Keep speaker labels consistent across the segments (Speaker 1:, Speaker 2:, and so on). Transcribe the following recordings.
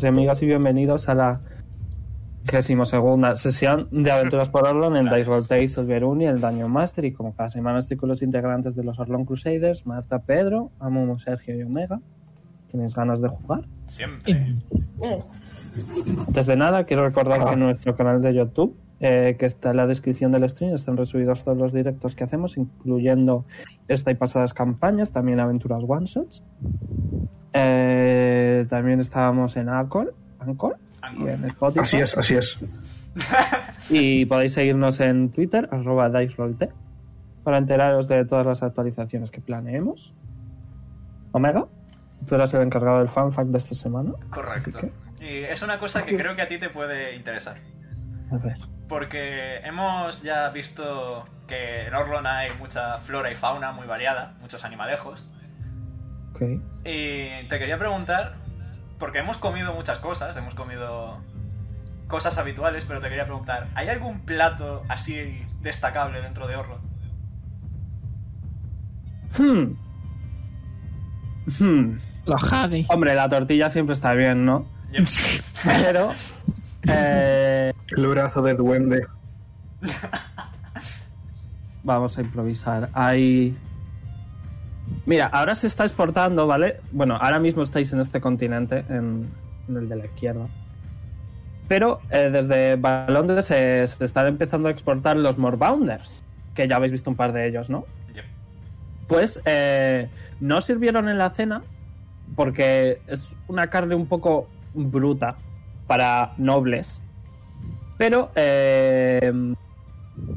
Speaker 1: y amigas y bienvenidos a la 32 sesión de Aventuras por Orlon en Dice Roll Tales, el Veruni, el Daño Master y como cada semana estoy con los integrantes de los Orlon Crusaders, Marta, Pedro, Amumu, Sergio y Omega. ¿Tienes ganas de jugar?
Speaker 2: Siempre.
Speaker 3: Yes.
Speaker 1: Antes de nada, quiero recordar que nuestro canal de YouTube, eh, que está en la descripción del stream, están resubidos todos los directos que hacemos, incluyendo esta y pasadas campañas, también Aventuras One Shots. Eh, también estábamos en Anchor, Anchor,
Speaker 2: Anchor.
Speaker 1: y en Spotify.
Speaker 4: Así es, así es.
Speaker 1: Y podéis seguirnos en Twitter, arroba DiceRollT, para enteraros de todas las actualizaciones que planeemos. Omega, tú eras el encargado del fanfact de esta semana.
Speaker 2: Correcto.
Speaker 1: Así
Speaker 2: Y es una cosa que creo que a ti te puede interesar.
Speaker 1: A ver.
Speaker 2: Porque hemos ya visto que en Orlon hay mucha flora y fauna muy variada, muchos animalejos.
Speaker 1: Ok.
Speaker 2: Y te quería preguntar, porque hemos comido muchas cosas, hemos comido cosas habituales, pero te quería preguntar, ¿hay algún plato así destacable dentro de Orlon?
Speaker 1: Hmm. Hmm.
Speaker 5: Los Jade.
Speaker 1: Hombre, la tortilla siempre está bien, ¿no? Pero. eh,
Speaker 4: El brazo de duende.
Speaker 1: vamos a improvisar. Hay. Mira, ahora se está exportando, ¿vale? Bueno, ahora mismo estáis en este continente, en, en el de la izquierda. Pero eh, desde Ba- Londres se, se están empezando a exportar los Morbounders, que ya habéis visto un par de ellos, ¿no?
Speaker 2: Yep.
Speaker 1: Pues eh, no sirvieron en la cena porque es una carne un poco bruta para nobles. Pero eh,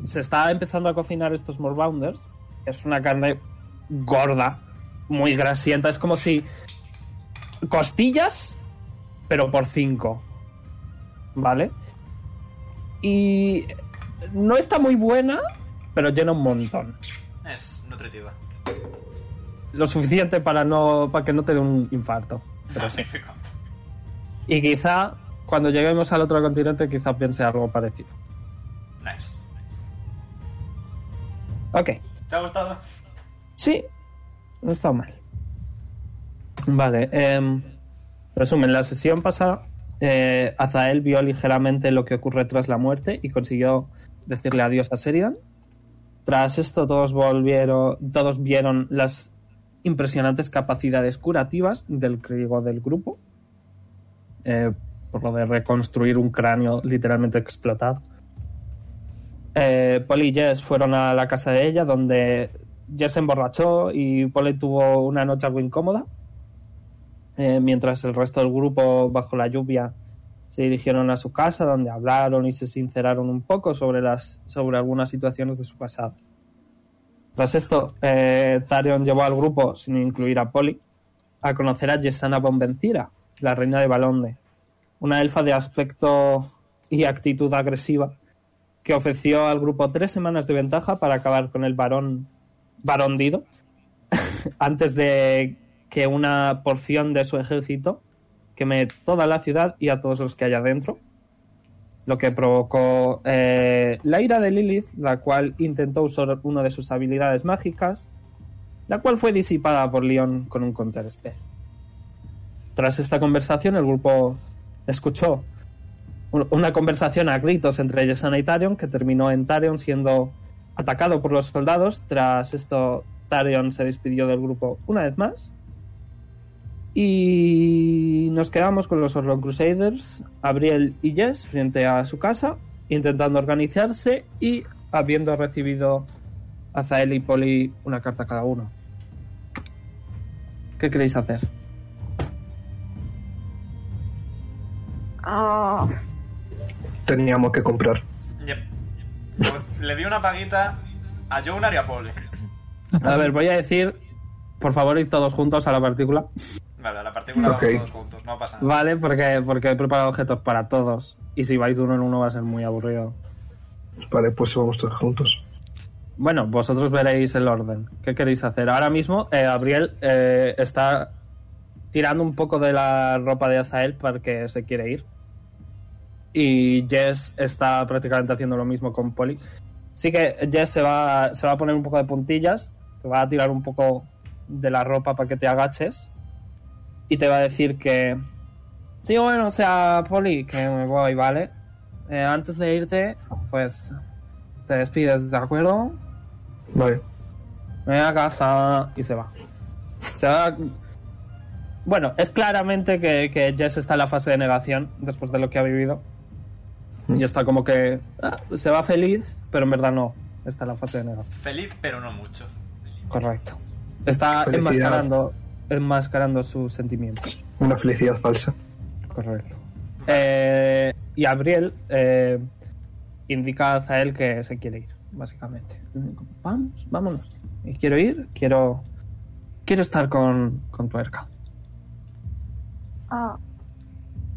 Speaker 1: se está empezando a cocinar estos Morbounders. Es una carne gorda, muy grasienta. Es como si costillas, pero por cinco. ¿Vale? Y no está muy buena, pero llena un montón
Speaker 2: Es nutritiva.
Speaker 1: lo suficiente para no para que no te dé un infarto.
Speaker 2: Magnífico.
Speaker 1: Y quizá cuando lleguemos al otro continente quizá piense algo parecido.
Speaker 2: Nice.
Speaker 1: Ok,
Speaker 2: ¿Te ha gustado?
Speaker 1: sí, no está mal. Vale, em, resumen, la sesión pasada eh, Azael vio ligeramente lo que ocurre tras la muerte y consiguió decirle adiós a Seridan. Tras esto todos volvieron, todos vieron las impresionantes capacidades curativas del clérigo del grupo. eh, por lo de reconstruir un cráneo literalmente explotado. Eh, Paul y Jess fueron a la casa de ella, donde Jess se emborrachó y Polly tuvo una noche algo incómoda. Eh, mientras el resto del grupo, bajo la lluvia, se dirigieron a su casa, donde hablaron y se sinceraron un poco sobre, las, sobre algunas situaciones de su pasado. Tras esto, eh, Tarion llevó al grupo, sin incluir a Polly, a conocer a Yesana Bonvencira, la reina de Balonde, una elfa de aspecto y actitud agresiva que ofreció al grupo tres semanas de ventaja para acabar con el varón varondido antes de que una porción de su ejército queme toda la ciudad y a todos los que haya dentro, lo que provocó eh, la ira de Lilith, la cual intentó usar una de sus habilidades mágicas, la cual fue disipada por Leon con un counter spell. Tras esta conversación, el grupo escuchó un- una conversación a gritos entre Yesana y Tarion, que terminó en Tarion siendo atacado por los soldados. Tras esto, Tarion se despidió del grupo una vez más. Y nos quedamos con los Orlon Crusaders, Abriel y Jess frente a su casa, intentando organizarse y habiendo recibido a Zael y Poli una carta cada uno. ¿Qué queréis hacer?
Speaker 3: Ah,
Speaker 4: Teníamos que comprar.
Speaker 2: Yep. Pues Le di una paguita a Jonar y a Paul.
Speaker 1: A ver, voy a decir, por favor, ir todos juntos a la partícula.
Speaker 2: Vale, a la partícula vamos
Speaker 4: Ok.
Speaker 2: todos juntos, no pasa nada.
Speaker 1: Vale, porque, porque he preparado objetos para todos. Y si vais de uno en uno va a ser muy aburrido.
Speaker 4: Vale, pues vamos todos juntos.
Speaker 1: Bueno, vosotros veréis el orden. ¿Qué queréis hacer? Ahora mismo, eh, Gabriel eh, está tirando un poco de la ropa de Azael para que se quiere ir. Y Jess está prácticamente haciendo lo mismo con Polly. Sí que Jess se va, se va a poner un poco de puntillas, te va a tirar un poco de la ropa para que te agaches. Y te va a decir que Sí, bueno, o sea, Poli, que me voy, ¿vale? Eh, antes de irte, pues te despides, ¿de acuerdo?
Speaker 4: Vale.
Speaker 1: Me voy a casa y se va. Se va. Bueno, es claramente que, que Jess está en la fase de negación después de lo que ha vivido. Y está como que ah, se va feliz, pero en verdad no. Está en la fase de negación.
Speaker 2: Feliz, pero no mucho.
Speaker 1: Correcto. Está
Speaker 4: Felicidad.
Speaker 1: enmascarando, enmascarando sus sentimientos.
Speaker 4: Una felicidad falsa.
Speaker 1: Correcto. Eh, y Abriel eh, indica a Zael que se quiere ir, básicamente. Vamos, vámonos. Y quiero ir, quiero. Quiero estar con, con tuerca.
Speaker 3: Ah.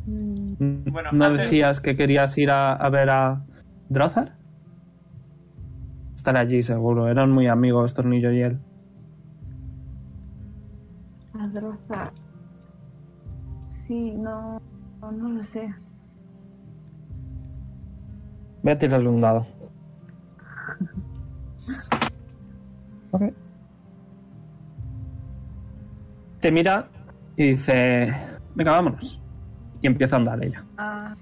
Speaker 3: Mm,
Speaker 2: Bueno,
Speaker 1: ¿No
Speaker 2: antes-
Speaker 1: decías que querías ir a, a ver a Drozar? Estar allí seguro, eran muy amigos Tornillo y él.
Speaker 3: Androza. Sí, no, no, no lo sé.
Speaker 1: Voy a tirarle un dado. Ok. Te mira y dice, venga, vámonos. Y empieza a andar ella.
Speaker 3: Ah.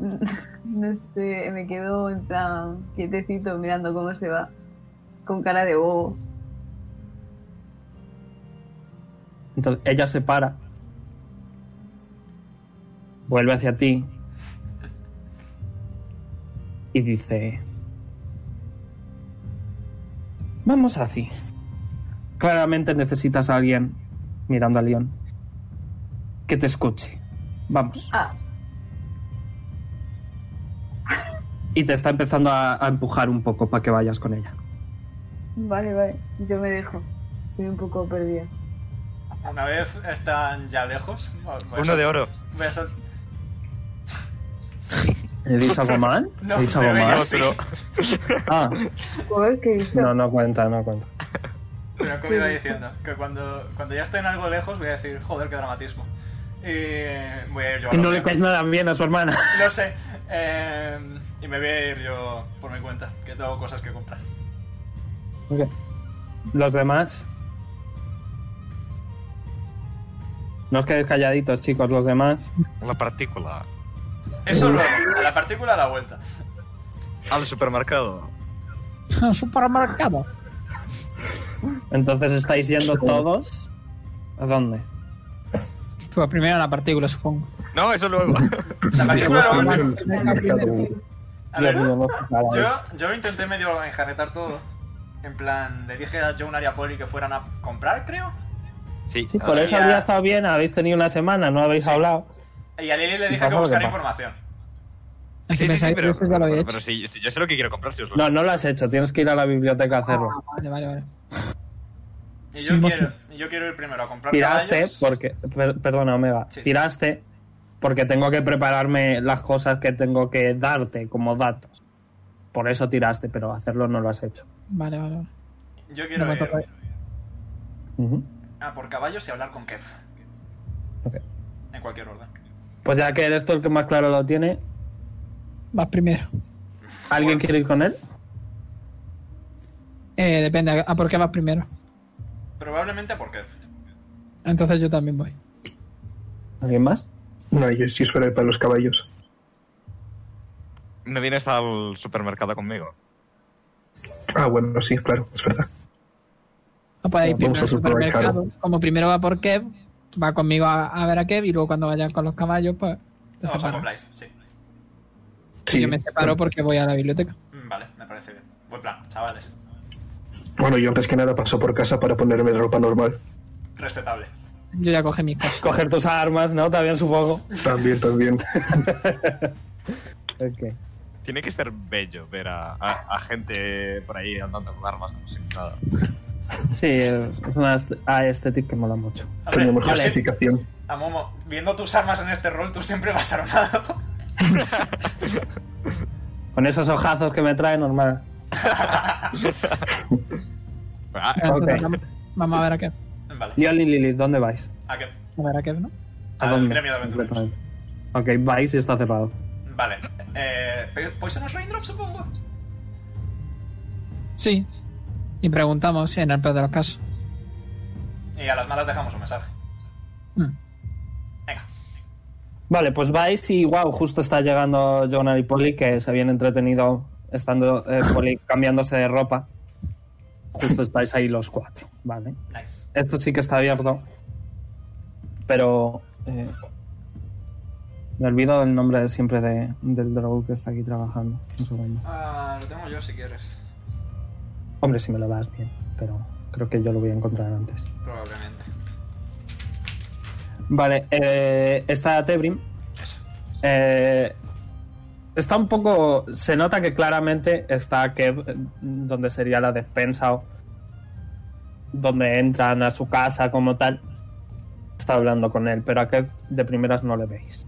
Speaker 3: Este, me quedo en plan quietecito mirando cómo se va. Con cara de "Oh, bobo.
Speaker 1: Entonces ella se para, vuelve hacia ti y dice, vamos así. Claramente necesitas a alguien, mirando a León, que te escuche. Vamos.
Speaker 3: Ah,
Speaker 1: Y te está empezando a, a empujar un poco para que vayas con ella.
Speaker 3: vale, vale. Yo me dejo. Estoy un poco perdida.
Speaker 2: Una vez están ya lejos. voy a
Speaker 5: Uno
Speaker 2: sol-
Speaker 5: de oro.
Speaker 2: voy a sol-
Speaker 1: ¿He dicho algo mal?
Speaker 2: No,
Speaker 1: ¿He dicho algo
Speaker 2: pero
Speaker 1: mal?
Speaker 5: No,
Speaker 2: sí.
Speaker 5: pero
Speaker 1: Ah,
Speaker 3: Joder, ¿qué hizo?
Speaker 1: no, no cuenta, no cuenta.
Speaker 2: Pero como iba diciendo, que cuando, cuando ya estén algo lejos voy a decir, joder, qué dramatismo. Y voy a ir yo a
Speaker 1: Que no
Speaker 2: lo
Speaker 1: le
Speaker 2: mío.
Speaker 1: caes nada bien a su hermana.
Speaker 2: Lo sé. Eh, y me voy a ir yo por mi cuenta, que tengo cosas que comprar.
Speaker 1: Ok. Los demás. No os quedéis calladitos, chicos, los demás.
Speaker 5: la partícula.
Speaker 2: Eso luego, a la partícula a la vuelta.
Speaker 5: Al Ah, supermercado.
Speaker 6: Supermercado.
Speaker 1: Entonces estáis yendo todos. ¿A dónde?
Speaker 6: Fue primero la partícula, supongo.
Speaker 5: No, eso luego.
Speaker 2: La partícula a la vuelta.
Speaker 4: Primero el supermercado.
Speaker 2: A ver,
Speaker 1: Dios mío, no os cagáis.
Speaker 2: Yo, yo intenté medio enjarretar todo. En plan, le dije a John y a Polly que fueran a comprar, creo.
Speaker 5: Sí,
Speaker 1: Sí,
Speaker 5: ah,
Speaker 1: por eso
Speaker 2: ya.
Speaker 1: habría estado bien, habéis tenido una semana, no habéis hablado.
Speaker 2: Y a Lily le dije que
Speaker 1: Tampoco
Speaker 2: buscara
Speaker 1: que pa-
Speaker 2: información.
Speaker 6: Es que
Speaker 5: sí, sí,
Speaker 6: pensaba
Speaker 5: sí,
Speaker 6: que
Speaker 5: pero,
Speaker 6: eso ya lo había
Speaker 5: pero-
Speaker 6: hecho.
Speaker 5: pero sí, sí, yo sé lo que quiero comprar, si os lo
Speaker 1: No, no lo has hecho, tienes que ir a la biblioteca a hacerlo.
Speaker 2: Ah,
Speaker 6: Vale, vale, vale.
Speaker 2: Y
Speaker 6: Sí,
Speaker 2: yo,
Speaker 6: no
Speaker 2: quiero, y yo quiero ir primero a comprar
Speaker 1: Tiraste
Speaker 2: caballos.
Speaker 1: porque. per- perdona, Omega.
Speaker 2: Sí.
Speaker 1: Tiraste porque tengo que prepararme las cosas que tengo que darte como datos. Por eso tiraste, pero hacerlo no lo has hecho.
Speaker 6: Vale, vale. vale.
Speaker 2: Yo quiero
Speaker 6: No me
Speaker 2: ir
Speaker 6: toca.
Speaker 1: Ujú.
Speaker 2: a por caballos y hablar con Kev.
Speaker 1: Ok.
Speaker 2: En cualquier orden.
Speaker 1: Pues ya que eres tú el que más claro lo tiene,
Speaker 6: Vas primero.
Speaker 1: ¿alguien
Speaker 2: Pues-
Speaker 1: quiere ir con él?
Speaker 6: Eh, depende, ¿a- ¿a por qué vas primero?
Speaker 2: Probablemente a por Kev.
Speaker 6: Entonces yo también voy.
Speaker 1: ¿Alguien más?
Speaker 4: No, yo sí suelo ir para los caballos.
Speaker 5: No vienes al supermercado conmigo.
Speaker 4: Ah, bueno, sí, claro, es verdad.
Speaker 6: O podéis
Speaker 4: Vamos
Speaker 6: ir primero
Speaker 4: al
Speaker 6: al
Speaker 4: supermercado.
Speaker 6: supermercado. Como primero va por Kev, va conmigo a, a ver a Kev y luego cuando vaya con los caballos, pues te
Speaker 2: Os
Speaker 6: separas.
Speaker 2: acopláis, sí.
Speaker 6: Y yo me separo porque voy a la biblioteca.
Speaker 2: Mm, Vale, me parece bien. Buen plan, chavales.
Speaker 4: Bueno, yo antes que nada paso por casa para ponerme la ropa normal.
Speaker 2: Respetable.
Speaker 6: Yo ya cogí mis cosas.
Speaker 1: Coger tus armas, ¿no? También supongo.
Speaker 4: También, también.
Speaker 1: Ok.
Speaker 5: Tiene que ser bello ver a, a- a gente por ahí andando con armas como si nada.
Speaker 1: Sí, es es una est- ah, estética que mola mucho.
Speaker 2: Hombre,
Speaker 4: Tenemos
Speaker 2: yo sí-
Speaker 4: justificación.
Speaker 2: a Momo, viendo tus armas en este rol, tú siempre vas armado.
Speaker 1: Con esos ojazos que me trae, normal.
Speaker 5: Ah,
Speaker 6: Entonces
Speaker 1: ok.
Speaker 6: vamos- Vamos a ver a Kev.
Speaker 2: vale,
Speaker 1: Leon y Lilith, ¿dónde vais?
Speaker 2: a Kev.
Speaker 6: A ver a Kev, ¿no?
Speaker 1: ¿A
Speaker 2: Al
Speaker 1: dónde?
Speaker 2: gremio de aventureros.
Speaker 1: Completamente. Ok, vais y está cerrado.
Speaker 2: Vale. Eh, ¿pe- ¿Poisonous Raindrop, supongo?
Speaker 6: Sí. Y preguntamos si en el peor de los casos.
Speaker 2: Y a las malas dejamos un mensaje.
Speaker 6: Mm.
Speaker 2: Venga.
Speaker 1: Vale, pues vais y wow, justo está llegando Jonah y Polly, que se habían entretenido estando eh, Polly cambiándose de ropa. Justo estáis ahí los cuatro, ¿vale?
Speaker 2: Nice.
Speaker 1: Esto sí que está abierto. Pero. eh, me olvido el nombre siempre de, del drogo que está aquí trabajando. Un segundo.
Speaker 2: Ah, lo tengo yo si quieres.
Speaker 1: Hombre, si me lo das bien, pero creo que yo lo voy a encontrar antes.
Speaker 2: Probablemente.
Speaker 1: Vale, eh, está Tebrim.
Speaker 2: Eso.
Speaker 1: Eh, está un poco. Se nota que claramente está Kev, eh, donde sería la despensa o donde entran a su casa como tal. Está hablando con él, pero a Kev de primeras no le veis.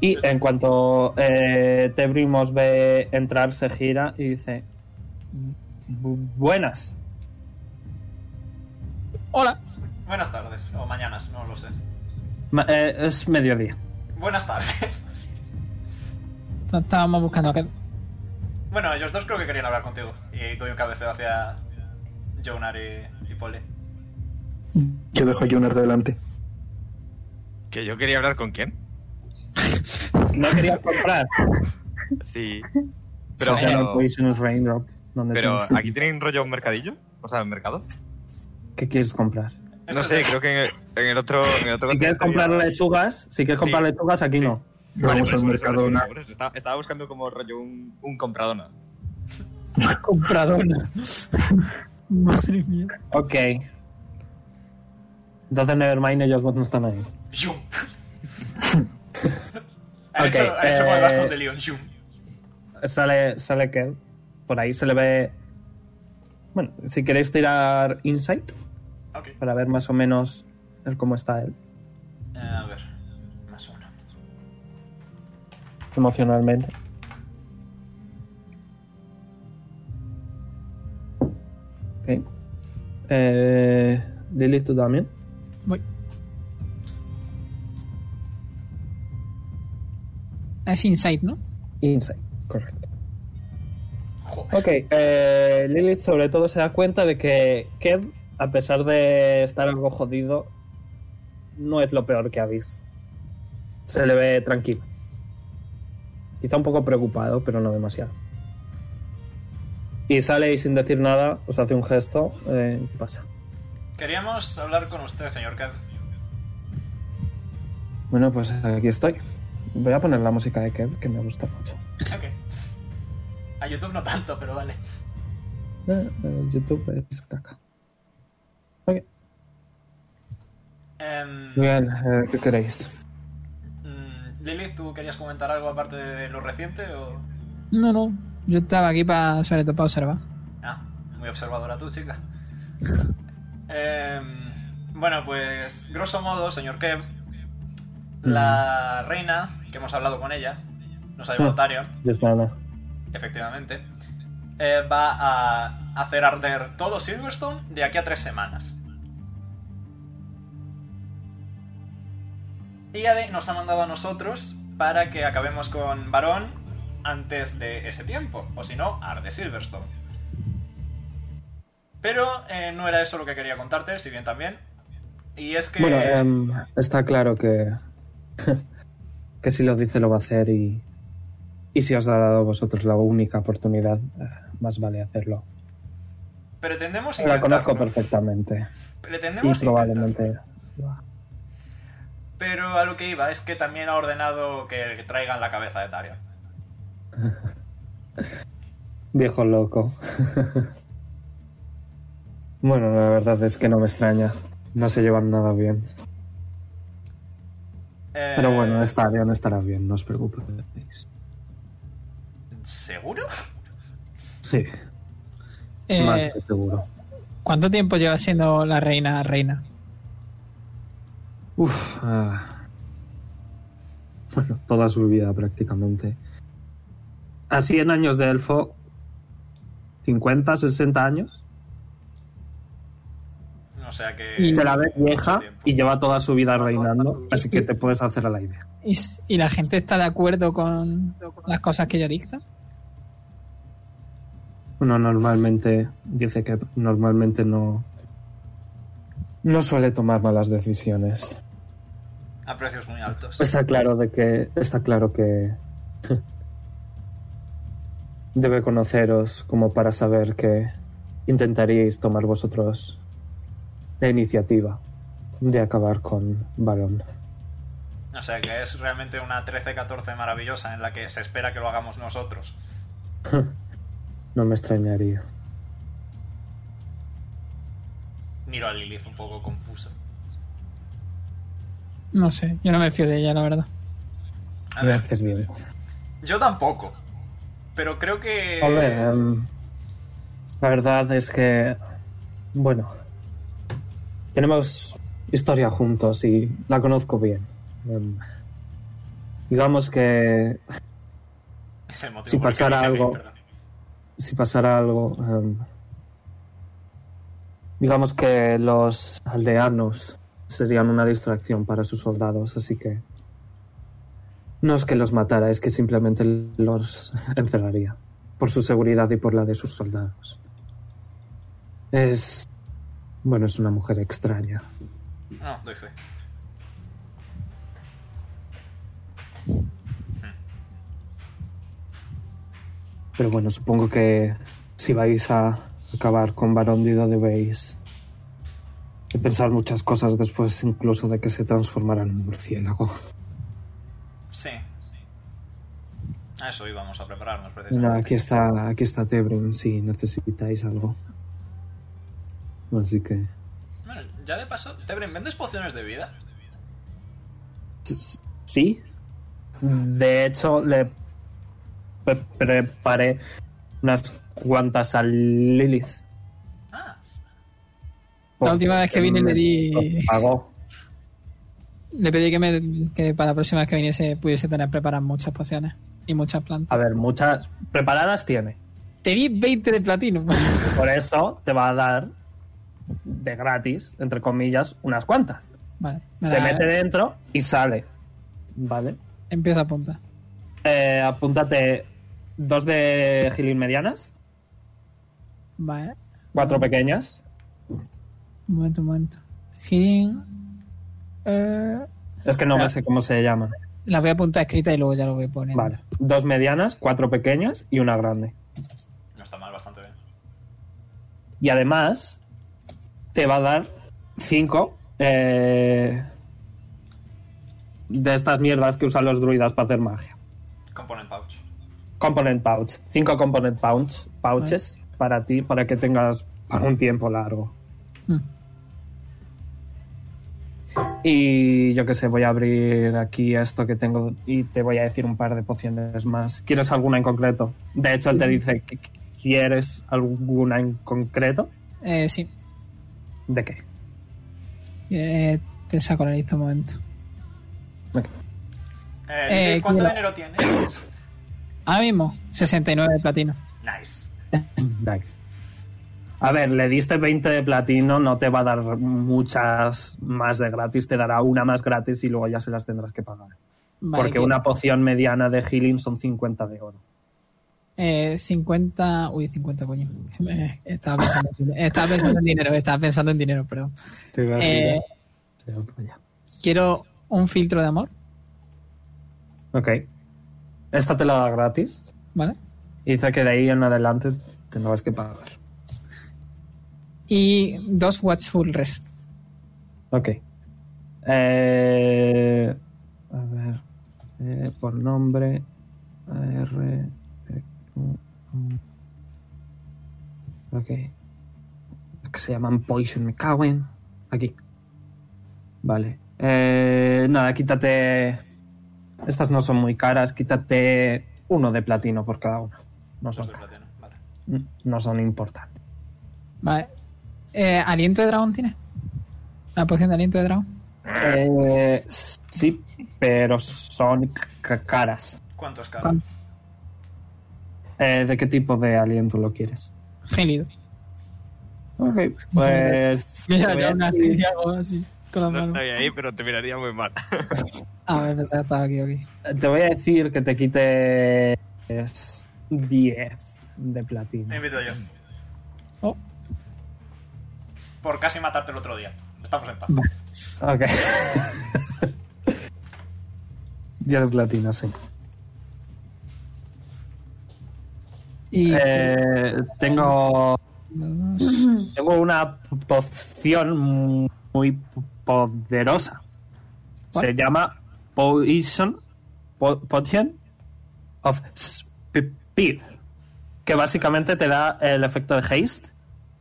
Speaker 1: Y en cuanto eh, Tebrim os ve entrar, se gira y dice: "Bu- Buenas.
Speaker 6: Hola.
Speaker 2: Buenas tardes, o mañanas, no lo sé.
Speaker 1: Ma- eh, es mediodía.
Speaker 2: Buenas tardes.
Speaker 6: Está- Estábamos buscando a Kev.
Speaker 2: Bueno, ellos dos creo que querían hablar contigo. Y doy un cabeceo hacia Jonar y, y Polly.
Speaker 4: Yo dejo a Jonar delante.
Speaker 5: ¿Que yo quería hablar con quién?
Speaker 1: No quería comprar.
Speaker 5: Sí. Pero, eh,
Speaker 1: Social Poisonous Raindrop, donde
Speaker 5: pero
Speaker 1: tienes-
Speaker 5: ¿aquí tienen rollo un mercadillo? O sea, un mercado.
Speaker 1: ¿Qué quieres comprar?
Speaker 5: No sé, creo que en el, en el otro... En el otro
Speaker 1: Si quieres
Speaker 5: continente había-
Speaker 1: comprar lechugas, si quieres
Speaker 5: eh, Sí.
Speaker 1: comprar lechugas, aquí
Speaker 5: Sí.
Speaker 1: no.
Speaker 5: Vale,
Speaker 4: Vamos
Speaker 5: por
Speaker 4: al
Speaker 5: eso, por eso, por eso,
Speaker 4: mercado.
Speaker 5: por eso. Estaba, estaba buscando como rollo un, un compradona.
Speaker 6: Compradona. Madre mía.
Speaker 1: Ok. Entonces, Nevermind, ellos dos no están ahí.
Speaker 2: ¡Yum! han
Speaker 1: Ok,
Speaker 2: hecho, han hecho con
Speaker 1: eh,
Speaker 2: el bastón de Leon. ¡Yum!
Speaker 1: Sale, sale que por ahí se le ve. Bueno, si queréis tirar Insight
Speaker 2: Ok.
Speaker 1: para ver más o menos el cómo está él
Speaker 2: Eh, a ver. Más uno.
Speaker 1: emocionalmente. Ok. Eh, Lilith, tú también.
Speaker 6: Voy. Ah, Es Insight, ¿no?
Speaker 1: Insight, correcto.
Speaker 2: Joder.
Speaker 1: Ok, eh, Lilith sobre todo se da cuenta de que Kev, a pesar de estar algo jodido, no es lo peor que ha visto. Se le ve tranquilo. Quizá un poco preocupado, pero no demasiado. Y sale y sin decir nada, os hace un gesto, eh, y pasa.
Speaker 2: Queríamos hablar con usted, señor Kev.
Speaker 1: Bueno, pues aquí estoy. Voy a poner la música de Kev, que me gusta mucho.
Speaker 2: Ok. A YouTube no tanto, pero vale.
Speaker 1: Eh, eh, YouTube es caca. Ok,
Speaker 2: Em,
Speaker 1: bien, eh, ¿qué queréis?
Speaker 2: mm, Lilith, ¿tú querías comentar algo aparte de lo reciente o...?
Speaker 6: No, no. Yo estaba aquí para, sobre todo para observar.
Speaker 2: Ah, muy observadora tú, chica. Em, bueno, pues, grosso modo, señor Kev, la reina, que hemos hablado con ella, nos ha llevado
Speaker 1: Mm.
Speaker 2: Tarion,
Speaker 1: Dios, nada.
Speaker 2: efectivamente, eh, va a hacer arder todo Silverstone de aquí a tres semanas. Y Ade nos ha mandado a nosotros para que acabemos con Barón antes de ese tiempo, o si no, arde Silverstone. Pero eh, no era eso lo que quería contarte, si bien también. Y es que...
Speaker 1: Bueno, em, está claro que. que si lo dice lo va a hacer y. Y si os ha dado vosotros la única oportunidad, eh, más vale hacerlo.
Speaker 2: pretendemos
Speaker 1: La conozco
Speaker 2: intentarlo.
Speaker 1: perfectamente. Y
Speaker 2: Pretendemos intentarlo.
Speaker 1: probablemente.
Speaker 2: Pero a lo que iba es que también ha ordenado que traigan la cabeza de Tarion.
Speaker 1: Viejo loco. bueno, la verdad es que no me extraña. No se llevan nada bien.
Speaker 2: Eh,
Speaker 1: Pero bueno, esta avión estará bien, no os preocupéis.
Speaker 2: ¿Seguro?
Speaker 1: Sí,
Speaker 6: Eh,
Speaker 1: más que seguro.
Speaker 6: ¿Cuánto tiempo lleva siendo la reina reina?
Speaker 1: Uf. ah. Bueno, toda su vida prácticamente. A 100 años de elfo, 50, 60 años.
Speaker 2: O sea que.
Speaker 6: Y
Speaker 1: Se la ve vieja
Speaker 2: Mucho tiempo.
Speaker 1: y lleva toda su vida reinando, así que te puedes hacer a la idea.
Speaker 6: ¿Y, s- y la gente está de acuerdo con las cosas que ella dicta?
Speaker 1: Uno normalmente dice que normalmente no No suele tomar malas decisiones.
Speaker 2: A precios muy altos.
Speaker 1: Pues Está claro de que. Está claro que. Debe conoceros como para saber que intentaríais tomar vosotros la iniciativa de acabar con Balón.
Speaker 2: No sé, que es realmente una 13-14 maravillosa en la que se espera que lo hagamos nosotros.
Speaker 1: No me extrañaría.
Speaker 2: Miro a Lilith un poco confuso.
Speaker 6: No sé, yo no me fío de ella, la verdad.
Speaker 2: A ver,
Speaker 1: Gracias, bien.
Speaker 2: yo tampoco. Pero creo que.
Speaker 1: Hombre, em, la verdad es que, bueno, tenemos historia juntos y la conozco bien. Em, digamos que
Speaker 2: es el motivo
Speaker 1: si
Speaker 2: por el que
Speaker 1: pasara
Speaker 2: dije
Speaker 1: algo-
Speaker 2: mil, perdón.
Speaker 1: si pasara algo, em, digamos que los aldeanos serían una distracción para sus soldados, así que no es que los matara, es que simplemente los encerraría por su seguridad y por la de sus soldados. Es bueno, es una mujer extraña.
Speaker 2: No, doy fe.
Speaker 1: Pero bueno, supongo que si vais a acabar con Baróndido debéis de pensar muchas cosas después incluso de que se transformara en un murciélago.
Speaker 2: Sí, sí. A eso íbamos a prepararnos, precisamente.
Speaker 1: No, aquí está, aquí está Tebrin si necesitáis algo. Así que...
Speaker 2: Bueno, ya de paso, Tebrin, ¿vendes pociones de vida?
Speaker 1: ¿Sí? De hecho, le pre- preparé unas cuantas a Lilith.
Speaker 2: Ah,
Speaker 6: La última vez que
Speaker 1: Porque
Speaker 6: vine le
Speaker 1: me
Speaker 6: di-
Speaker 1: los pagó.
Speaker 6: Le pedí que, me, que para la próxima vez que viniese pudiese tener preparadas muchas pociones y muchas plantas.
Speaker 1: A ver, muchas... Preparadas tiene.
Speaker 6: Te di 20 de platino.
Speaker 1: Por eso te va a dar de gratis, entre comillas, unas cuantas.
Speaker 6: vale,
Speaker 1: Se
Speaker 6: nada,
Speaker 1: mete dentro y sale. Vale.
Speaker 6: empieza a apuntar.
Speaker 1: Eh, apúntate dos de healing medianas,
Speaker 6: Vale,
Speaker 1: cuatro pequeñas.
Speaker 6: un momento, un momento. Healing. Eh,
Speaker 1: Es que no me
Speaker 6: Ah.
Speaker 1: sé cómo se llaman.
Speaker 6: las voy a apuntar escritas y luego ya lo voy poniendo.
Speaker 1: Vale. Dos medianas, cuatro pequeñas y una grande.
Speaker 2: no está mal, bastante bien.
Speaker 1: Y además, te va a dar cinco eh, de estas mierdas que usan los druidas para hacer magia.
Speaker 2: Component pouch.
Speaker 1: Component pouch. Cinco component pouch, pouches para ti, para que tengas para un tiempo largo.
Speaker 6: Mm.
Speaker 1: Y yo qué sé, voy a abrir aquí esto que tengo y te voy a decir un par de pociones más. ¿Quieres alguna en concreto? De hecho, él te dice que quieres alguna en concreto.
Speaker 6: Eh, sí,
Speaker 1: ¿De qué?
Speaker 6: Eh, te saco la lista un momento.
Speaker 2: Eh,
Speaker 6: Eh,
Speaker 2: Lilith, ¿cuánto
Speaker 6: cuida-
Speaker 2: dinero tienes?
Speaker 6: Ahora mismo, 69 de platino.
Speaker 2: nice.
Speaker 1: Nice. A ver, le diste 20 de platino, no te va a dar muchas más de gratis, te dará una más gratis y luego ya se las tendrás que pagar.
Speaker 6: Vale,
Speaker 1: Porque
Speaker 6: que-
Speaker 1: una poción mediana de healing son 50 de oro.
Speaker 6: Eh, 50. Uy, 50, coño. Eh, Estaba pensando, en- estaba pensando en dinero, estaba pensando en dinero, perdón. Eh, Quiero un filtro de amor,
Speaker 1: Ok. Esta te la da gratis.
Speaker 6: ¿vale?
Speaker 1: Y dice que de ahí en adelante tendrás que pagar.
Speaker 6: Y dos Watchful Rest.
Speaker 1: Ok. Eh, a ver. eh, por nombre. R. E, Ok. Es que se llaman Poison, me cago en. Aquí. Vale. Eh, nada, quítate. Estas no son muy caras. Quítate uno de platino por cada uno. No
Speaker 2: Dos
Speaker 1: son,
Speaker 2: de
Speaker 1: caras,
Speaker 2: platino, vale.
Speaker 1: no son importantes.
Speaker 6: Vale. Eh, ¿Aliento de dragón tiene? ¿La poción de aliento de dragón?
Speaker 1: Eh, sí, pero son ca- caras.
Speaker 2: ¿Cuántos caras?
Speaker 6: ¿Cuánto?
Speaker 1: Eh, ¿De qué tipo de aliento lo quieres?
Speaker 6: Gélido.
Speaker 1: Ok, pues. te
Speaker 6: Mira, ya
Speaker 1: voy a
Speaker 6: una
Speaker 1: decir-
Speaker 6: y hago así. Con la
Speaker 5: No
Speaker 6: mano.
Speaker 5: estoy ahí, pero te miraría muy mal.
Speaker 6: A ver, pensaba que Ah, estaba aquí, aquí.
Speaker 1: te voy a decir que te quites 10 de platino.
Speaker 2: Te invito yo.
Speaker 6: Oh.
Speaker 2: Por casi matarte el otro día. Estamos en paz.
Speaker 1: Ok. 10 platinos, sí.
Speaker 6: Y
Speaker 1: Eh, tengo,
Speaker 6: uno, dos,
Speaker 1: tengo una poción muy poderosa.
Speaker 6: ¿Cuál?
Speaker 1: Se llama Poison po- Potion of Speed, que básicamente te da el efecto de haste,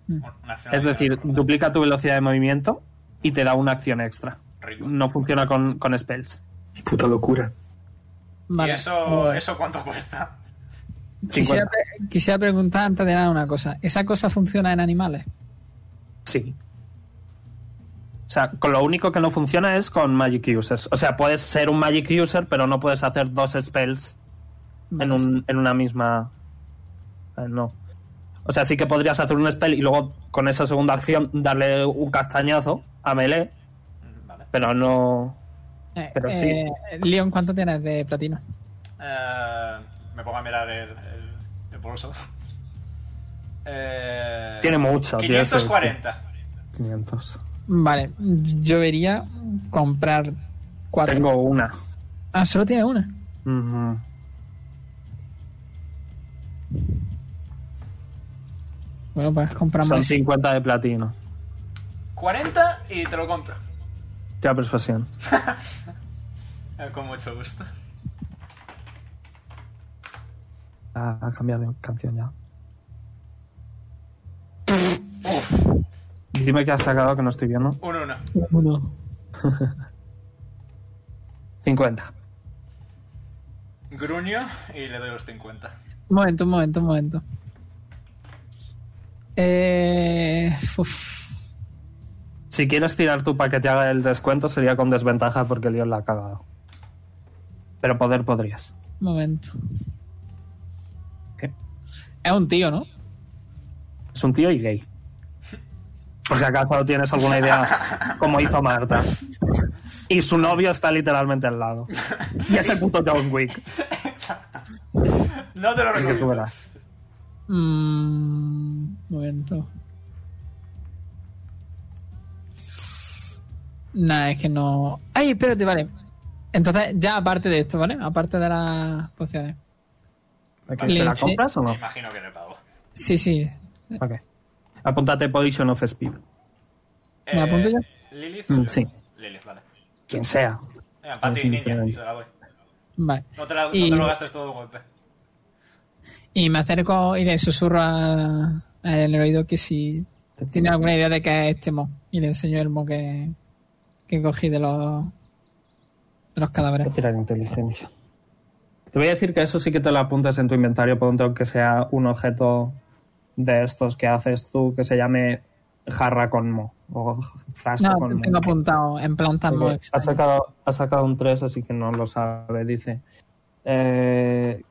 Speaker 2: Una acción
Speaker 1: es decir,
Speaker 2: adicional.
Speaker 1: duplica tu velocidad de movimiento y te da una acción extra.
Speaker 2: Rico.
Speaker 1: No funciona con, con spells.
Speaker 4: Puta locura.
Speaker 6: vale.
Speaker 2: ¿Y eso, eso cuánto cuesta?
Speaker 6: Quisiera, pre- quisiera preguntar antes de nada una cosa. ¿Esa cosa funciona en animales?
Speaker 1: Sí. O sea, con lo único que no funciona es con Magic Users. O sea, puedes ser un Magic User, pero no puedes hacer dos spells en,
Speaker 6: Vale, sí.
Speaker 1: un, en una misma. eh, no. O sea, sí que podrías hacer un spell y luego con esa segunda acción darle un castañazo a Melee,
Speaker 2: Mm, Vale.
Speaker 1: pero no.
Speaker 6: Eh,
Speaker 1: pero
Speaker 6: eh,
Speaker 1: sí.
Speaker 6: Leon, ¿cuánto tienes de platino?
Speaker 2: Eh, me pongo a mirar el, el- el bolso. Eh,
Speaker 1: Tiene mucho, tío, ese-
Speaker 2: 540.
Speaker 1: 500.
Speaker 6: Vale, yo vería comprar cuatro.
Speaker 1: Tengo una.
Speaker 6: Ah, solo tiene una.
Speaker 1: Ujú.
Speaker 6: Bueno, pues
Speaker 1: Son
Speaker 6: compramos.
Speaker 1: 50 de platino.
Speaker 2: 40 y te lo compro.
Speaker 1: Ya persuasión.
Speaker 2: Eh, con mucho gusto.
Speaker 1: A, a cambiar de canción ya. Dime que has sacado que no estoy viendo.
Speaker 2: Un 1.
Speaker 6: Uno.
Speaker 1: 50.
Speaker 2: Gruño y le doy los 50.
Speaker 6: Un momento, un momento, un momento. Eh, uf.
Speaker 1: Si quieres tirar tú para que te haga el descuento, sería con desventaja porque Leon la ha cagado. Pero poder podrías.
Speaker 6: Un momento.
Speaker 1: ¿Qué?
Speaker 6: Es un tío, ¿no?
Speaker 1: Es un tío y gay. Por si acaso tienes alguna idea, como hizo Marta. Y su novio está literalmente al lado. Y es el puto John Wick.
Speaker 2: No te lo
Speaker 1: Es que tú
Speaker 2: recomiendo.
Speaker 1: verás.
Speaker 6: Mm, un momento. Nada, es que no. ¡Ay, espérate, vale! Entonces, ya aparte de esto, ¿vale? Aparte de las pociones.
Speaker 1: ¿Se la
Speaker 6: Leche.
Speaker 1: compras o no?
Speaker 2: Me imagino que le pago.
Speaker 6: Sí, sí.
Speaker 1: Ok. Apúntate Poison of Speed.
Speaker 6: ¿Me la apunto yo?
Speaker 2: Eh, ¿Lilith?
Speaker 1: Mm, sí.
Speaker 2: Lilith, vale.
Speaker 1: Quien sea.
Speaker 2: Venga, Pati,
Speaker 1: Sí,
Speaker 2: niña,
Speaker 1: sí.
Speaker 2: se la voy.
Speaker 6: Vale.
Speaker 2: No te, la- no
Speaker 6: Y-
Speaker 2: te lo gastes todo de golpe.
Speaker 6: Y me acerco y le susurro a- a él en el oído que si tiene alguna idea de qué es este mo. Y le enseño el mo que, que cogí de los, de los cadáveres.
Speaker 1: Voy a tirar inteligencia. Te voy a decir que eso sí que te lo apuntas en tu inventario, por lo tanto, que sea un objeto de estos que haces tú que se llame jarra con mo o frasco
Speaker 6: No,
Speaker 1: con mo.
Speaker 6: tengo apuntado en plan tan mo
Speaker 1: Porque ha
Speaker 6: extraño.
Speaker 1: sacado, ha sacado un 3, así que no lo sabe, dice. Eh,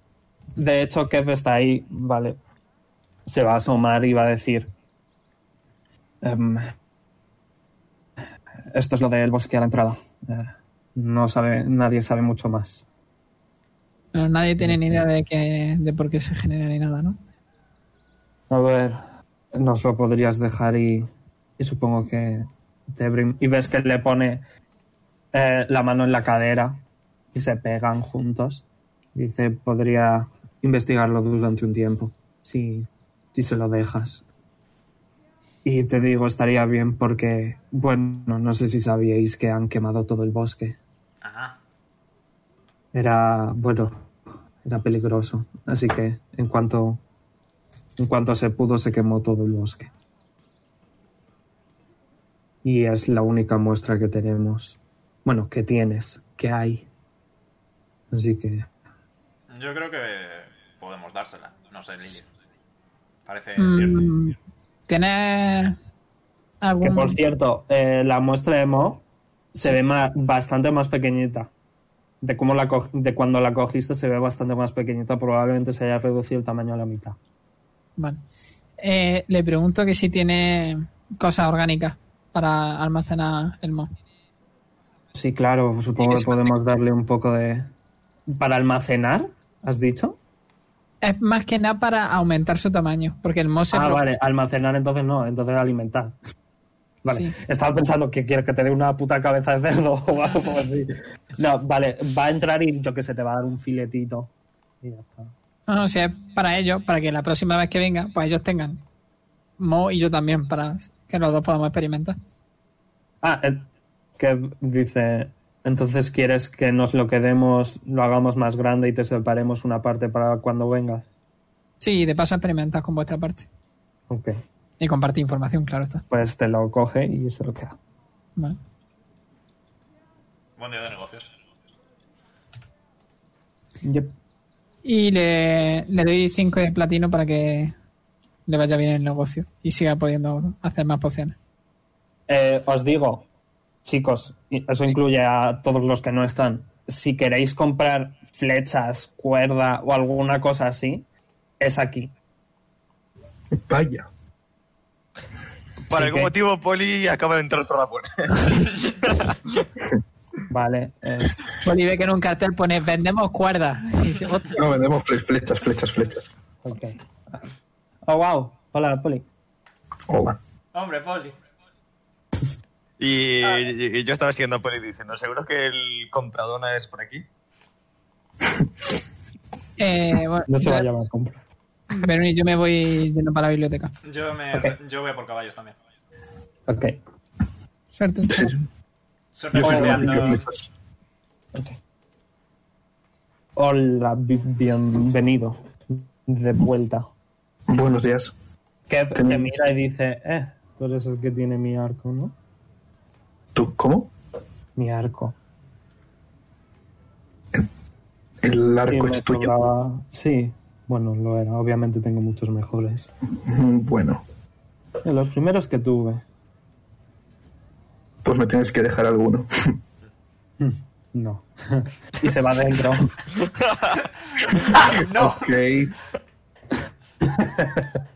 Speaker 1: de hecho, Kev está ahí, vale. Se va a asomar y va a decir... em, esto es lo del bosque a la entrada. Eh, no sabe, nadie sabe mucho más.
Speaker 6: Pero nadie tiene ni idea de, que, de por qué se genera ni nada, ¿no?
Speaker 1: A ver, nos lo podrías dejar y, y supongo que te brin- Y ves que le pone eh, la mano en la cadera y se pegan juntos. Dice, podría investigarlo durante un tiempo, si, si se lo dejas. Y te digo, estaría bien porque, bueno, no sé si sabíais que han quemado todo el bosque.
Speaker 2: Ajá.
Speaker 1: Era, bueno, era peligroso. Así que en cuanto, en cuanto se pudo, se quemó todo el bosque. Y es la única muestra que tenemos. Bueno, que tienes, que hay. Así que
Speaker 2: Yo creo que podemos dársela. No sé, Lilith. Parece Eh, cierto.
Speaker 6: Mm, ¿Tienes algún...?
Speaker 1: Que por cierto, eh, la muestra de Mo se ve ma- bastante más pequeñita. De, cómo la co- de cuando la cogiste se ve bastante más pequeñita. Probablemente se haya reducido el tamaño a la mitad.
Speaker 6: Vale. Eh, le pregunto que si tiene cosas orgánicas para almacenar el mo.
Speaker 1: Sí, claro, supongo
Speaker 6: que
Speaker 1: que
Speaker 6: se
Speaker 1: podemos darle un poco de... ¿Para almacenar? ¿Has dicho?
Speaker 6: Es más que nada para aumentar su tamaño, porque el mo se...
Speaker 1: ah,
Speaker 6: pro-
Speaker 1: vale, almacenar entonces no, entonces alimentar. Vale,
Speaker 6: Sí.
Speaker 1: estaba pensando que quieres que te dé una puta cabeza de cerdo o algo así. No, vale, va a entrar y yo que sé, te va a dar un filetito. Y ya está.
Speaker 6: No, no, si es para ellos, para que la próxima vez que venga, pues ellos tengan. Mo y yo también, para que los dos podamos experimentar.
Speaker 1: Ah, eh, que dice, entonces quieres que nos lo quedemos, lo hagamos más grande y te separemos una parte para cuando vengas.
Speaker 6: Sí, y de paso experimentas con vuestra parte.
Speaker 1: Ok,
Speaker 6: Y compartir información, claro está.
Speaker 1: pues te lo coge y se lo queda.
Speaker 6: Vale.
Speaker 2: Buen día de negocios.
Speaker 1: Yep.
Speaker 6: Y le, le doy 5 de platino para que le vaya bien el negocio y siga pudiendo hacer más pociones.
Speaker 1: Eh, os digo, chicos, y eso incluye a todos los que no están, si queréis comprar flechas, cuerda o alguna cosa así, es aquí.
Speaker 4: Vaya.
Speaker 5: Por
Speaker 1: Sí
Speaker 5: algún
Speaker 1: que-
Speaker 5: motivo, Poli acaba de entrar por la puerta.
Speaker 1: Vale, eh,
Speaker 6: Pues y ve que en un cartel pone vendemos cuerdas. Y dice, "Hostia".
Speaker 4: No, vendemos fle- flechas, flechas, flechas.
Speaker 1: ok. Oh, wow. Hola, Poli.
Speaker 4: Oh,
Speaker 2: Hombre, Poli.
Speaker 5: Y, y- y yo estaba siguiendo a Poli diciendo, ¿seguro que el compradona es por aquí?
Speaker 6: Eh, bueno,
Speaker 1: No se va a llamar compra.
Speaker 6: Verón y yo me voy yendo para la biblioteca.
Speaker 2: Yo, me,
Speaker 1: Ok.
Speaker 2: yo voy a por caballos también.
Speaker 1: Ok.
Speaker 6: Suerte.
Speaker 4: sí.
Speaker 2: Suerte
Speaker 4: Yo soy
Speaker 1: Hola.
Speaker 4: de
Speaker 2: confiando.
Speaker 4: pique flechas.
Speaker 1: Hola, bi- bienvenido. De vuelta.
Speaker 4: Buenos días.
Speaker 1: Que
Speaker 4: Te-
Speaker 1: te mira y dice, eh, tú eres el que tiene mi arco, ¿no?
Speaker 4: ¿Tú cómo?
Speaker 1: Mi arco.
Speaker 4: El
Speaker 1: Y
Speaker 4: arco
Speaker 1: me
Speaker 4: es tuyo.
Speaker 1: sobraba- Sí, bueno, lo era. Obviamente tengo muchos mejores.
Speaker 4: Mm, Bueno,
Speaker 1: De los primeros que tuve.
Speaker 4: pues me tienes que dejar alguno.
Speaker 1: Mm, No. y se va dentro.
Speaker 2: ¡No!
Speaker 4: Ok.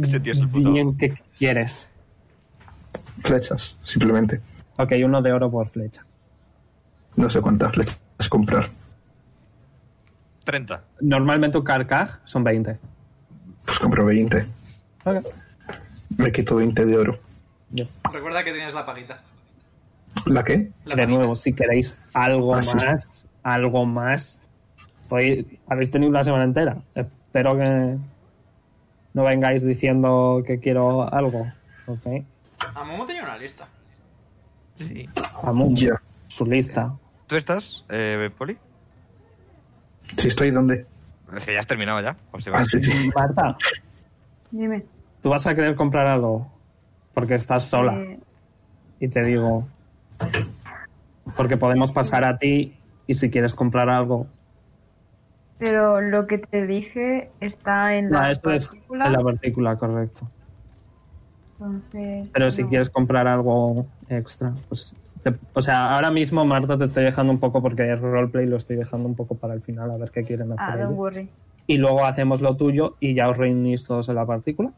Speaker 5: Ese tío es el puto.
Speaker 1: Bien, ¿qué quieres?
Speaker 4: Flechas, simplemente.
Speaker 1: Ok, uno de oro por flecha.
Speaker 4: No sé cuántas flechas comprar.
Speaker 5: 30.
Speaker 1: Normalmente un carcaj son 20.
Speaker 4: Pues compro 20.
Speaker 1: Ok.
Speaker 4: Me quito 20 de oro.
Speaker 2: Recuerda que tenías la paguita.
Speaker 4: ¿La qué?
Speaker 2: La
Speaker 1: de
Speaker 2: paguita.
Speaker 1: nuevo, si queréis algo
Speaker 4: Ah, sí.
Speaker 1: más, algo más, pues, habéis tenido una semana entera. Espero que no vengáis diciendo que quiero algo. Ok.
Speaker 2: A Momo tenía una lista.
Speaker 5: Sí.
Speaker 1: Amun,
Speaker 4: Ya.
Speaker 1: su lista.
Speaker 5: ¿Tú estás, eh, Poli?
Speaker 4: Si estoy donde.
Speaker 5: Si ya has terminado ya. o si
Speaker 4: Ah,
Speaker 5: vas-
Speaker 4: sí, sí.
Speaker 1: Marta,
Speaker 3: Dime.
Speaker 1: tú vas a querer comprar algo porque estás sola.
Speaker 3: Eh,
Speaker 1: Y te digo, porque podemos pasar a ti y si quieres comprar algo.
Speaker 3: pero lo que te dije está en la
Speaker 1: No, esto es en
Speaker 3: partícula,
Speaker 1: la partícula, correcto.
Speaker 3: entonces,
Speaker 1: Pero si
Speaker 3: no.
Speaker 1: quieres comprar algo extra, pues. te- o sea, ahora mismo, Marta, te estoy dejando un poco porque es roleplay, lo estoy dejando un poco para el final, a ver qué quieren hacer.
Speaker 3: Ah,
Speaker 1: ellos.
Speaker 3: don't worry.
Speaker 1: Y luego hacemos lo tuyo y ya os reunís todos en la partícula.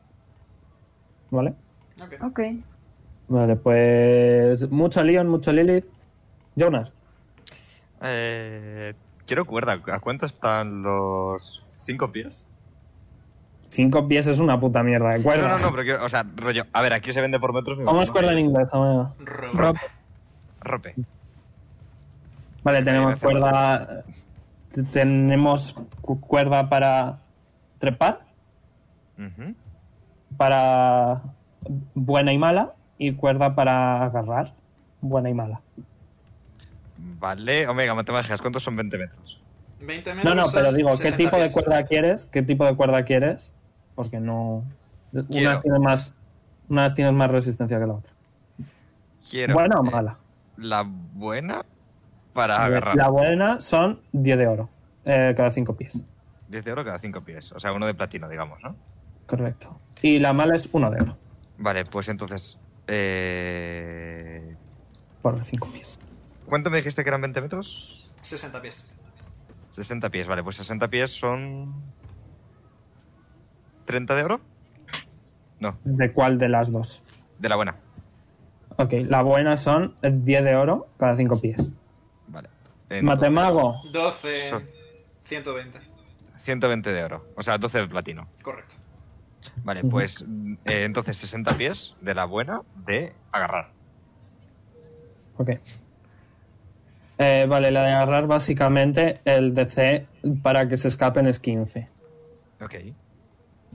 Speaker 1: ¿Vale?
Speaker 2: Ok.
Speaker 3: Ok.
Speaker 1: Vale, pues. Mucho Leon, mucho Lilith. Jonas,
Speaker 5: Eh, quiero cuerda. ¿A cuánto están los cinco pies?
Speaker 1: cinco pies es una puta mierda, ¿de acuerdo?
Speaker 5: No, no, no, pero quiero- o sea, rollo. A ver, aquí se vende por metros. me
Speaker 1: ¿Cómo es
Speaker 5: imagino.
Speaker 1: cuerda en inglés, amigo?
Speaker 2: Ro-
Speaker 6: Rob,
Speaker 5: Rope.
Speaker 1: Vale, tenemos
Speaker 5: Ahí me falta.
Speaker 1: cuerda. te- Tenemos cu- cuerda para trepar,
Speaker 5: Ujú.
Speaker 1: para buena y mala, y cuerda para agarrar, buena y mala.
Speaker 5: Vale, Omega, matemáticas, ¿cuántos son 20 metros?
Speaker 2: 20
Speaker 1: No,
Speaker 2: metros.
Speaker 1: no,
Speaker 2: son
Speaker 1: pero digo, ¿qué
Speaker 2: 60
Speaker 1: tipo de
Speaker 2: pies.
Speaker 1: cuerda quieres? ¿Qué tipo de cuerda quieres? Porque no.
Speaker 5: Quiero.
Speaker 1: Unas tienen más. Unas tienen más resistencia que la otra.
Speaker 5: Quiero.
Speaker 1: buena o
Speaker 5: eh,
Speaker 1: mala.
Speaker 5: la buena para agarrar.
Speaker 1: La buena son 10 de oro, eh, cada 5 pies.
Speaker 5: 10 de oro cada 5 pies. O sea, uno de platino, digamos, ¿no?
Speaker 1: Correcto. Y la mala es 1 de oro,
Speaker 5: Vale, pues entonces. Eh...
Speaker 1: por 5 pies.
Speaker 5: ¿Cuánto me dijiste que eran 20 metros?
Speaker 2: 60 pies.
Speaker 5: 60 pies, vale, pues 60 pies son. 30 de oro. No,
Speaker 1: ¿De cuál de las dos?
Speaker 5: de la buena.
Speaker 1: Ok, la buena son 10 de oro cada 5 pies.
Speaker 5: Vale. Entonces,
Speaker 1: Matemago,
Speaker 2: 12.
Speaker 5: Son.
Speaker 2: 120.
Speaker 5: 120 de oro. O sea, 12 de platino.
Speaker 2: Correcto.
Speaker 5: Vale, pues eh, entonces 60 pies de la buena de agarrar.
Speaker 1: Ok. Eh, vale, la de agarrar básicamente el DC para que se escapen es 15.
Speaker 5: Ok.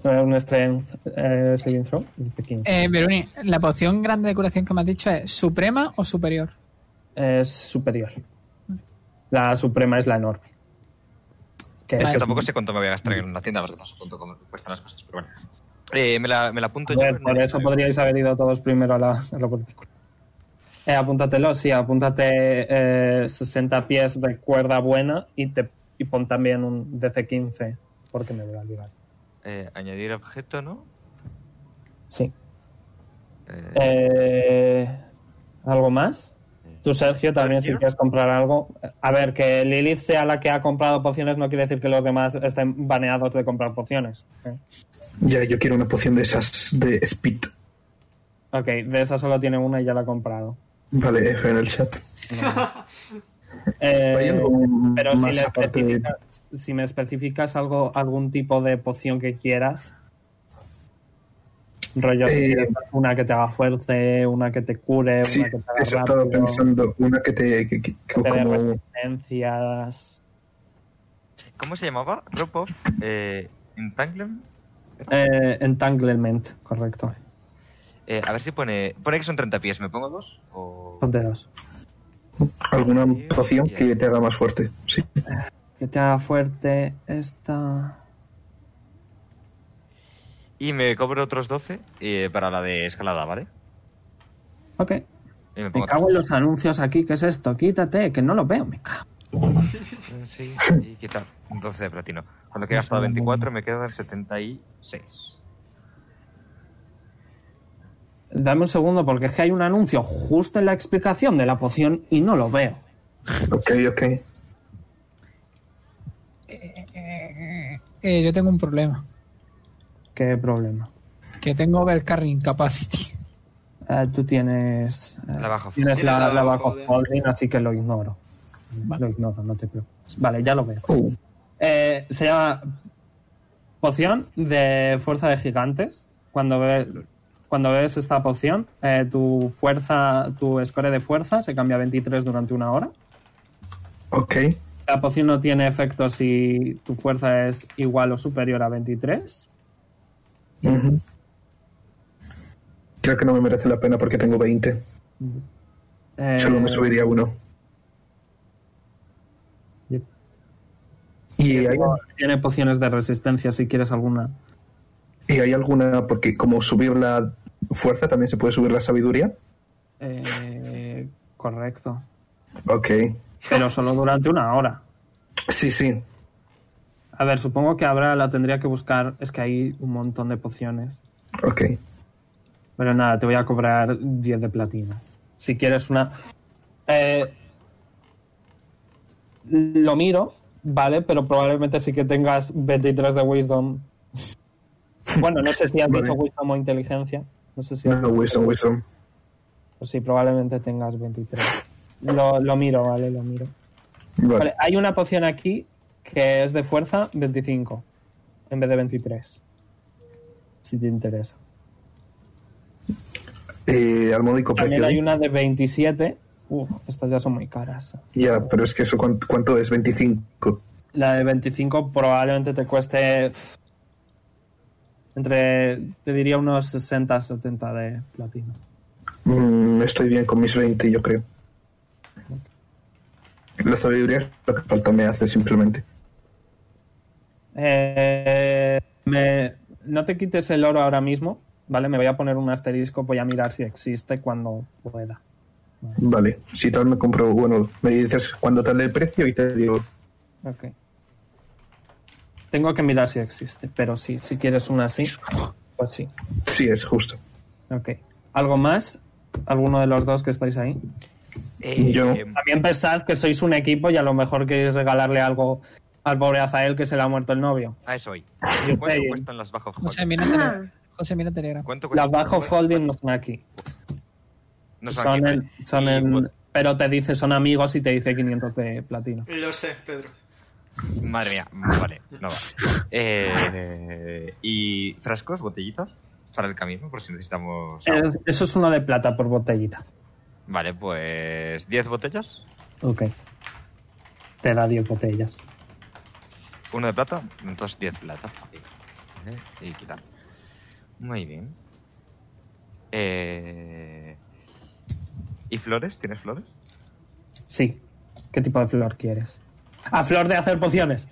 Speaker 1: No, Un strength eh, saving throw, dice 15.
Speaker 6: Eh, Veruni, la poción grande de curación que me has dicho es suprema o superior.
Speaker 1: Es superior. La suprema es la enorme. Que
Speaker 5: Es
Speaker 1: es-
Speaker 5: que tampoco sé cuánto me voy a gastar en la tienda, porque no sé cuánto com- cuestan las cosas, pero bueno. Eh, me, la, me la apunto
Speaker 1: A
Speaker 5: yo.
Speaker 1: ver,
Speaker 5: en
Speaker 1: por
Speaker 5: el-
Speaker 1: eso podríais haber ido todos primero a la, a la partícula. Eh, apúntatelo, sí, apúntate eh, 60 pies de cuerda buena y, te, y pon también un DC15, porque me voy a olvidar.
Speaker 5: eh, añadir objeto, ¿no?
Speaker 1: Sí.
Speaker 5: Eh,
Speaker 1: Eh, ¿Algo más? Tú, Sergio, también si
Speaker 5: Sergio.
Speaker 1: quieres comprar algo. A ver, que Lilith sea la que ha comprado pociones no quiere decir que los demás estén baneados de comprar pociones. ¿eh?
Speaker 4: Ya, yo quiero una poción de esas de Speed.
Speaker 1: Ok, de esa solo tiene una y ya la ha comprado.
Speaker 4: Vale, en el chat.
Speaker 1: Eh,
Speaker 4: ¿Hay algo
Speaker 1: pero si,
Speaker 4: más
Speaker 1: le
Speaker 4: aparte de-
Speaker 1: especificas- si me especificas algo, algún tipo de poción que quieras, rollo si
Speaker 4: Eh,
Speaker 1: quieres una que te haga fuerte, una que te cure,
Speaker 4: Sí,
Speaker 1: una que te
Speaker 4: eso
Speaker 1: haga
Speaker 4: estaba
Speaker 1: rápido,
Speaker 4: pensando. Una que te. que- que- que
Speaker 1: que te dé
Speaker 4: como,
Speaker 1: resistencias.
Speaker 5: ¿Cómo se llamaba? Rope of eh, Entanglement.
Speaker 1: Eh, entanglement, correcto.
Speaker 5: Eh, a ver si pone. Pone que son 30 pies, ¿me pongo dos? O...
Speaker 1: Ponte dos.
Speaker 4: alguna poción que te haga más fuerte. Sí.
Speaker 1: Que te haga fuerte esta.
Speaker 5: Y me cobro otros 12 eh, para la de escalada, ¿vale?
Speaker 1: Ok.
Speaker 5: Y me
Speaker 1: Me
Speaker 5: pongo
Speaker 1: cago en los anuncios aquí. ¿Qué es esto? Quítate, que no lo veo. Me cago.
Speaker 5: otros. Sí, y quitar 12 de platino. Con lo que he gastado 24 me quedan 76.
Speaker 1: Dame un segundo porque es que hay un anuncio justo en la explicación de la poción y no lo veo.
Speaker 4: Ok, ok.
Speaker 6: Eh, yo tengo un problema.
Speaker 1: ¿Qué problema?
Speaker 6: Que tengo overcarrying capacity.
Speaker 1: Eh, tú tienes. eh,
Speaker 5: La bajo.
Speaker 1: Tienes la,
Speaker 2: Tienes la
Speaker 1: la
Speaker 2: bajo
Speaker 1: back of
Speaker 2: holding.
Speaker 1: holding, así que lo ignoro.
Speaker 6: Vale.
Speaker 1: Lo ignoro, no te preocupes. Vale, ya lo veo.
Speaker 4: Uh,
Speaker 1: Eh, se llama poción de fuerza de gigantes. Cuando bebes, cuando bebes esta poción, eh, tu fuerza, tu score de fuerza se cambia a 23 durante una hora.
Speaker 4: ok.
Speaker 1: La poción no tiene efecto si tu fuerza es igual o superior a 23.
Speaker 4: Ujú. Creo que no me merece la pena porque tengo 20.
Speaker 1: Eh,
Speaker 4: Solo me subiría uno.
Speaker 1: Yep.
Speaker 4: Y hay,
Speaker 1: luego Tiene pociones de resistencia si quieres alguna.
Speaker 4: y hay alguna, porque como subir la fuerza también se puede subir la sabiduría.
Speaker 1: Eh, correcto.
Speaker 4: Ok.
Speaker 1: Pero solo durante una hora.
Speaker 4: Sí, sí.
Speaker 1: A ver, supongo que habrá, la tendría que buscar. Es que hay un montón de pociones.
Speaker 4: Ok.
Speaker 1: Pero nada, te voy a cobrar 10 de platino. Si quieres una... Eh, lo miro, ¿vale? Pero probablemente sí que tengas 23 de Wisdom. Bueno, no sé si has
Speaker 4: Vale.
Speaker 1: dicho Wisdom o Inteligencia. No sé si...
Speaker 4: No, wisdom, wisdom.
Speaker 1: Pues sí, probablemente tengas 23. Lo, lo miro, ¿vale? Lo miro.
Speaker 4: Vale.
Speaker 1: Vale, hay una poción aquí que es de fuerza 25 en vez de 23. Si te interesa.
Speaker 4: Eh, al módico
Speaker 1: También
Speaker 4: precio.
Speaker 1: hay una de 27. Uf, estas ya son muy caras.
Speaker 4: Ya, pero es que eso, ¿cuánto, cuánto es? 25.
Speaker 1: La de 25 probablemente te cueste. pf, Entre. Te diría unos 60, 70 de platino.
Speaker 4: Mm, estoy bien con mis 20, yo creo. La sabiduría es lo que falta me hace simplemente.
Speaker 1: Eh, me- no te quites el oro ahora mismo, ¿vale? Me voy a poner un asterisco, voy a mirar si existe cuando pueda.
Speaker 4: Vale, si tal me compro, bueno, me dices cuándo tal el precio y te digo,
Speaker 1: Ok. Tengo que mirar si existe, pero sí, si quieres una así, pues sí.
Speaker 4: sí, es justo.
Speaker 1: Ok. ¿Algo más? ¿Alguno de los dos que estáis ahí?
Speaker 5: Eh,
Speaker 4: Yo.
Speaker 5: eh,
Speaker 1: También pensad que sois un equipo y a lo mejor queréis regalarle algo al pobre Azael que se le ha muerto el novio.
Speaker 5: a eso voy.
Speaker 1: Yo
Speaker 5: ¿Cuánto
Speaker 1: sé,
Speaker 5: cuestan las bajo
Speaker 6: José,
Speaker 5: holding?
Speaker 6: mira
Speaker 3: Ah.
Speaker 6: Telegram. José, mira Telegram.
Speaker 5: ¿Cuánto
Speaker 1: Las
Speaker 5: cuestan?
Speaker 1: bajo holding no son aquí.
Speaker 5: No son
Speaker 1: Son
Speaker 5: aquí,
Speaker 1: en,
Speaker 5: ¿vale?
Speaker 1: son
Speaker 5: Y,
Speaker 1: en-
Speaker 5: bueno,
Speaker 1: pero te dice, son amigos y te dice 500 de platino.
Speaker 2: Lo sé, Pedro.
Speaker 5: Madre mía, vale, no va. Eh, ¿Y frascos, botellitas? Para el camino, por si necesitamos. agua.
Speaker 1: Eh, Eso es uno de plata por botellita.
Speaker 5: Vale, pues. ¿10 botellas?
Speaker 1: Ok. Te da 10 botellas.
Speaker 5: ¿Uno de plata? Entonces 10 plata. Vale, Y quitar. Muy bien. Eh, ¿Y flores? ¿Tienes flores?
Speaker 1: Sí. ¿Qué tipo de flor quieres? ¿A flor de hacer pociones?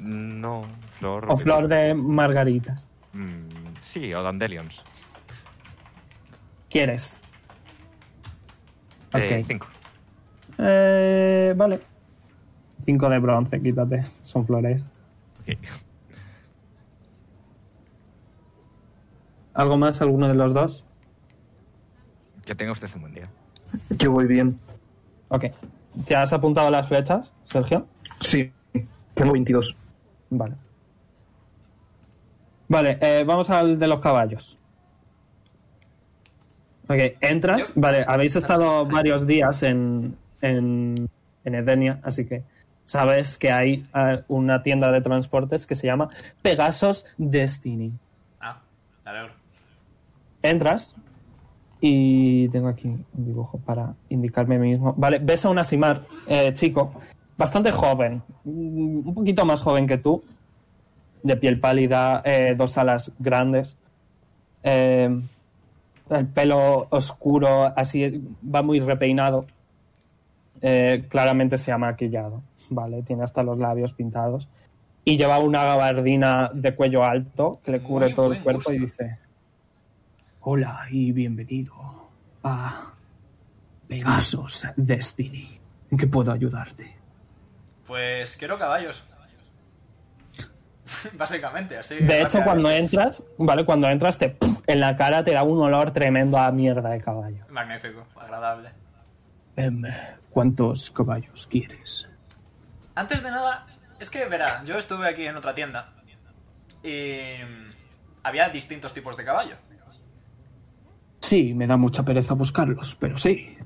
Speaker 5: No, flor.
Speaker 1: ¿O flor de margaritas?
Speaker 5: Mm, sí, o dandelions.
Speaker 1: ¿Quieres?
Speaker 5: Eh,
Speaker 1: Ok.
Speaker 5: cinco.
Speaker 1: Eh, vale. 5 de bronce, quítate. Son flores.
Speaker 5: Ok.
Speaker 1: ¿Algo más? ¿Alguno de los dos?
Speaker 5: Que tenga usted un buen día.
Speaker 4: Yo voy bien.
Speaker 1: Ok. ¿Te has apuntado las flechas, Sergio?
Speaker 4: Sí, tengo 22.
Speaker 1: Vale. Vale, eh, vamos al de los caballos. Ok, entras.
Speaker 2: Yo-
Speaker 1: Vale, habéis estado
Speaker 2: Así.
Speaker 1: varios días en, en, en Edenia, así que sabes que hay eh, una tienda de transportes que se llama Pegasos Destiny.
Speaker 2: Ah, me alegro.
Speaker 1: Entras y tengo aquí un dibujo para indicarme a mí mismo. Vale, ves a un Asimar, eh, chico, bastante joven, mm, un poquito más joven que tú, de piel pálida, eh, dos alas grandes, eh, el pelo oscuro, así va muy repeinado, eh, claramente se ha maquillado, ¿vale? Tiene hasta los labios pintados y lleva una gabardina de cuello alto que le cubre
Speaker 2: Muy
Speaker 1: todo el
Speaker 2: buen
Speaker 1: cuerpo y
Speaker 2: gusto.
Speaker 1: dice... Hola y bienvenido a Pegasus Destiny. ¿En qué puedo ayudarte?
Speaker 2: Pues quiero caballos. Básicamente, así.
Speaker 1: De hecho,
Speaker 2: rápidamente.
Speaker 1: cuando entras, ¿vale? Cuando entras, te, en la cara te da un olor tremendo a mierda de caballo.
Speaker 2: Magnífico, agradable.
Speaker 1: Em, ¿Cuántos caballos quieres?
Speaker 2: Antes de nada, es que verás, yo estuve aquí en otra tienda y había distintos tipos de caballo.
Speaker 1: Sí, me da mucha pereza buscarlos, pero sí.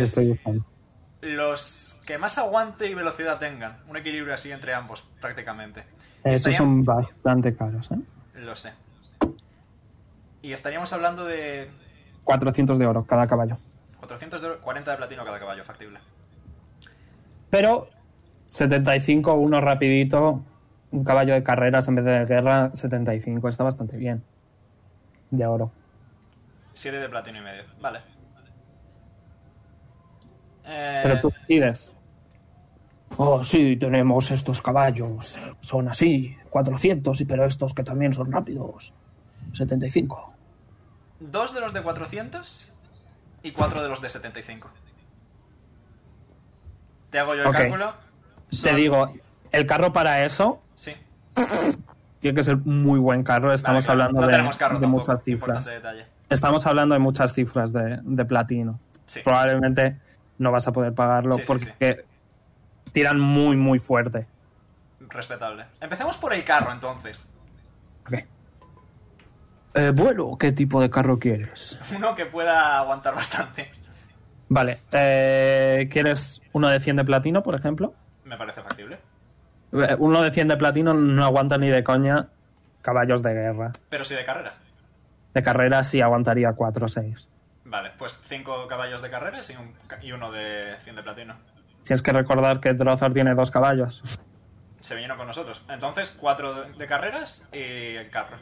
Speaker 1: los estoy buscando.
Speaker 2: los que más aguante y velocidad tengan, un equilibrio así entre ambos, prácticamente.
Speaker 1: Esos
Speaker 2: Estaría-
Speaker 1: son bastante caros, ¿eh?
Speaker 2: Lo sé. Y estaríamos hablando de
Speaker 1: 400 de oro cada caballo.
Speaker 2: 440 de platino cada caballo, factible.
Speaker 1: Pero 75, uno rapidito, un caballo de carreras en vez de guerra, 75, está bastante bien. De oro.
Speaker 2: 7 de platino y medio, vale. Eh,
Speaker 1: Pero tú decides. Oh, sí, tenemos estos caballos. Son así, 400, y- pero estos que también son rápidos. 75.
Speaker 2: Dos de los de 400 y cuatro de los de 75. ¿Te hago yo el
Speaker 1: Ok.
Speaker 2: cálculo? Son-
Speaker 1: Te digo, el carro para eso
Speaker 2: Sí.
Speaker 1: tiene que ser muy buen carro. Estamos
Speaker 2: Vale, claro.
Speaker 1: hablando
Speaker 2: no
Speaker 1: de,
Speaker 2: tenemos carro
Speaker 1: de
Speaker 2: tampoco,
Speaker 1: muchas cifras.
Speaker 2: Importante detalle.
Speaker 1: Estamos hablando de muchas cifras de, de platino.
Speaker 2: Sí.
Speaker 1: Probablemente no vas a poder pagarlo
Speaker 2: Sí, sí,
Speaker 1: porque
Speaker 2: sí.
Speaker 1: tiran muy, muy fuerte.
Speaker 2: Respetable. Empecemos por el carro entonces.
Speaker 1: Eh, bueno, ¿qué tipo de carro quieres?
Speaker 2: Uno que pueda aguantar bastante.
Speaker 1: Vale, eh, ¿quieres uno de 100 de platino, por ejemplo?
Speaker 2: Me parece factible.
Speaker 1: Eh, Uno de 100 de platino no aguanta ni de coña caballos de guerra.
Speaker 2: Pero sí de carrera.
Speaker 1: De carrera sí aguantaría 4 o 6.
Speaker 2: Vale, pues cinco caballos de carreras y, un ca- y uno de 100 de platino.
Speaker 1: Tienes que recordar que Drozar tiene dos caballos.
Speaker 2: Se vinieron con nosotros. Entonces, cuatro de- de carreras y el carro.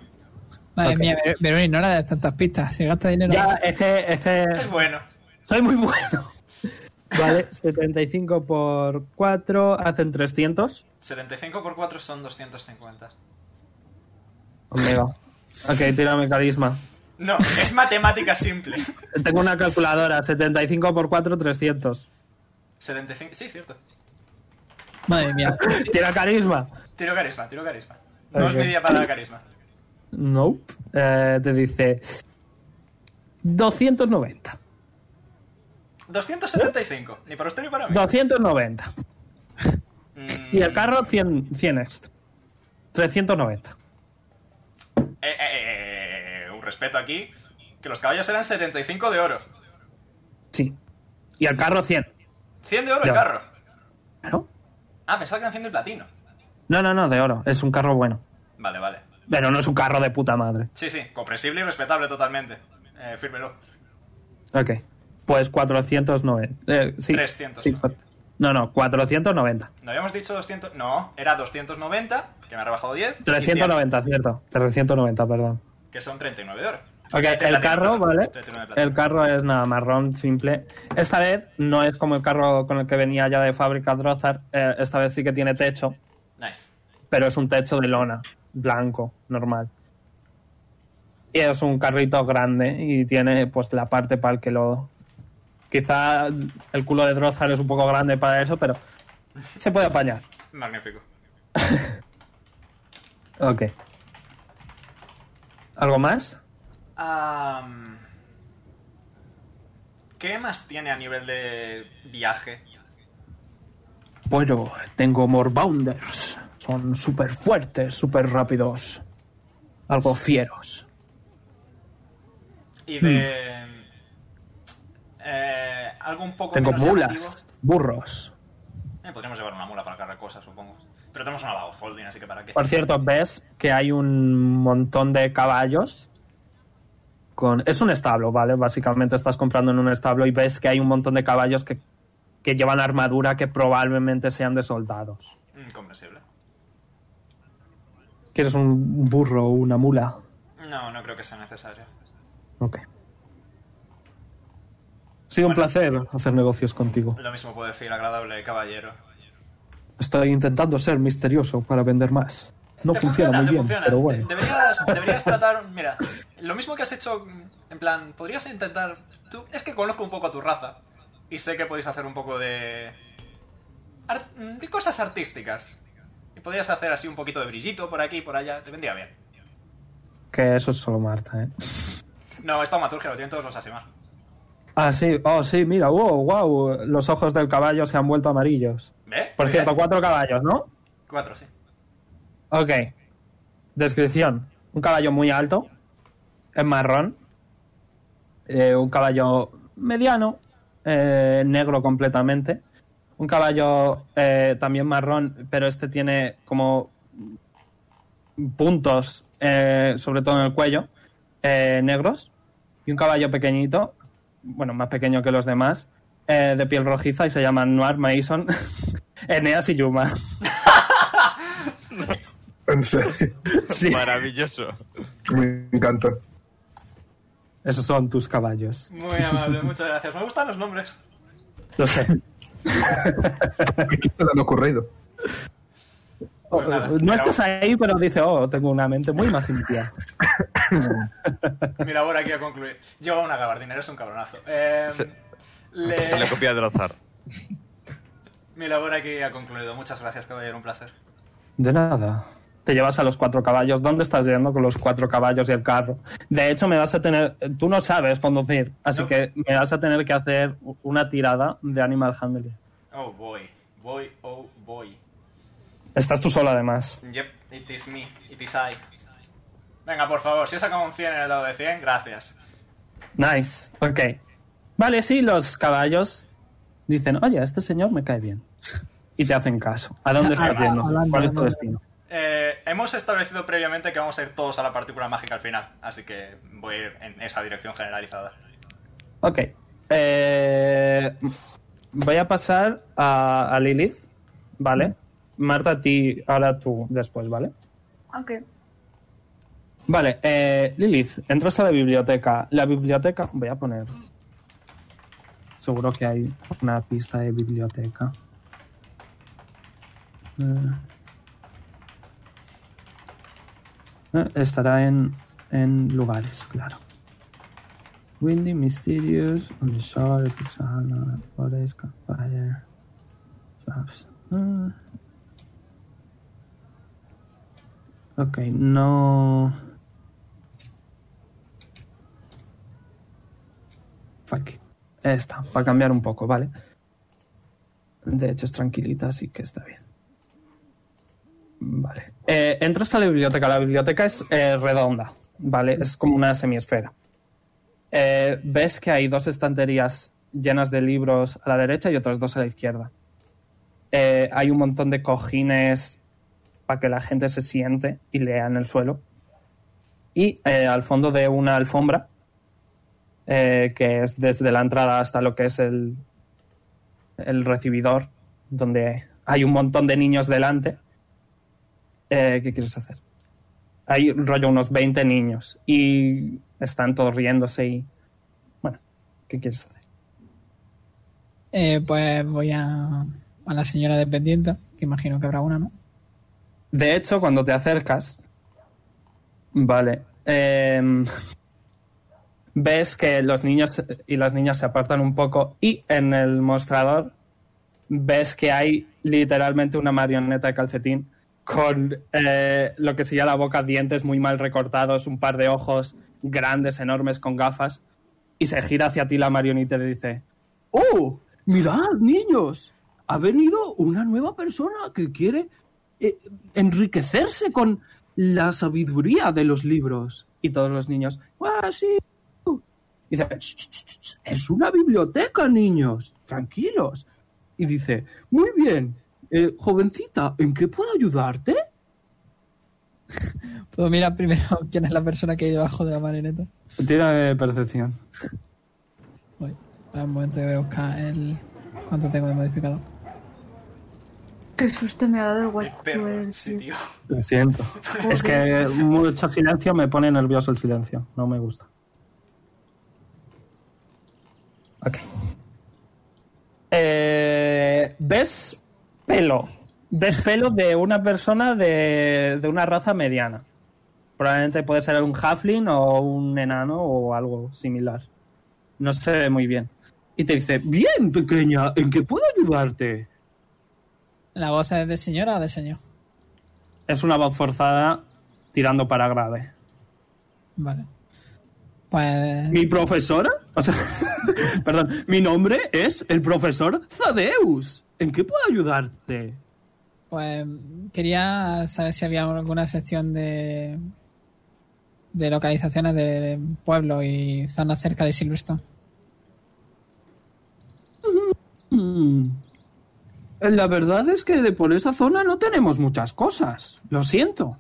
Speaker 6: Madre
Speaker 1: Ok.
Speaker 6: mía, Ver- Verónica, no le das tantas pistas. Si gasta dinero.
Speaker 1: Ya, es que, es
Speaker 2: Es
Speaker 1: que
Speaker 2: bueno.
Speaker 1: soy muy bueno. Vale, 75 por 4 hacen 300.
Speaker 2: 75 por 4 son 250.
Speaker 1: Conmigo. Ok, tírame carisma.
Speaker 2: No, es matemática simple.
Speaker 1: Tengo una calculadora, 75 por 4, 300.
Speaker 2: 75, sí, cierto.
Speaker 6: Madre mía.
Speaker 1: ¿Tira carisma?
Speaker 2: Tiro carisma, tiro carisma. No es
Speaker 1: Ok.
Speaker 2: mi día para dar carisma.
Speaker 1: Nope. Eh, te dice 290.
Speaker 2: 275, ni para usted ni para mí.
Speaker 1: 290.
Speaker 2: Mm,
Speaker 1: Y el carro 100, 100 extra. 390.
Speaker 2: eh, eh, eh, un respeto aquí. Que los caballos eran 75 de oro.
Speaker 1: Sí. Y el carro 100.
Speaker 2: 100 de oro el
Speaker 1: Ya.
Speaker 2: carro.
Speaker 1: Claro.
Speaker 2: Ah, pensaba que eran 100 de platino.
Speaker 1: No, no, no, de oro. Es un carro bueno.
Speaker 2: Vale, vale.
Speaker 1: Pero no es un carro de puta madre.
Speaker 2: Sí, sí, comprensible y respetable totalmente. Eh, fírmelo.
Speaker 1: Ok. Pues 490. Eh, sí,
Speaker 2: 300.
Speaker 1: sí, cua- no, no, 490.
Speaker 2: ¿No habíamos dicho 200? No, era 290, que me ha rebajado 10. y
Speaker 1: 390, cierto. 390, perdón.
Speaker 2: 100, que son 39 de oro.
Speaker 1: Ok, el
Speaker 2: platino,
Speaker 1: carro,
Speaker 2: perdón,
Speaker 1: ¿vale?
Speaker 2: 39 de platino.
Speaker 1: El carro es nada, marrón, simple. Esta vez no es como el carro con el que venía ya de fábrica Drozar. Eh, esta vez sí que tiene techo,
Speaker 2: Nice.
Speaker 1: pero es un techo de lona, blanco, normal. Y es un carrito grande y tiene pues la parte para el que lo... Quizá el culo de Drozar es un poco grande para eso, pero se puede apañar.
Speaker 2: Magnífico.
Speaker 1: Ok. ¿Algo más?
Speaker 2: Am, ¿Qué más tiene a nivel de viaje?
Speaker 1: Bueno, tengo Morbounders. Son súper fuertes, súper rápidos. Algo fieros.
Speaker 2: Y de... Eh, algo un poco
Speaker 1: Hmm. Tengo
Speaker 2: menos
Speaker 1: mulas,
Speaker 2: llamativo.
Speaker 1: burros.
Speaker 2: Eh, podríamos llevar una mula para cargar cosas, supongo. Pero tenemos una bajo holding, así que para qué.
Speaker 1: Por cierto, ves que hay un montón de caballos. Con... Es un establo, ¿vale? Básicamente estás comprando en un establo y ves que hay un montón de caballos que, que llevan armadura que probablemente sean de soldados.
Speaker 2: Mm, comprensible.
Speaker 1: ¿Quieres un burro o una mula?
Speaker 2: No, no creo que sea necesario.
Speaker 1: Ok. Ha sido un placer hacer negocios contigo.
Speaker 2: Lo mismo puedo decir, agradable caballero.
Speaker 1: Estoy intentando ser misterioso para vender más. No
Speaker 2: Te
Speaker 1: funciona, muy
Speaker 2: te
Speaker 1: bien,
Speaker 2: funciona.
Speaker 1: pero
Speaker 2: De-
Speaker 1: bueno.
Speaker 2: Deberías, deberías tratar. Mira, lo mismo que has hecho, mm, en plan, podrías intentar. Tú, es que conozco un poco a tu raza y sé que podéis hacer un poco de. ar- mm, de cosas artísticas. Y podrías hacer así un poquito de brillito por aquí y por allá. Te vendría bien.
Speaker 1: Que eso es solo Marta, ¿eh?
Speaker 2: No, es taumaturgia, lo tienen todos los Asimar.
Speaker 1: Ah, sí, oh, sí, mira, wow, wow. Los ojos del caballo se han vuelto amarillos.
Speaker 2: ¿Ve?
Speaker 1: Por
Speaker 2: Muy
Speaker 1: cierto,
Speaker 2: bien.
Speaker 1: cuatro caballos, ¿no?
Speaker 2: cuatro, sí.
Speaker 1: Ok. Descripción. Un caballo muy alto, en marrón. Eh, un caballo mediano, eh, negro completamente. Un caballo eh, también marrón, pero este tiene como puntos, eh, sobre todo en el cuello, eh, negros. Y un caballo pequeñito, bueno, más pequeño que los demás, eh, de piel rojiza y se llaman Noir, Mason, Eneas y Yuma.
Speaker 4: En serio,
Speaker 1: Sí.
Speaker 5: Maravilloso.
Speaker 4: me encanta.
Speaker 1: Esos son tus caballos.
Speaker 2: Muy amable, muchas gracias. Me gustan los nombres.
Speaker 1: Lo sé.
Speaker 4: ¿Qué se le han ocurrido?
Speaker 2: Pues nada,
Speaker 1: no
Speaker 2: mira,
Speaker 1: estás ahí, pero dice, oh, tengo una mente muy más limpia.
Speaker 2: Mi labor aquí a concluir. Lleva una gabardina, eres un cabronazo. Eh,
Speaker 5: Se-
Speaker 2: le-
Speaker 5: Se le copia de Drozar.
Speaker 2: Mi labor aquí ha concluido. Muchas gracias, caballero. Un placer.
Speaker 1: De nada. Te llevas a los cuatro caballos. ¿Dónde estás yendo con los cuatro caballos y el carro? De hecho, me vas a tener... Tú no sabes conducir, así
Speaker 2: No.
Speaker 1: que me vas a tener que hacer u- una tirada de Animal Handling.
Speaker 2: Oh boy, boy, oh boy.
Speaker 1: Estás tú solo, además.
Speaker 2: Yep, it is me, it is I. Venga, por favor, si he sacado un 100 en el lado de 100, gracias.
Speaker 1: Nice. Ok. Vale, sí, los caballos dicen, oye, este señor me cae bien. Y te hacen caso. ¿A dónde estás
Speaker 6: Ah,
Speaker 1: yendo?
Speaker 6: hablando,
Speaker 1: ¿Cuál es tu
Speaker 6: hablando.
Speaker 1: destino?
Speaker 2: Eh, hemos establecido previamente que vamos a ir todos a la partícula mágica al final, así que voy a ir en esa dirección generalizada.
Speaker 1: Ok. Eh, voy a pasar a, a Lilith, ¿vale? Marta, a ti, ahora tú después, ¿vale?
Speaker 3: Ok.
Speaker 1: Vale, eh, Lilith, entras a la biblioteca. La biblioteca, voy a poner... Seguro que hay una pista de biblioteca. Eh, estará en, en lugares, claro. Windy, Mysterious, On the Shore, Pixana, Forest, Campfire, Traps. Ah. Ok, no. Fuck it. Esta, para cambiar un poco, ¿vale? De hecho, es tranquilita, así que está bien. Vale. Eh, entras a la biblioteca. La biblioteca es eh, redonda, ¿vale? Es como una semiesfera. Eh, ves que hay dos estanterías llenas de libros a la derecha y otras dos a la izquierda. Eh, Eh, hay un montón de cojines para que la gente se siente y lea en el suelo. Y eh, al fondo de una alfombra, eh, que es desde la entrada hasta lo que es el, el recibidor, donde hay un montón de niños delante. Eh, ¿Qué quieres hacer? Hay rollo unos 20 niños y están todos riéndose y... Bueno, ¿qué quieres hacer?
Speaker 6: Eh, pues voy a, a la señora dependiente, que imagino que habrá una, ¿no?
Speaker 1: De hecho, cuando te acercas, vale, em, ves que los niños y las niñas se apartan un poco y en el mostrador ves que hay literalmente una marioneta de calcetín con eh, lo que sería la boca, dientes muy mal recortados, un par de ojos grandes, enormes, con gafas, y se gira hacia ti la marioneta y te dice,
Speaker 7: ¡Oh! ¡Mirad, niños! Ha venido una nueva persona que quiere eh, enriquecerse con la sabiduría de los libros.
Speaker 1: y todos los niños,
Speaker 7: ¡Ah, sí!
Speaker 1: y dice,
Speaker 7: Ch, ch, ch, ch. Es una biblioteca, niños. Tranquilos. Y dice, muy bien, eh, jovencita, ¿en qué puedo ayudarte?
Speaker 6: Puedo mirar primero quién es la persona que hay debajo de la marioneta.
Speaker 1: tira de percepción.
Speaker 6: Voy. A ver, un momento que voy a buscar el... ¿Cuánto tengo de modificador?
Speaker 3: Qué susto me ha dado el
Speaker 2: El perro, sí,
Speaker 3: guay.
Speaker 2: tío.
Speaker 1: Lo siento. Es que mucho silencio me pone nervioso el silencio. No me gusta. Ok. Eh, ¿Ves pelo? ¿Ves pelo de una persona de, de una raza mediana? Probablemente puede ser un halfling o un enano o algo similar. No se ve muy bien. Y te dice,
Speaker 7: Bien, pequeña, ¿en qué puedo ayudarte?
Speaker 6: ¿La voz es de señora o de señor?
Speaker 1: es una voz forzada tirando para grave.
Speaker 6: Vale. Pues...
Speaker 7: ¿Mi profesora? O sea, perdón, mi nombre es el profesor Zadeus. ¿En qué puedo ayudarte?
Speaker 6: Pues quería saber si había alguna sección de, de localizaciones de pueblo y zonas cerca de Silverstone.
Speaker 7: Mm, La verdad es que de por esa zona no tenemos muchas cosas. Lo siento.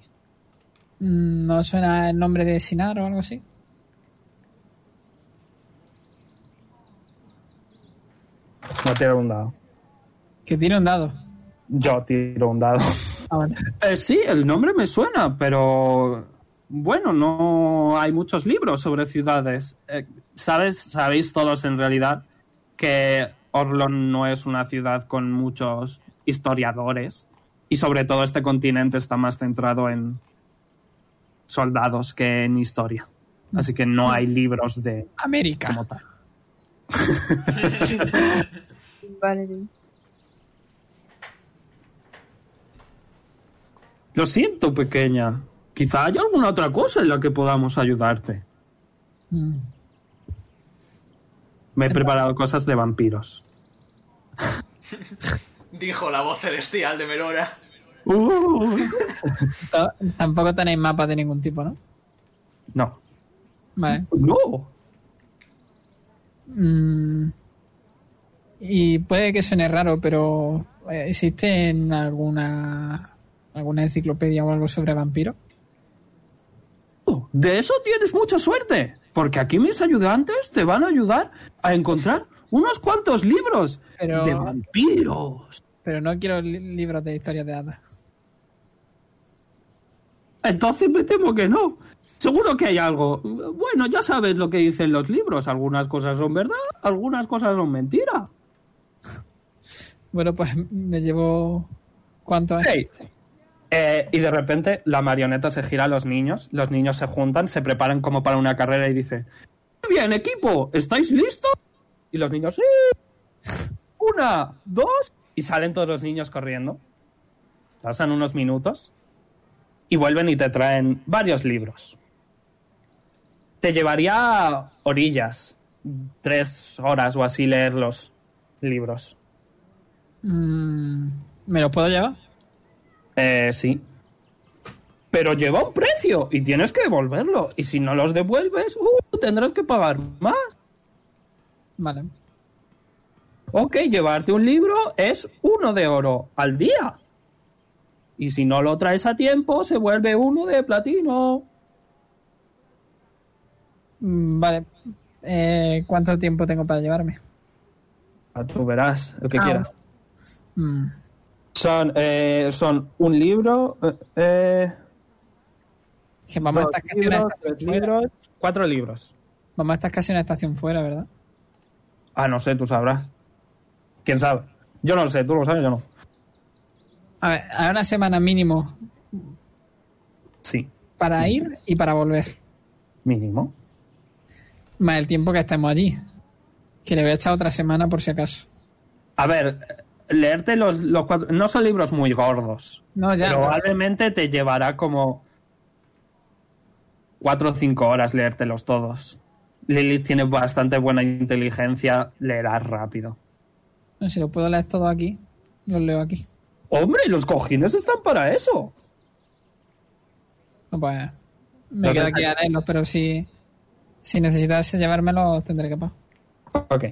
Speaker 6: Mm, ¿No suena el nombre de Sinar o algo así?
Speaker 1: No tiro un dado.
Speaker 6: Que tire un dado.
Speaker 1: Yo tiro un dado.
Speaker 6: Ah, vale.
Speaker 7: Eh, sí, el nombre me suena, pero
Speaker 1: Bueno, no hay muchos libros sobre ciudades. Eh, ¿sabes, sabéis todos en realidad que Orlon no es una ciudad con muchos historiadores y sobre todo este continente está más centrado en soldados que en historia. Así que no hay libros de
Speaker 6: América.
Speaker 1: como tal.
Speaker 3: Vale, sí.
Speaker 1: Lo siento, pequeña.
Speaker 7: quizá haya alguna otra cosa en la que podamos ayudarte.
Speaker 6: Mm.
Speaker 1: Me he preparado cosas de vampiros.
Speaker 2: Dijo la voz celestial de Melora.
Speaker 7: Uh,
Speaker 6: Ta- Tampoco tenéis mapas de ningún tipo, ¿no?
Speaker 1: No.
Speaker 6: Vale.
Speaker 7: no.
Speaker 6: Mm. Y puede que suene raro, pero eh, ¿existe en alguna alguna enciclopedia o algo sobre vampiros?
Speaker 7: Oh, De eso tienes mucha suerte, porque aquí mis ayudantes te van a ayudar a encontrar unos cuantos libros
Speaker 6: Pero-
Speaker 7: de vampiros.
Speaker 6: Pero no quiero li- libros de historias de hadas.
Speaker 7: Entonces me temo que no. Seguro que hay algo. Bueno, ya sabes lo que dicen los libros. Algunas cosas son verdad, algunas cosas son mentira.
Speaker 6: Bueno, pues me llevo. ¿Cuánto es?
Speaker 1: Hey. Eh, y de repente la marioneta se gira a los niños, los niños se juntan, se preparan como para una carrera y dice,
Speaker 7: Muy bien, equipo, ¿estáis listos?
Speaker 1: y los niños, "Sí". una, dos, y salen todos los niños corriendo. Pasan unos minutos y vuelven y te traen varios libros. Te llevaría a orillas, tres horas o así leer los libros.
Speaker 6: Mm, ¿Me lo puedo llevar?
Speaker 1: Eh, sí,
Speaker 7: Pero lleva un precio y tienes que devolverlo. Y si no los devuelves, uh, tendrás que pagar más.
Speaker 6: Vale.
Speaker 1: Ok, llevarte un libro es uno de oro al día. Y si no lo traes a tiempo, se vuelve uno de platino.
Speaker 6: Mm, Vale. Eh, ¿Cuánto tiempo tengo para llevarme?
Speaker 1: Ah, Tú verás lo que
Speaker 6: Ah.
Speaker 1: quieras.
Speaker 6: Mm,
Speaker 1: Son, eh, son un libro, eh, eh,
Speaker 6: Que vamos,
Speaker 1: dos
Speaker 6: a estar casi una
Speaker 1: libros,
Speaker 6: estación
Speaker 1: tres
Speaker 6: fuera.
Speaker 1: libros, cuatro libros.
Speaker 6: vamos a estar casi una estación fuera, ¿verdad?
Speaker 1: Ah, no sé, tú sabrás. ¿Quién sabe? Yo no lo sé, tú lo sabes, yo no.
Speaker 6: A ver, a una semana mínimo
Speaker 1: Sí,
Speaker 6: para ir y para volver.
Speaker 1: mínimo.
Speaker 6: Más el tiempo que estemos allí. Que le voy a echar otra semana por si acaso.
Speaker 1: A ver, leerte los, los cuatro... No son libros muy gordos.
Speaker 6: No, ya. no.
Speaker 1: Probablemente te llevará como cuatro o cinco horas leértelos todos. Lilith tiene bastante buena inteligencia, leerás rápido.
Speaker 6: No, Si lo puedo leer todo aquí, lo leo aquí.
Speaker 1: ¡Hombre, los cojines están para eso!
Speaker 6: No, pues, me
Speaker 1: Los
Speaker 6: quedo
Speaker 1: deja-
Speaker 6: aquí a leerlo, pero si, si necesitase llevármelo, tendré que pagar.
Speaker 1: Ok.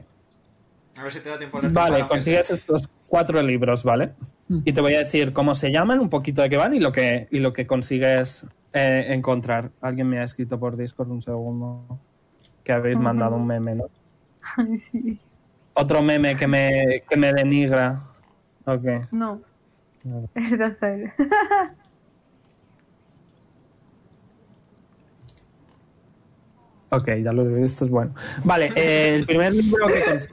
Speaker 2: A ver si te da tiempo a leer tu
Speaker 1: Vale,
Speaker 2: mano, que
Speaker 1: consigues estos cuatro libros, ¿vale?
Speaker 6: Mm.
Speaker 1: Y te voy a decir cómo se llaman, un poquito de qué van y lo que, y lo que consigues eh, encontrar. Alguien me ha escrito por Discord un segundo que habéis mandado un meme, ¿no?
Speaker 3: Ay, sí.
Speaker 1: Otro meme que me, que me denigra. Ok.
Speaker 3: No.
Speaker 1: Vale.
Speaker 3: Es de hacer.
Speaker 1: Ok, ya lo he visto, es bueno. Vale, eh, el, primer libro que consigues,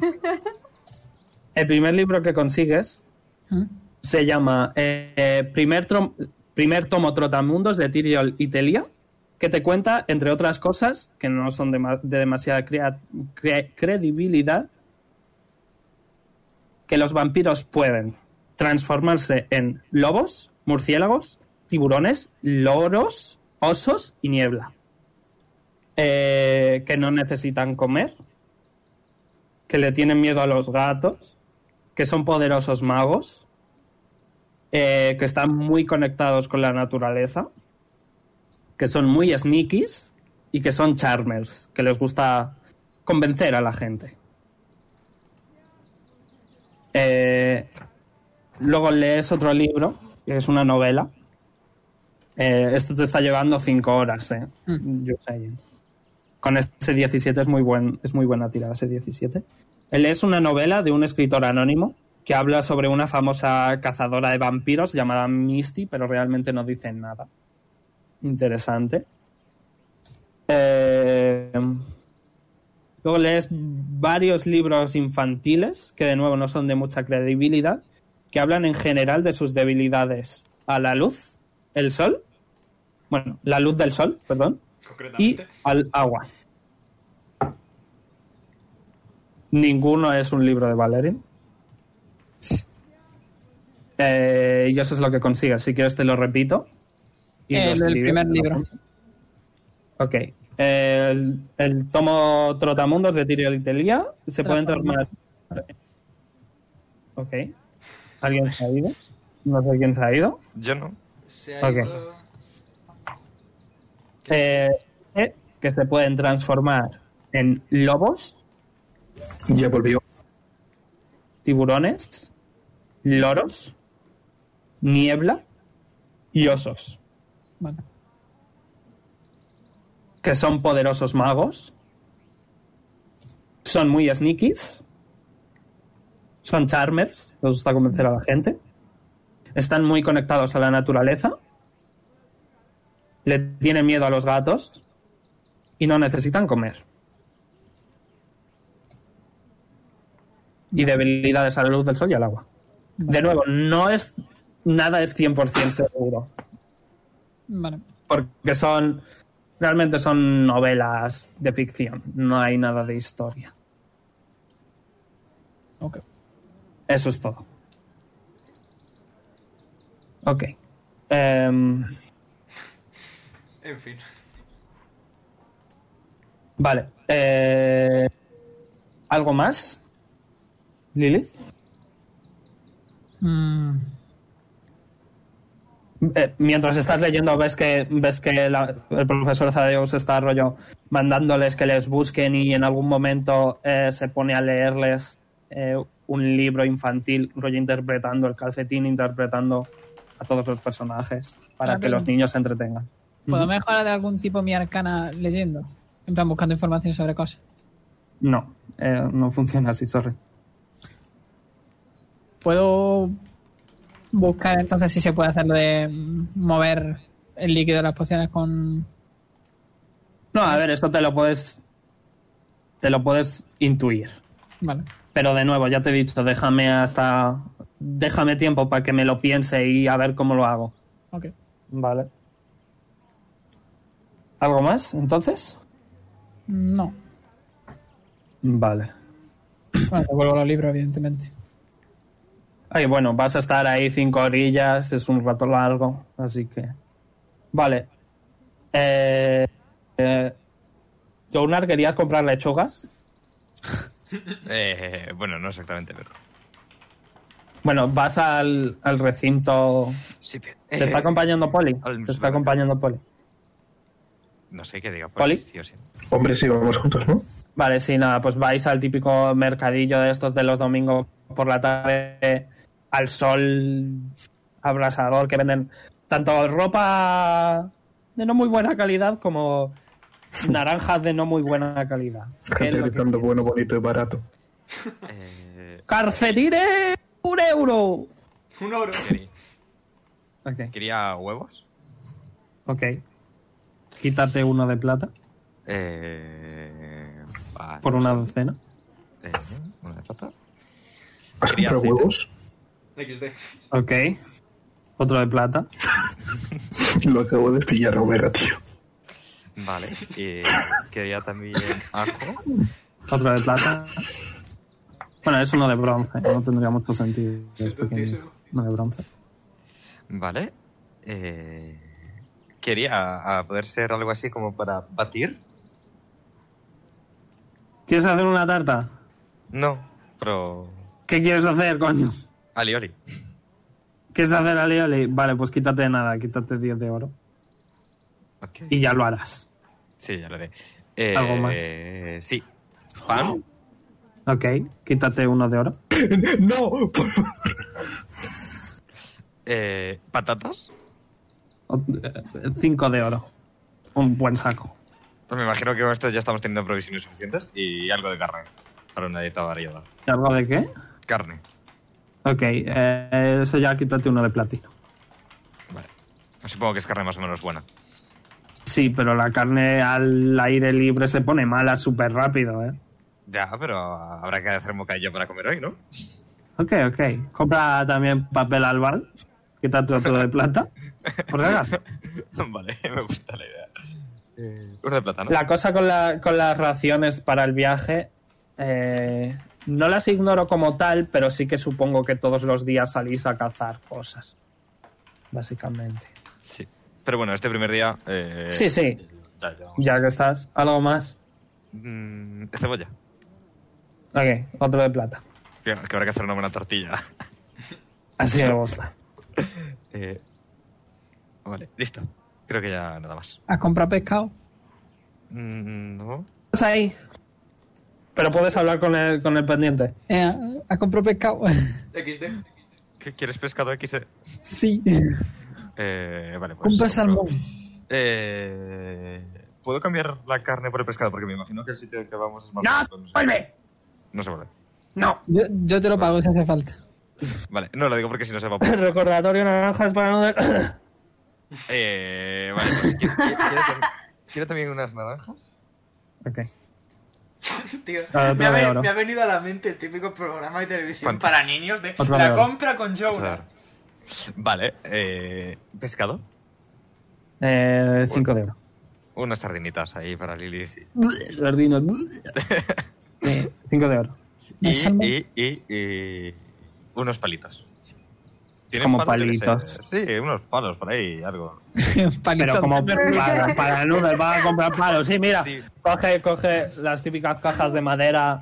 Speaker 1: el primer libro que consigues
Speaker 6: ¿Mm?
Speaker 1: se llama eh, eh, primer, Trom- primer tomo Trotamundos de Tyriol y Telia, que te cuenta, entre otras cosas, que no son de, ma- de demasiada crea- cre- credibilidad, que los vampiros pueden transformarse en lobos, murciélagos, tiburones, loros, osos y niebla. Eh, que no necesitan comer, que le tienen miedo a los gatos, que son poderosos magos, eh, que están muy conectados con la naturaleza, que son muy sneakies y que son charmers, que les gusta convencer a la gente. Eh, luego lees otro libro, que es una novela. Eh, esto te está llevando cinco horas, ¿eh?
Speaker 6: Mm.
Speaker 1: Yo sé. Con ese 17 es muy, buen, es muy buena tirada, ese 17. Él es una novela de un escritor anónimo que habla sobre una famosa cazadora de vampiros llamada Misty, pero realmente no dice nada. Interesante. Eh, luego lees varios libros infantiles, que de nuevo no son de mucha credibilidad, que hablan en general de sus debilidades a la luz, el sol, bueno, la luz del sol, perdón, y
Speaker 2: Concretamente.
Speaker 1: al agua. Ninguno es un libro de Valerin. Eh, y eso es lo que consigues. Si quieres, te lo repito. Y
Speaker 6: Eh,
Speaker 1: lo
Speaker 6: lo del
Speaker 1: escribes.
Speaker 6: primer libro.
Speaker 1: Ok. El, el tomo Trotamundos de Tirio y Telia se pueden
Speaker 6: Trotamundos.
Speaker 1: transformar. Ok. ¿Alguien se ha ido? No sé quién se ha ido.
Speaker 5: Yo no.
Speaker 2: Se ha
Speaker 1: Ok.
Speaker 2: ido-
Speaker 1: Eh, eh, que se pueden transformar en lobos,
Speaker 4: Ya volvió.
Speaker 1: tiburones, loros, niebla y osos,
Speaker 6: Bueno,
Speaker 1: que son poderosos magos, son muy sneakies, son charmers, les gusta convencer a la gente, están muy conectados a la naturaleza, le tienen miedo a los gatos y no necesitan comer. Y debilidades a la luz del sol y al agua. De nuevo, no es nada es 100% seguro,
Speaker 6: vale.
Speaker 1: porque son realmente son novelas de ficción, no hay nada de historia.
Speaker 6: Ok.
Speaker 1: Eso es todo. Ok. Em,
Speaker 2: En fin.
Speaker 1: vale. Eh, ¿Algo más? Lilith.
Speaker 6: Mm,
Speaker 1: Eh, mientras estás leyendo ves que ves que la- el profesor Zadeus está rollo mandándoles que les busquen y en algún momento eh, se pone a leerles eh, un libro infantil, rollo interpretando el calcetín, interpretando a todos los personajes para
Speaker 6: Ah,
Speaker 1: que
Speaker 6: bien.
Speaker 1: los niños se entretengan.
Speaker 6: ¿Puedo
Speaker 1: Ujú.
Speaker 6: mejorar de algún tipo mi arcana leyendo? En plan, buscando información sobre cosas.
Speaker 1: No, eh, no funciona así, sorry.
Speaker 6: ¿Puedo buscar entonces si se puede hacer lo de mm, mover el líquido de las pociones con...
Speaker 1: No, a ver, esto te lo puedes. Te lo puedes intuir.
Speaker 6: Vale.
Speaker 1: Pero de nuevo, ya te he dicho, déjame hasta. Déjame tiempo para que me lo piense y a ver cómo lo hago.
Speaker 6: Ok.
Speaker 1: Vale. ¿Algo más, entonces?
Speaker 6: No.
Speaker 1: Vale.
Speaker 6: Bueno, devuelvo los libros, evidentemente.
Speaker 1: Ay, bueno, vas a estar ahí cinco orillas, es un rato largo, así que. Vale. Eh, eh, Jonar, ¿querías comprar lechugas?
Speaker 5: Eh, bueno, no exactamente, pero.
Speaker 1: Bueno, vas al, al recinto.
Speaker 5: Sí, pe-
Speaker 1: Te está acompañando Poli.
Speaker 5: Eh, al
Speaker 1: Te está
Speaker 5: supermercado.
Speaker 1: acompañando Poli.
Speaker 5: No sé qué diga. pues,
Speaker 1: ¿Poli?
Speaker 5: sí o sí.
Speaker 4: Hombre, sí, vamos juntos, ¿no?
Speaker 1: Vale, sí, nada, pues vais al típico mercadillo de estos de los domingos por la tarde, al sol abrasador, que venden tanto ropa de no muy buena calidad como naranjas de no muy buena calidad. ¿Qué es
Speaker 4: Gente
Speaker 1: lo que
Speaker 4: gritando
Speaker 1: quieres?
Speaker 4: bueno, bonito y barato.
Speaker 5: Eh,
Speaker 1: ¡Calcetines! ¡Un euro!
Speaker 2: Un oro.
Speaker 5: quería,
Speaker 1: Ok,
Speaker 5: quería huevos.
Speaker 1: ok. Quítate uno de plata
Speaker 5: Eh, vale.
Speaker 1: por una docena.
Speaker 5: Eh, una de plata.
Speaker 4: ¿Has
Speaker 5: Quería
Speaker 4: comprado
Speaker 5: aceite.
Speaker 4: huevos?
Speaker 2: XD.
Speaker 1: Ok. Otro de plata.
Speaker 4: Lo acabo de pillar, Romero, tío.
Speaker 5: Vale. Y quería también ajo.
Speaker 1: Otro de plata. Bueno, es uno de bronce, no tendría mucho sentido.
Speaker 2: Sí,
Speaker 1: Es pequeñito.
Speaker 2: tantísimo.
Speaker 1: Uno de bronce.
Speaker 5: Vale. Eh, quería a poder ser algo así como para batir.
Speaker 1: ¿Quieres hacer una tarta?
Speaker 5: No, pero.
Speaker 1: ¿Qué quieres hacer, coño?
Speaker 5: Alioli.
Speaker 1: ¿Quieres hacer alioli? Vale, pues quítate nada, quítate 10 de oro.
Speaker 5: Ok.
Speaker 1: Y ya lo harás.
Speaker 5: Sí, ya lo haré. Eh,
Speaker 1: Algo más.
Speaker 5: Sí. Pan.
Speaker 1: Ok, quítate uno de oro.
Speaker 4: ¡No! Por favor.
Speaker 5: Eh, patatas.
Speaker 1: O- eh, Cinco de oro. Un buen saco.
Speaker 5: Pues me imagino que con esto ya estamos teniendo provisiones suficientes y algo de carne. Para una dieta variada.
Speaker 1: ¿Y algo de qué?
Speaker 5: Carne.
Speaker 1: Ok, eh, eso ya quítate uno de platino.
Speaker 5: Vale. Supongo que es carne más o menos buena.
Speaker 1: Sí, pero la carne al aire libre se pone mala súper rápido, ¿eh?
Speaker 5: Ya, pero habrá que hacer bocadillo para comer hoy, ¿no?
Speaker 1: Ok, ok. Compra también papel albal. Quítate otro de plata. Por si acaso.
Speaker 5: vale, me gusta la idea. Eh, una de plátano.
Speaker 1: La cosa con, la- con las raciones para el viaje, eh, no las ignoro como tal, pero sí que supongo que todos los días salís a cazar cosas. Básicamente.
Speaker 5: Sí. Pero bueno, este primer día. eh,
Speaker 1: Sí, sí.
Speaker 5: Ya, ya vamos.
Speaker 1: Ya que estás, algo más.
Speaker 5: Mm, cebolla.
Speaker 1: Ok, otro de plata.
Speaker 5: Que, que habrá que hacer una buena tortilla.
Speaker 1: Así me gusta.
Speaker 5: Eh, vale, listo. Creo que ya nada más.
Speaker 6: ¿Has comprado pescado?
Speaker 5: Mm, no.
Speaker 1: Estás ahí. Pero puedes hablar con el, con el pendiente.
Speaker 6: Eh, ¿Has comprado pescado?
Speaker 2: XD.
Speaker 5: ¿Qué- ¿Quieres pescado XD?
Speaker 6: sí.
Speaker 5: Eh, vale, pues.
Speaker 6: Compra
Speaker 5: compro.
Speaker 6: salmón.
Speaker 5: Eh, ¿Puedo cambiar la carne por el pescado? Porque me imagino que el sitio al que vamos es más.
Speaker 1: ¡No! ¡Vuelve!
Speaker 5: No se vuelve.
Speaker 1: ¡No!
Speaker 6: Yo, yo te lo pago si hace falta.
Speaker 5: Vale, no lo digo porque si no se va a poner.
Speaker 1: Recordatorio naranja es para no. de-
Speaker 5: Eh, vale, pues quiero, quiero- quiero tam- quiero también unas naranjas.
Speaker 1: ok.
Speaker 2: Tío,
Speaker 1: Ah,
Speaker 2: me ha,
Speaker 1: otro de
Speaker 2: ve-
Speaker 1: oro.
Speaker 2: me ha venido a la mente el típico programa de televisión
Speaker 5: ¿Cuánto?
Speaker 2: para niños de
Speaker 1: Otro de
Speaker 2: la
Speaker 1: oro.
Speaker 2: compra con Jonah.
Speaker 5: Vale, eh, pescado.
Speaker 1: Eh, cinco de oro.
Speaker 5: Unas sardinitas ahí para Lilith. y-
Speaker 1: Sardinas. Eh, cinco de oro.
Speaker 5: Y,
Speaker 6: ¿El salmón?
Speaker 5: y, y, y unos palitos.
Speaker 1: Como
Speaker 5: yo qué sé.
Speaker 1: palitos.
Speaker 5: Sí, unos palos por ahí, algo.
Speaker 6: Palito
Speaker 1: Pero como
Speaker 6: de-
Speaker 1: para, para nubes, va a comprar palos. Sí, mira,
Speaker 5: Sí.
Speaker 1: coge, coge las típicas cajas de madera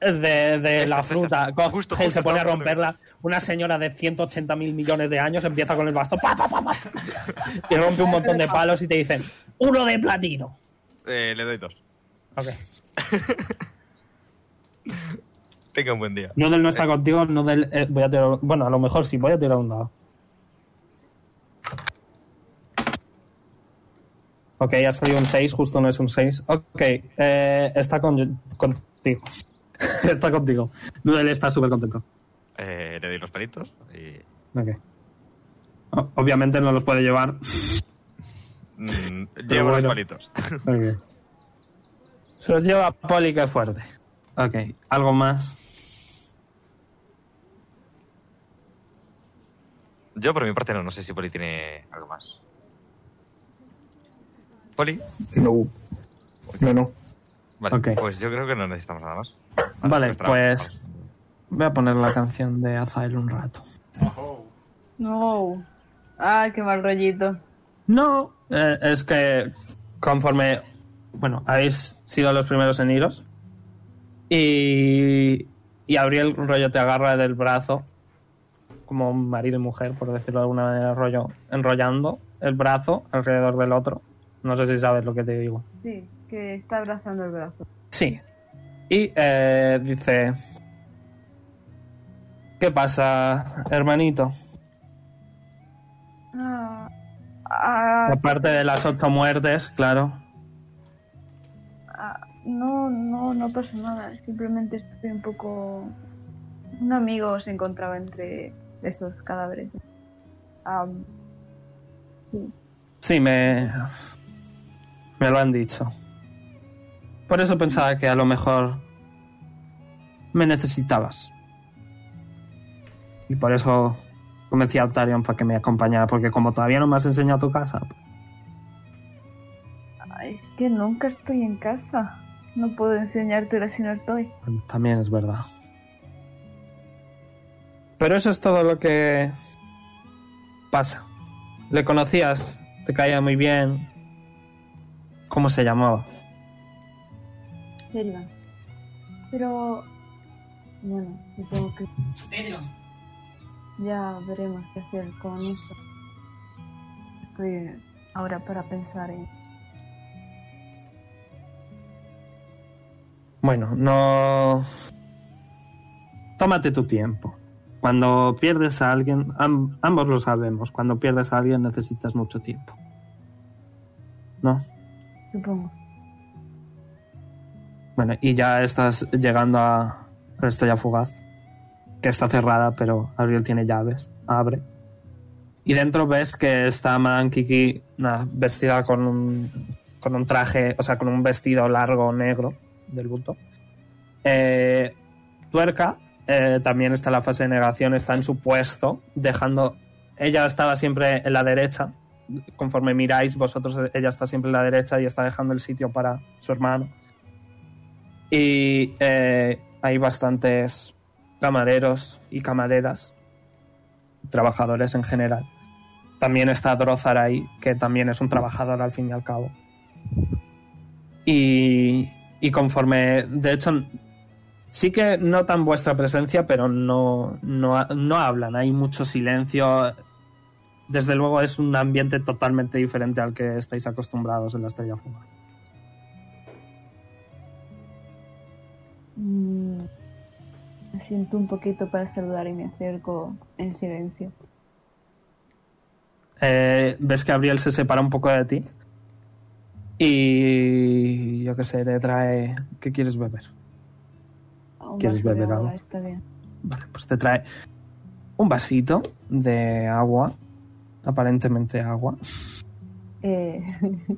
Speaker 1: de, de
Speaker 5: Esas,
Speaker 1: la
Speaker 5: esas.
Speaker 1: fruta. Coge,
Speaker 5: Justo,
Speaker 1: se
Speaker 5: justo,
Speaker 1: pone a
Speaker 5: estaba pensando en
Speaker 1: romperla. Una señora de 180 mil millones de años empieza con el bastón. ¡pa, pa, pa, pa! y rompe un montón de palos y te dicen: uno de platino.
Speaker 5: Eh, le doy dos.
Speaker 1: Ok.
Speaker 5: Tenga un buen día.
Speaker 1: No del no está contigo, no del. eh, voy a tirar- bueno, a lo mejor sí, voy a tirar un dado. Ok, ha salido un 6, justo no es un 6. Ok, eh, está con- contigo. está contigo. Nudel está súper contento.
Speaker 5: Eh, le doy los palitos y.
Speaker 1: Ok. O- Obviamente no los puede llevar.
Speaker 5: mm, llevo los
Speaker 1: bueno.
Speaker 5: palitos.
Speaker 1: Ok. Se los lleva Poli, que es fuerte. Ok, ¿algo más?
Speaker 5: Yo, por mi parte, no. No sé si Poli tiene algo más. Poli.
Speaker 4: No, no, no.
Speaker 5: Vale,
Speaker 1: Ok.
Speaker 5: pues yo creo que no necesitamos nada más.
Speaker 1: Vale,
Speaker 5: nuestra-
Speaker 1: pues voy a poner la canción de Azael un rato.
Speaker 2: Ojo.
Speaker 3: No. Ah, qué mal rollito.
Speaker 1: No, eh, es que conforme, bueno, habéis sido los primeros en iros y, y Abriel rollo te agarra del brazo, como marido y mujer, por decirlo de alguna manera, rollo enrollando el brazo alrededor del otro. No sé si sabes lo que te digo.
Speaker 3: Sí, que está abrazando el brazo.
Speaker 1: Sí. Y eh, dice, ¿qué pasa, hermanito?
Speaker 3: Ah, ah,
Speaker 1: Aparte de las ocho muertes, claro.
Speaker 3: ah, no, no, no pasa nada. Simplemente estoy un poco... Un amigo se encontraba entre esos cadáveres. Ah,
Speaker 1: Sí, me. Me lo han dicho. Por eso pensaba que a lo mejor. Me necesitabas. Y por eso convencí a Octarion para que me acompañara, porque como todavía no me has enseñado tu casa.
Speaker 3: es que nunca estoy en casa. No puedo enseñártela si no estoy.
Speaker 1: bueno, pues, También es verdad. Pero eso es todo lo que. pasa. Le conocías, te caía muy bien. ¿Cómo se llamaba?
Speaker 3: Selva. Pero... Bueno, supongo que Ya veremos qué hacer con esto. Estoy ahora para pensar en...
Speaker 1: Bueno, no. Tómate tu tiempo. Cuando pierdes a alguien, am- ambos lo sabemos, cuando pierdes a alguien necesitas mucho tiempo. ¿No?
Speaker 3: Supongo.
Speaker 1: Bueno, y ya estás llegando a a la estrella fugaz, que está cerrada, pero Abril tiene llaves. Abre. Y dentro ves que está Madame Kiki nada, vestida con un, con un traje, o sea, con un vestido largo negro del bulto. Eh, tuerca, eh, también está en la fase de negación, está en su puesto, dejando... Ella estaba siempre en la derecha, conforme miráis vosotros, ella está siempre en la derecha y está dejando el sitio para su hermano. Y eh, hay bastantes camareros y camareras, trabajadores en general. También está Drozar ahí, que también es un trabajador al fin y al cabo. Y, y conforme, de hecho, sí que notan vuestra presencia, pero no, no, no hablan, hay mucho silencio. Desde luego es un ambiente totalmente diferente al que estáis acostumbrados en la Estrella Fugaz.
Speaker 3: Mm, me siento un poquito para saludar y me acerco en silencio.
Speaker 1: Eh, ves que Abriel se separa un poco de ti. Y yo qué sé, te trae. ¿Qué quieres beber?
Speaker 3: A un
Speaker 1: ¿Quieres
Speaker 3: vaso de
Speaker 1: beber
Speaker 3: agua
Speaker 1: algo?
Speaker 3: Está bien.
Speaker 1: Vale, pues te trae un vasito de agua. Aparentemente agua.
Speaker 3: Eh,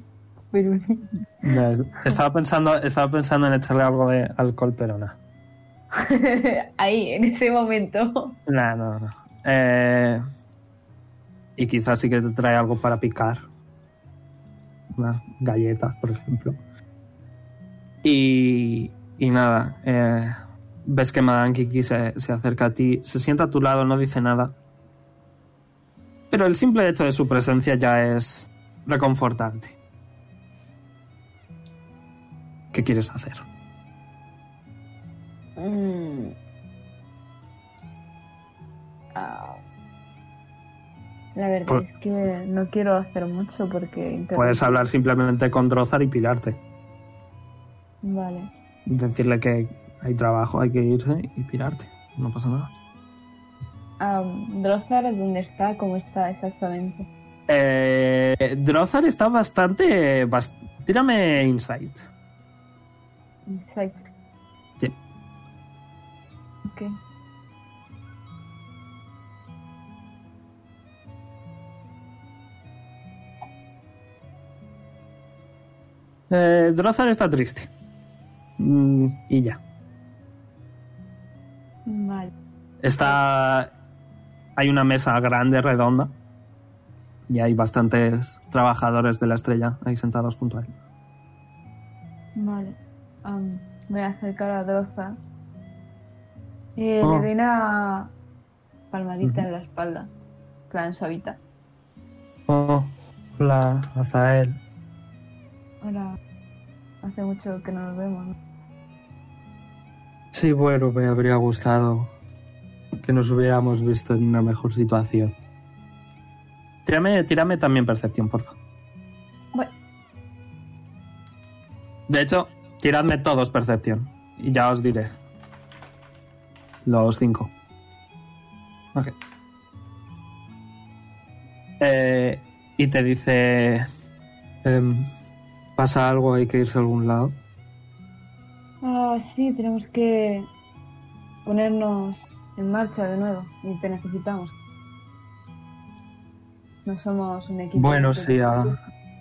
Speaker 3: pero
Speaker 1: Ya, es- Estaba pensando, estaba pensando en echarle algo de alcohol, pero no.
Speaker 3: ahí, en ese momento.
Speaker 1: No, no, no. Eh, y quizás sí que te trae algo para picar. Unas galletas, por ejemplo. Y, y nada. eh, ves que Madame Kiki se, se acerca a ti, se sienta a tu lado, no dice nada. Pero el simple hecho de su presencia ya es reconfortante. ¿Qué quieres hacer?
Speaker 3: Mm. Ah. La verdad
Speaker 1: Pues-
Speaker 3: es que no quiero hacer mucho porque...
Speaker 1: Puedes hablar simplemente con Drozar y pirarte.
Speaker 3: Vale.
Speaker 1: decirle que
Speaker 7: Hay trabajo, hay que irse y pirarte. No pasa nada.
Speaker 3: Um, Drozar, ¿dónde está? ¿Cómo está exactamente?
Speaker 1: Eh, Drozar está bastante... bast- Tírame Insight.
Speaker 3: Exacto.
Speaker 1: Sí.
Speaker 3: Ok.
Speaker 1: Eh, Drozar está triste. Mm, y ya.
Speaker 3: Vale.
Speaker 1: Está. Hay una mesa grande, redonda. Y hay bastantes trabajadores de la estrella ahí sentados junto a él.
Speaker 3: Vale. Am, me voy a acercar a Droza. Eh,
Speaker 1: Ah.
Speaker 3: Le doy una palmadita en la espalda. En Plan suavita.
Speaker 1: Oh, hola, Azael.
Speaker 3: Hola. Hace mucho que no nos vemos. ¿no?
Speaker 1: Sí, bueno, me habría gustado que nos hubiéramos visto en una mejor situación. Tírame, tírame también percepción, por favor.
Speaker 3: Bueno,
Speaker 1: De hecho, tiradme todos percepción. Y ya os diré. Los cinco. Ok. Eh, y te dice... em, ¿Pasa algo? ¿Hay que irse a algún lado?
Speaker 3: ah, sí, tenemos que ponernos en marcha de nuevo. Y te necesitamos. No somos un equipo.
Speaker 1: Bueno,
Speaker 3: que-
Speaker 1: sí, ah. a,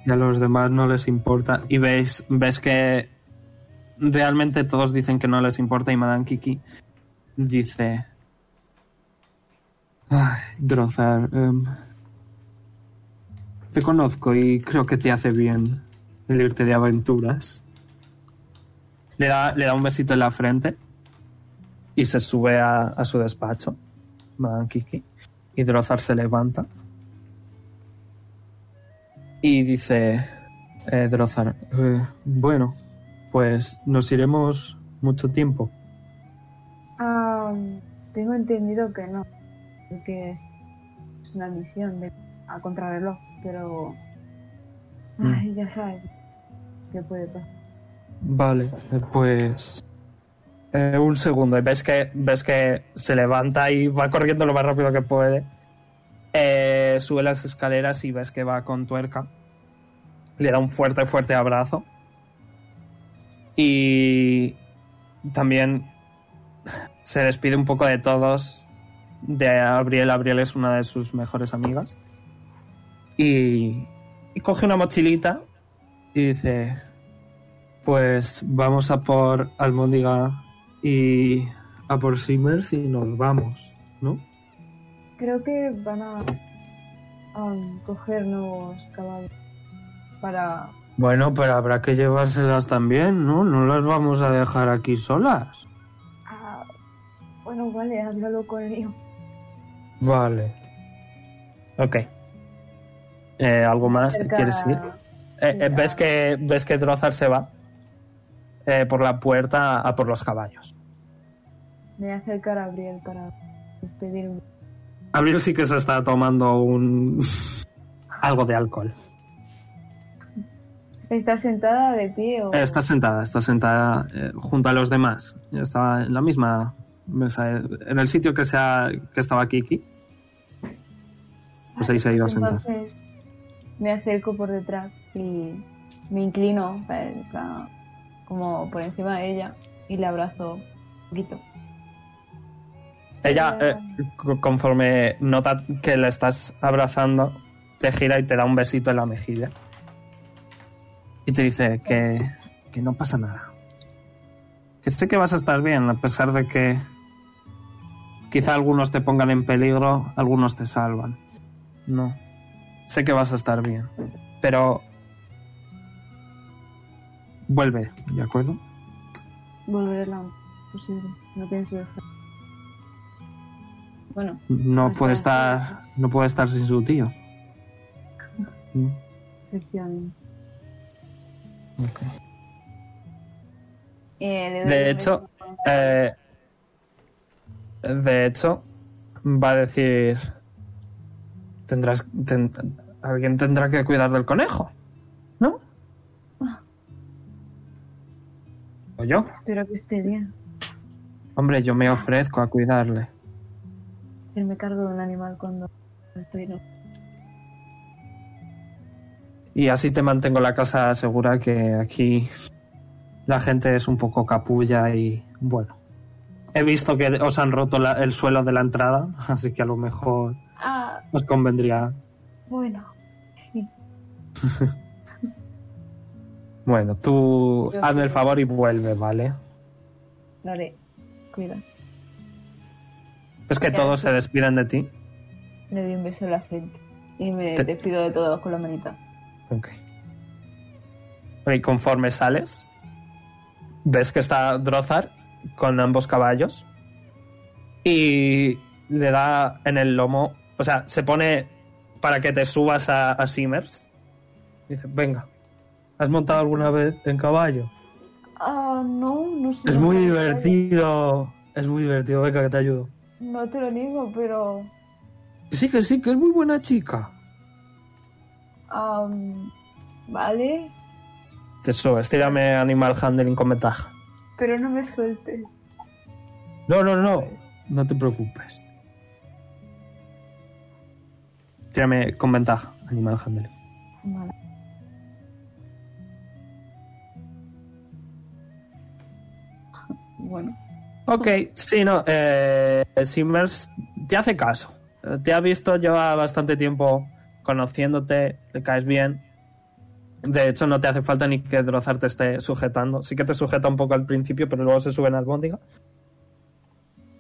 Speaker 1: y a los demás no les importa. Y ves, ves que realmente todos dicen que no les importa y Madame Kiki dice... Ay, Drozar, em, te conozco y creo que te hace bien el irte de aventuras. Le da, le da un besito en la frente y se sube a, a su despacho, Madame Kiki. Y Drozar se levanta y dice eh, Drozar, eh, bueno, pues nos iremos mucho tiempo.
Speaker 3: Ah, tengo entendido que no, porque es es una misión de, a contrarreloj, pero...
Speaker 1: Mm.
Speaker 3: Ay, ya sabes qué puede pasar.
Speaker 1: Vale, eh, pues... eh, un segundo, y ves que, ves que se levanta y va corriendo lo más rápido que puede. Eh, sube las escaleras y ves que va con tuerca. Le da un fuerte, fuerte abrazo. Y también se despide un poco de todos. De Abriel, Abriel es una de sus mejores amigas. Y, y coge una mochilita y dice, pues vamos a por Almóndiga y a por Simmers y nos vamos, ¿no?
Speaker 3: Creo que van a am, coger nuevos caballos para...
Speaker 1: Bueno, pero habrá que llevárselas también, ¿no? No las vamos a dejar aquí solas.
Speaker 3: ah, bueno, vale, háblalo con el lío.
Speaker 1: Vale. Ok. Eh, ¿Algo más?
Speaker 3: Cerca-
Speaker 1: ¿Quieres ir? Eh, eh, ves, que, ves que Drozar se va eh, por la puerta a por los caballos.
Speaker 3: Me voy a acercar a Gabriel para despedirme.
Speaker 1: Abril sí que se está tomando un... algo de alcohol.
Speaker 3: ¿Estás sentada de pie o...?
Speaker 1: Eh, Está sentada, está sentada eh, junto a los demás. Estaba en la misma mesa, eh, en el sitio que, se ha- que estaba Kiki. Pues ahí se ha ido a sentar.
Speaker 3: Entonces me acerco por detrás y me inclino, o sea, en plan, como por encima de ella y le abrazo un poquito.
Speaker 1: Ella, eh, co- conforme nota que la estás abrazando, te gira y te da un besito en la mejilla. Y te dice que, que no pasa nada. Que sé que vas a estar bien, a pesar de que quizá algunos te pongan en peligro, algunos te salvan. No. Sé que vas a estar bien. Pero... Vuelve, ¿de acuerdo?
Speaker 3: Volveré lo antes posible, no pues pienso dejar. Bueno,
Speaker 1: No
Speaker 3: Pues
Speaker 1: puede
Speaker 3: nada,
Speaker 1: estar, no puede estar sin su tío. Mm.
Speaker 3: efectivamente.
Speaker 1: Ok.
Speaker 3: Eh, le doy
Speaker 1: De
Speaker 3: un
Speaker 1: hecho,
Speaker 3: beso.
Speaker 1: eh, de hecho, va a decir, tendrás, ten- alguien tendrá que cuidar del conejo, ¿no? O yo.
Speaker 3: espero que esté bien.
Speaker 1: Hombre, yo me ofrezco a cuidarle.
Speaker 3: Hacerme cargo de un animal cuando estoy no.
Speaker 1: Y así te mantengo la casa segura que aquí la gente es un poco capulla y bueno. He visto que os han roto la- el suelo de la entrada, así que a lo mejor
Speaker 3: Ah,
Speaker 1: os convendría.
Speaker 3: bueno. Sí.
Speaker 1: Bueno, tú hazme el favor y vuelve, ¿vale?
Speaker 3: Lo haré. Cuida.
Speaker 1: Es que
Speaker 3: Ya,
Speaker 1: todos
Speaker 3: sí.
Speaker 1: se despiden de ti.
Speaker 3: Le doy un beso en la frente. Y me
Speaker 1: Te-
Speaker 3: despido de todos con la manita.
Speaker 1: Ok. Y conforme sales, ves que está Drozar con ambos caballos y le da en el lomo, o sea, se pone para que te subas a, a Simmers. Dice, venga, ¿has montado alguna vez en caballo?
Speaker 3: Ah, no, no sé.
Speaker 1: Es muy divertido, es muy divertido, venga que te ayudo.
Speaker 3: No te lo digo, pero.
Speaker 1: Sí, que sí, que es muy buena chica.
Speaker 3: am, vale.
Speaker 1: Te subes, tírame Animal Handling con ventaja.
Speaker 3: Pero no me sueltes.
Speaker 1: No, no, no. No te preocupes. Tírame con ventaja, animal handling.
Speaker 3: Vale. Bueno.
Speaker 1: Ok, sí, no. Eh, Simmers te hace caso. Eh, Te ha visto, lleva bastante tiempo conociéndote, le caes bien. De hecho, no te hace falta ni que Drozar te esté sujetando. Sí que te sujeta un poco al principio, pero luego se suben al bóndiga.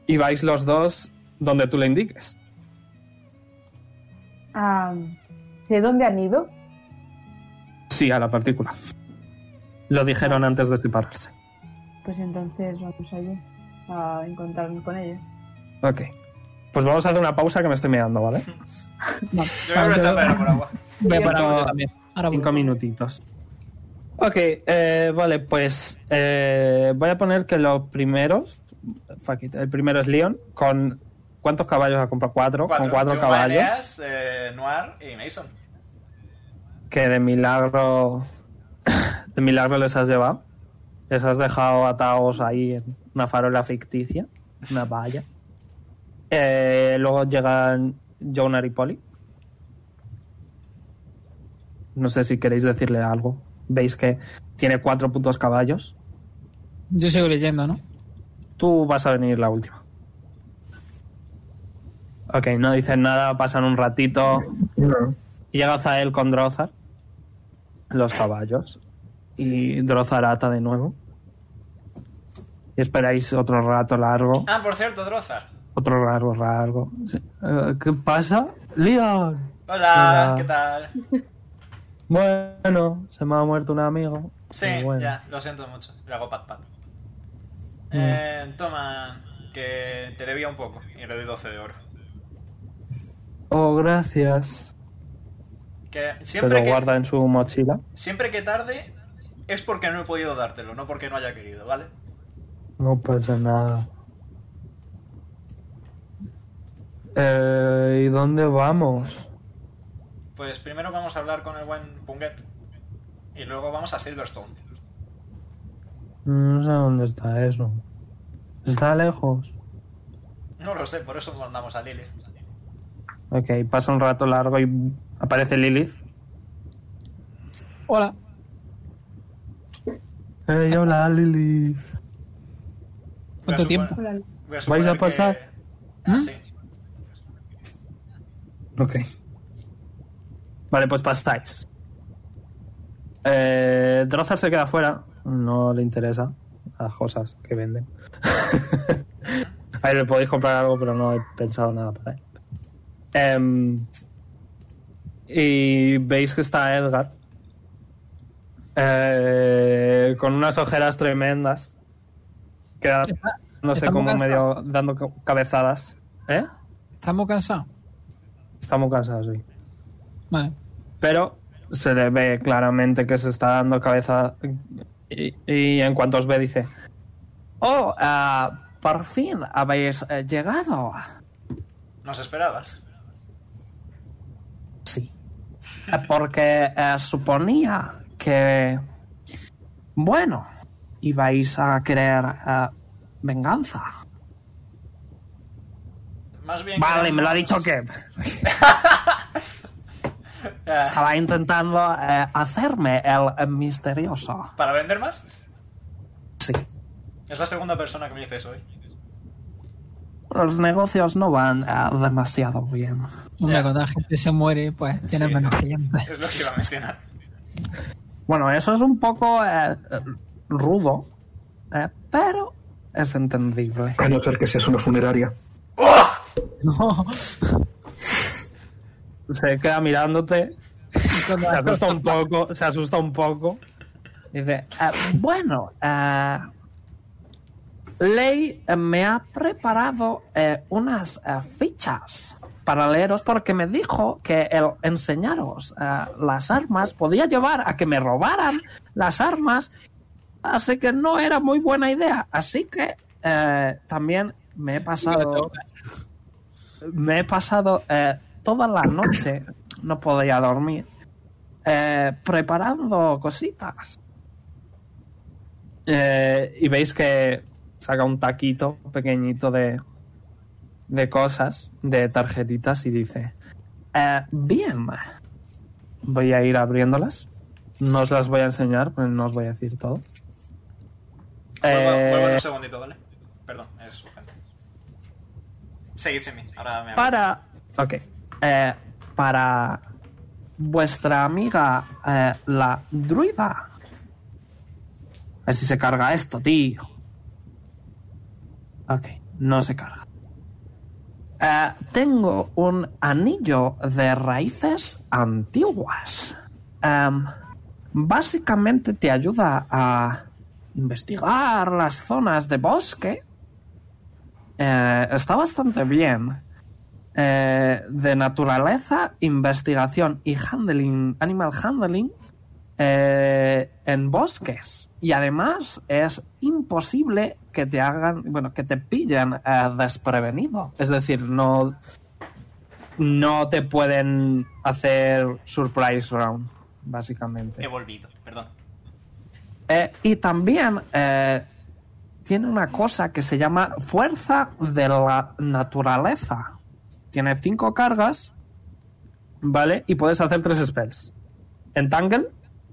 Speaker 1: Y vais los dos donde tú le indiques.
Speaker 3: am, ¿Sé dónde han ido?
Speaker 1: Sí, a la partícula. Lo dijeron antes de separarse.
Speaker 3: Pues entonces vamos allí a encontrarnos con ellos.
Speaker 1: Ok. Pues vamos a hacer una pausa que me estoy meando, ¿vale?
Speaker 6: Vale.
Speaker 2: Yo voy a aprovechar para ir a por agua.
Speaker 6: Voy a
Speaker 1: Pero-
Speaker 6: parar yo también. Ahora
Speaker 1: Cinco
Speaker 6: vuelvo.
Speaker 1: minutitos. Ok, eh, vale, pues eh, voy a poner que los primeros. fuck it, el primero es Leon. ¿Con cuántos caballos ha comprado? Cuatro. Con cuatro
Speaker 2: Yo,
Speaker 1: caballos.
Speaker 2: Maeneas, eh, Noir y Mason.
Speaker 1: Que de milagro. De milagro les has llevado. Les has dejado atados ahí en una farola ficticia. Una valla. Eh, luego llegan Jonar y Polly. No sé si queréis decirle algo. Veis que tiene cuatro putos caballos.
Speaker 6: Yo sigo leyendo, ¿no?
Speaker 1: Tú vas a venir la última. Ok, no dicen nada, pasan un ratito.
Speaker 4: No.
Speaker 1: Llega Zael con Drozar. Los caballos. Y Drozar ata de nuevo. Y esperáis otro rato largo.
Speaker 2: Ah, por cierto, Drozar.
Speaker 1: Otro largo, largo. Sí. Eh, ¿Qué pasa? ¡Leon! Hola.
Speaker 2: Hola, ¿qué tal?
Speaker 1: Bueno, se me ha muerto un amigo.
Speaker 2: Sí,
Speaker 1: Pero bueno. Mm.
Speaker 2: ya, lo siento mucho. Le hago pat pat. Eh, toma, que te debía un poco y le doy 12 de oro.
Speaker 1: Oh, gracias.
Speaker 2: Que
Speaker 1: se
Speaker 2: siempre
Speaker 1: lo
Speaker 2: que,
Speaker 1: guarda en su mochila.
Speaker 2: siempre que tarde es porque no he podido dártelo, no porque no haya querido, ¿vale?
Speaker 1: No pasa nada. Eh, ¿Y dónde vamos?
Speaker 2: Pues primero vamos a hablar con el buen Punget y luego vamos a Silverstone.
Speaker 1: No sé dónde está eso. Está lejos.
Speaker 2: No lo sé, por eso mandamos a Lilith.
Speaker 1: Ok, pasa un rato largo y aparece Lilith.
Speaker 6: Hola.
Speaker 1: Hey, hola Lilith.
Speaker 6: ¿Cuánto
Speaker 2: Voy a
Speaker 6: tiempo?
Speaker 2: suponer-
Speaker 3: Hola.
Speaker 2: voy a
Speaker 1: ¿Vais
Speaker 2: suponer
Speaker 1: a pasar?
Speaker 2: que- Ah,
Speaker 6: ¿Mm?
Speaker 2: sí.
Speaker 1: Ok. Vale, pues pasáis. Eh, Drozar se queda fuera. No le interesa las cosas que venden. Ahí le podéis comprar algo, pero no he pensado nada para él. Em, y veis que está Edgar. Eh, con unas ojeras tremendas. Queda, no sé
Speaker 6: está muy
Speaker 1: cómo
Speaker 6: cansado.
Speaker 1: medio dando ca- cabezadas. ¿Eh?
Speaker 6: Estamos cansados.
Speaker 1: Está muy cansado, sí.
Speaker 6: Vale.
Speaker 1: pero se le ve claramente que se está dando cabeza y, y en cuanto os ve dice oh ah, por fin habéis eh, llegado
Speaker 2: ¿Nos esperabas?
Speaker 1: sí Eh, porque eh, suponía que bueno ibais a querer eh, venganza
Speaker 2: Más bien.
Speaker 1: Vale,
Speaker 2: queremos-
Speaker 1: me lo ha dicho que
Speaker 2: Ah,
Speaker 1: estaba intentando eh, hacerme el eh, misterioso.
Speaker 2: ¿Para vender más?
Speaker 1: Sí.
Speaker 2: Es la segunda persona que me dice eso hoy.
Speaker 1: Los negocios no van eh, demasiado bien.
Speaker 6: Hombre,
Speaker 2: Ya.
Speaker 6: cuando la gente se muere, pues tiene
Speaker 2: Sí.
Speaker 6: menos clientes.
Speaker 2: Es lo que iba a mencionar.
Speaker 1: Bueno, eso es un poco eh, eh, rudo, eh, pero es entendible.
Speaker 4: A no ser que seas una funeraria.
Speaker 2: ¡Oh!
Speaker 6: No.
Speaker 1: Se queda mirándote, se asusta un poco, se asusta un poco. Dice, "Eh, bueno, eh, Ley eh, me ha preparado eh, unas eh, fichas para leeros porque me dijo que el enseñaros eh, las armas podía llevar a que me robaran las armas, así que no era muy buena idea. Así que eh, también me he pasado me he pasado eh, toda la noche, no podía dormir, eh, preparando cositas. Eh, y veis que saca un taquito pequeñito de, de cosas, de tarjetitas, y dice, "Eh, bien, voy a ir abriéndolas. No os las voy a enseñar, pero no os voy a decir todo.
Speaker 2: Vuelvo, vuelvo en
Speaker 1: Eh,
Speaker 2: un segundito, ¿vale? Perdón, es urgente. Seguid sin mí. Ahora me
Speaker 1: Para. Ok. Eh, para vuestra amiga, eh, la druida. A ver si se carga esto, tío. Ok, no se carga. Eh, tengo un anillo de raíces antiguas. Em, básicamente te ayuda a investigar las zonas de bosque. Eh, está bastante bien. Eh, de naturaleza, investigación y handling, animal handling eh, en bosques. Y además es imposible que te hagan, bueno, que te pillen eh, desprevenido. Es decir, no, no te pueden hacer surprise round, básicamente.
Speaker 2: He volvido, perdón.
Speaker 1: Eh, y también eh, tiene una cosa que se llama fuerza de la naturaleza. Tiene cinco cargas, ¿vale? Y puedes hacer tres spells. Entangle,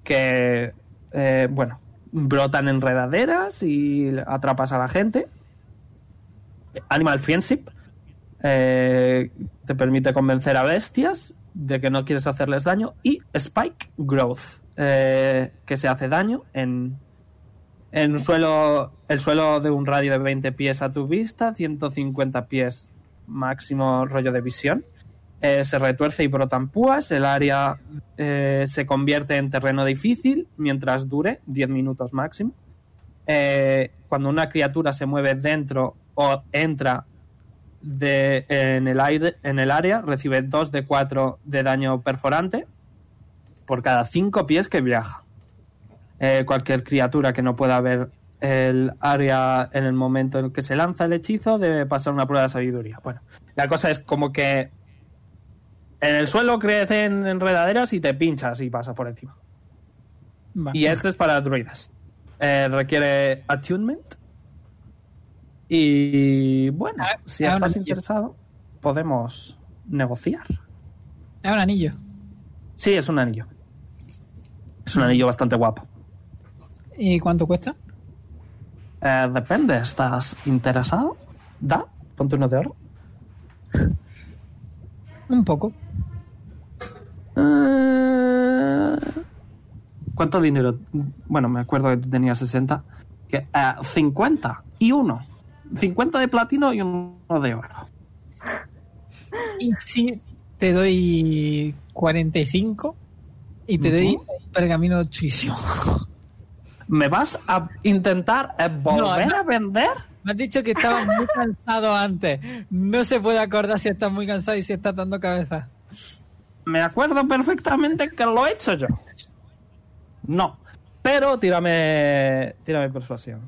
Speaker 1: que, eh, bueno, brotan enredaderas y atrapas a la gente. Animal Friendship, eh, te permite convencer a bestias de que no quieres hacerles daño. Y Spike Growth, eh, que se hace daño en, en un suelo, el suelo de un radio de 20 pies a tu vista, 150 pies máximo rollo de visión. Eh, se retuerce y brotan púas. El área eh, se convierte en terreno difícil mientras dure 10 minutos máximo. Eh, cuando una criatura se mueve dentro o entra de, en, el aire, en el área recibe 2 de 4 de daño perforante por cada 5 pies que viaja. Eh, cualquier criatura que no pueda ver el área en el momento en el que se lanza el hechizo debe pasar una prueba de sabiduría. Bueno, la cosa es como que en el suelo crecen enredaderas y te pinchas y pasas por encima.
Speaker 6: Va.
Speaker 1: Y este es para druidas. Eh, requiere attunement. Y bueno,
Speaker 6: A ver,
Speaker 1: si estás
Speaker 6: a ver, Ah, un anillo.
Speaker 1: interesado, podemos negociar.
Speaker 6: Es un anillo.
Speaker 1: Sí, es un anillo. Es un anillo bastante guapo.
Speaker 6: ¿Y cuánto cuesta?
Speaker 1: Eh, depende, ¿estás interesado? Da, ponte uno de oro.
Speaker 6: Un poco.
Speaker 1: Eh, ¿Cuánto dinero? Bueno, me acuerdo que tenía 60. Que, eh, 50 y uno. 50 de platino y uno de oro.
Speaker 6: Y si te doy 45 y te doy un pergamino chuicio.
Speaker 1: ¿Me vas a intentar eh, volver
Speaker 6: No, no.
Speaker 1: a vender?
Speaker 6: Me has dicho que estabas muy cansado antes. No se puede acordar si estás muy cansado y si estás dando cabeza.
Speaker 1: Me acuerdo perfectamente que lo he hecho yo. No. Pero tírame, tírame persuasión.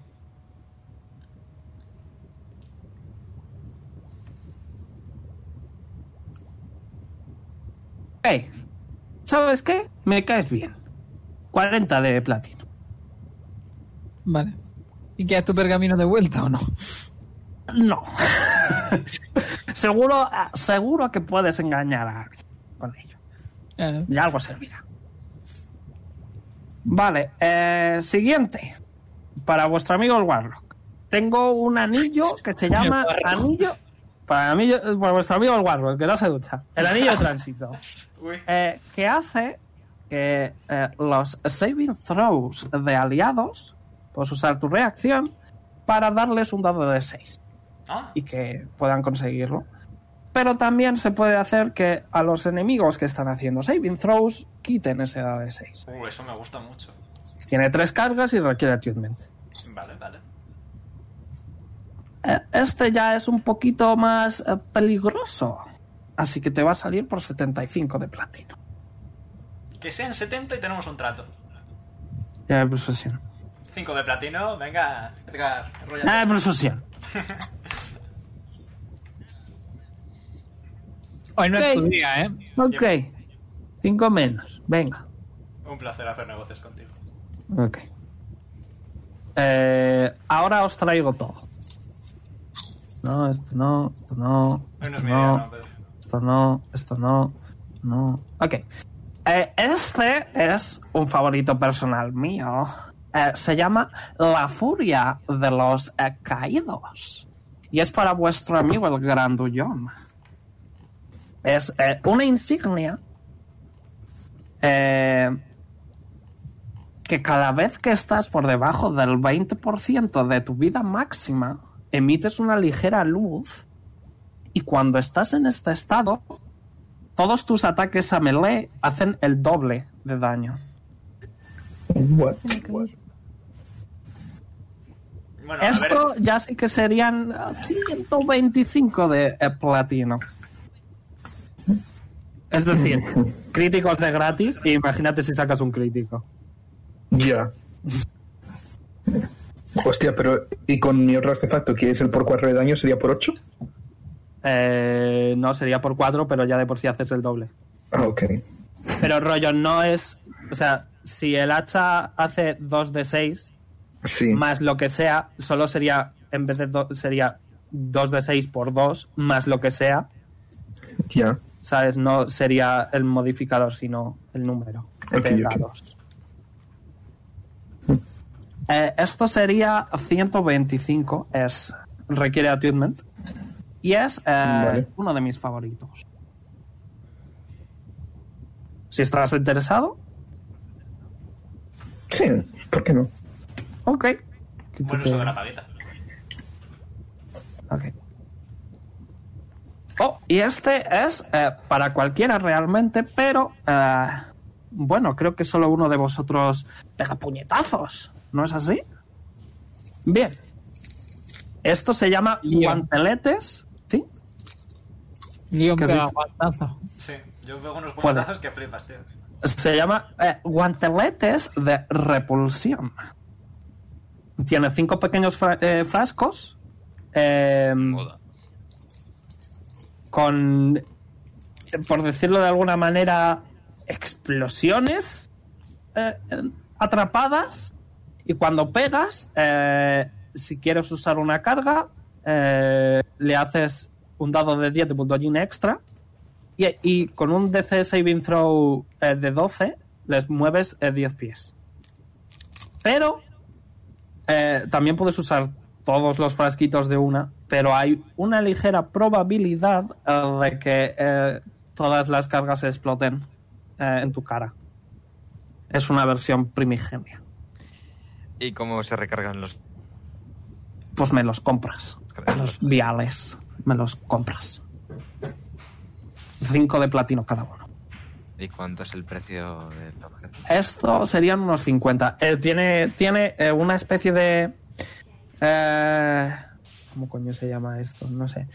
Speaker 1: Hey, ¿sabes qué? Me caes bien. 40 de platino.
Speaker 6: Vale. ¿Y quedas tu pergamino de vuelta o no?
Speaker 1: No. Seguro, eh, seguro que puedes engañar a alguien con ello.
Speaker 6: Eh,
Speaker 1: Y algo servirá. Vale, eh, siguiente. Para vuestro amigo el Warlock. Tengo un anillo que se llama anillo. Para, mí, para vuestro amigo el Warlock, que no se ducha. El anillo de tránsito.
Speaker 2: Uy.
Speaker 1: Eh, que hace que eh, los saving throws de aliados, puedes usar tu reacción para darles un dado de 6
Speaker 2: Ah,
Speaker 1: y que puedan conseguirlo. Pero también se puede hacer que a los enemigos que están haciendo saving throws quiten ese dado de 6.
Speaker 2: uh, eso me gusta mucho.
Speaker 1: Tiene tres cargas y requiere attunement.
Speaker 2: Vale, vale.
Speaker 1: Eh, Este ya es un poquito más eh, peligroso. Así que te va a salir por 75 de platino.
Speaker 2: Que sean 70 y tenemos un trato.
Speaker 1: Ya de persuasión.
Speaker 2: 5 de platino, venga, Edgar,
Speaker 1: Ya de
Speaker 2: enróllate.
Speaker 1: persuasión.
Speaker 6: hoy no es tu
Speaker 1: Ok.
Speaker 6: día, ¿eh?
Speaker 1: Ok. 5 menos. Venga.
Speaker 2: Un placer hacer negocios contigo.
Speaker 1: Ok. Eh, ahora os traigo todo. No, esto no, esto no.
Speaker 2: Hoy no
Speaker 1: Esto
Speaker 2: es mi día, no,
Speaker 1: no,
Speaker 2: Pedro.
Speaker 1: esto no, esto no. No. Ok. Eh, este es un favorito personal mío. Eh, se llama La Furia de los eh, Caídos. Y es para vuestro amigo el Grandullón. Es eh, una insignia eh, que cada vez que estás por debajo del 20% de tu vida máxima, emites una ligera luz y cuando estás en este estado, todos tus ataques a melee hacen el doble de daño.
Speaker 4: What?
Speaker 3: Ese mecanismo.
Speaker 2: Bueno, a ver,
Speaker 1: Esto ya sí que serían eh, 125 de eh, platino. Es decir, críticos de gratis. e imagínate si sacas un crítico.
Speaker 4: Ya. Hostia, pero ¿y con mi otro artefacto, que es el por 4 de daño, sería por 8?
Speaker 1: Eh, no, sería por 4, pero ya de por sí haces el doble.
Speaker 4: Ah, ok.
Speaker 1: Pero rollo, no es. O sea, si el hacha hace 2 de 6,
Speaker 4: Sí.
Speaker 1: más lo que sea, solo sería. En vez de do- sería 2 de 6 por 2, más lo que sea.
Speaker 4: Ya.
Speaker 1: ¿Sabes? No sería el modificador, sino el número de
Speaker 4: Ok, ok.
Speaker 1: dados. Eh, esto sería 125, es requiere attunement. Y es eh,
Speaker 4: Vale.
Speaker 1: uno de mis favoritos. Si estás interesado,
Speaker 4: Sí, ¿por qué no?
Speaker 1: ok.
Speaker 2: buen uso de la paleta.
Speaker 1: Ok. Oh, y este es eh, para cualquiera realmente, pero eh, bueno, creo que solo uno de vosotros pega puñetazos, ¿no es así? Bien. Esto se llama
Speaker 6: Bien.
Speaker 1: guanteletes, ¿sí?
Speaker 6: Leon
Speaker 1: ¿Qué has
Speaker 6: pega
Speaker 1: dicho?
Speaker 6: guantazo.
Speaker 2: Sí, yo veo unos
Speaker 1: Puede.
Speaker 2: puñetazos que flipas, tío.
Speaker 1: Se llama eh, guanteletes de repulsión. Tiene cinco pequeños fra- eh, frascos. em,
Speaker 5: Moda.
Speaker 1: con, por decirlo de alguna manera, explosiones eh, eh, atrapadas. Y cuando pegas, eh, si quieres usar una carga, eh, le haces un dado de 10 de bulldogging extra. Y, y con un DC saving throw eh, de 12, les mueves eh, 10 pies. Pero eh, también puedes usar todos los frasquitos de una, pero hay una ligera probabilidad eh, de que eh, todas las cargas exploten eh, en tu cara. Es una versión primigenia.
Speaker 5: ¿Y cómo se recargan los.?
Speaker 1: Pues me los compras. Los viales. Me los compras. Cinco de platino cada uno.
Speaker 5: ¿Y cuánto es el precio del objeto?
Speaker 1: Esto serían unos 50. Eh, tiene tiene eh, una especie de. eh, ¿Cómo coño se llama esto? No sé.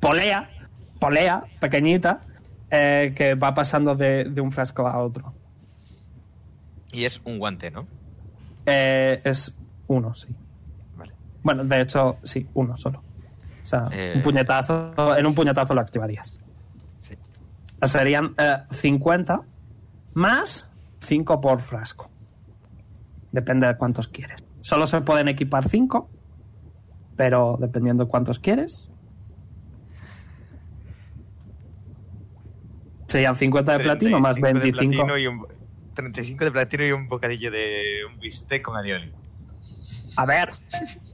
Speaker 1: Polea. Polea, pequeñita. eh, que va pasando de, de un frasco a otro.
Speaker 5: Y es un guante, ¿no?
Speaker 1: Eh, es uno, sí.
Speaker 5: Vale.
Speaker 1: Bueno, de hecho, sí, uno solo. O sea,
Speaker 5: Eh.
Speaker 1: un puñetazo, en un puñetazo lo activarías.
Speaker 5: Sí.
Speaker 1: Serían eh, 50 más 5 por frasco. Depende de cuántos quieres. Solo se pueden equipar 5, pero dependiendo cuántos quieres. Serían 50 de platino más
Speaker 5: 35 de
Speaker 1: 25.
Speaker 5: platino y un- 35 de platino y un bocadillo de un bistec con alioli.
Speaker 1: A ver,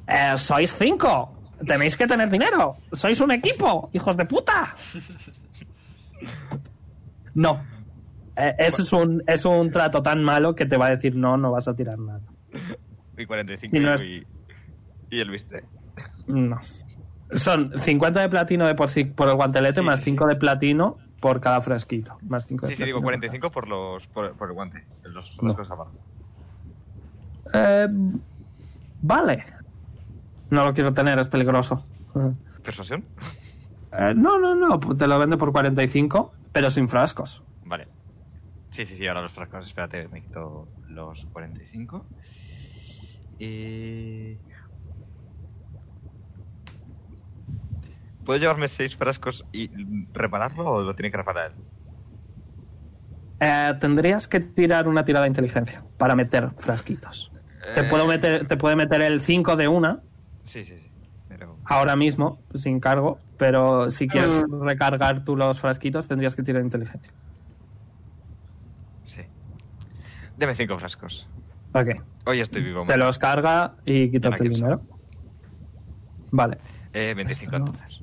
Speaker 1: eh, sois cinco. Tenéis que tener dinero. Sois un equipo, hijos de puta. No. Eh, eso es un, es un trato tan malo que te va a decir no, no vas a tirar nada.
Speaker 5: Y 45
Speaker 1: Y no
Speaker 5: y, y el bistec.
Speaker 1: No. Son 50 de platino de por sí por el guantelete,
Speaker 5: Sí,
Speaker 1: más
Speaker 5: sí,
Speaker 1: 5 de platino por cada frasquito. Más cinco de
Speaker 5: Sí, sí, digo
Speaker 1: platino.
Speaker 5: 45 por, los, por, por el guante. Los frascos aparte.
Speaker 1: Eh, vale. No lo quiero tener, es peligroso.
Speaker 5: ¿Persuasión?
Speaker 1: Eh, no, no, no. Te lo vendo por 45, pero sin frascos.
Speaker 5: Vale. Sí, sí, sí, ahora los frascos. Espérate, me quito los 45. Y... ¿Puedo llevarme seis frascos y mm, repararlo o lo tiene que reparar él?
Speaker 1: Eh, tendrías que tirar una tirada de inteligencia para meter frasquitos. Te,
Speaker 5: Eh,
Speaker 1: puedo meter, te puede meter el 5 de una
Speaker 5: Sí, sí, sí. Pero...
Speaker 1: ahora mismo, sin cargo, pero si quieres recargar tú los frasquitos, tendrías que tirar inteligencia.
Speaker 5: Sí. Deme cinco frascos.
Speaker 1: Ok,
Speaker 5: Hoy estoy vivo.
Speaker 1: te los carga y
Speaker 5: Ya
Speaker 1: quítate
Speaker 5: la
Speaker 1: el
Speaker 5: quiero
Speaker 1: dinero. Vale.
Speaker 5: Eh, 25 entonces.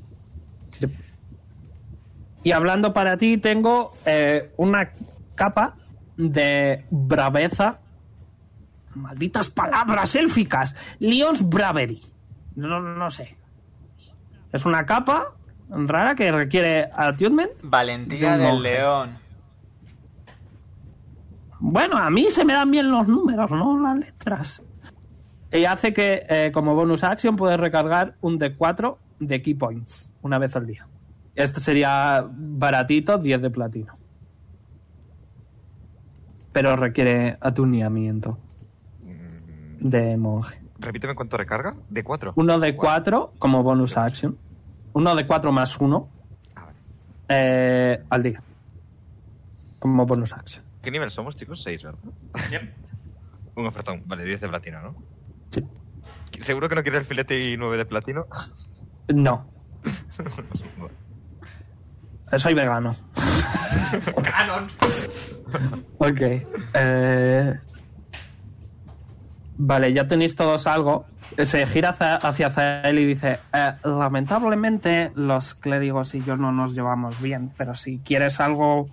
Speaker 1: Y hablando para ti, tengo eh, una capa de braveza. Malditas palabras élficas. Leon's Bravery. No, no sé. Es una capa rara que requiere attunement.
Speaker 2: Valentía
Speaker 1: Un
Speaker 2: del
Speaker 1: monje.
Speaker 2: león.
Speaker 1: Bueno, a mí se me dan bien los números, no las letras. Y hace que, eh, como bonus action, puedes recargar un D4 de key points una vez al día. Este sería baratito, 10 de platino. Pero requiere atuneamiento
Speaker 5: Mm,
Speaker 1: de monje.
Speaker 5: Repíteme cuánto recarga. De 4.
Speaker 1: Uno de 4 como bonus action. Uno de 4 más 1
Speaker 5: Ah, vale.
Speaker 1: al día. Como bonus action.
Speaker 5: ¿Qué nivel somos, chicos? 6, ¿verdad?
Speaker 2: Yep.
Speaker 5: Un ofertón. Vale, 10 de platino, ¿no?
Speaker 1: Sí.
Speaker 5: ¿Seguro que no quiere el filete y 9 de platino?
Speaker 1: No, soy vegano.
Speaker 2: Canon.
Speaker 1: Ok. eh, Vale, ya tenéis todos algo. Se gira hacia, hacia Zael y dice, "Eh, lamentablemente los clérigos y yo no nos llevamos bien, pero si quieres algo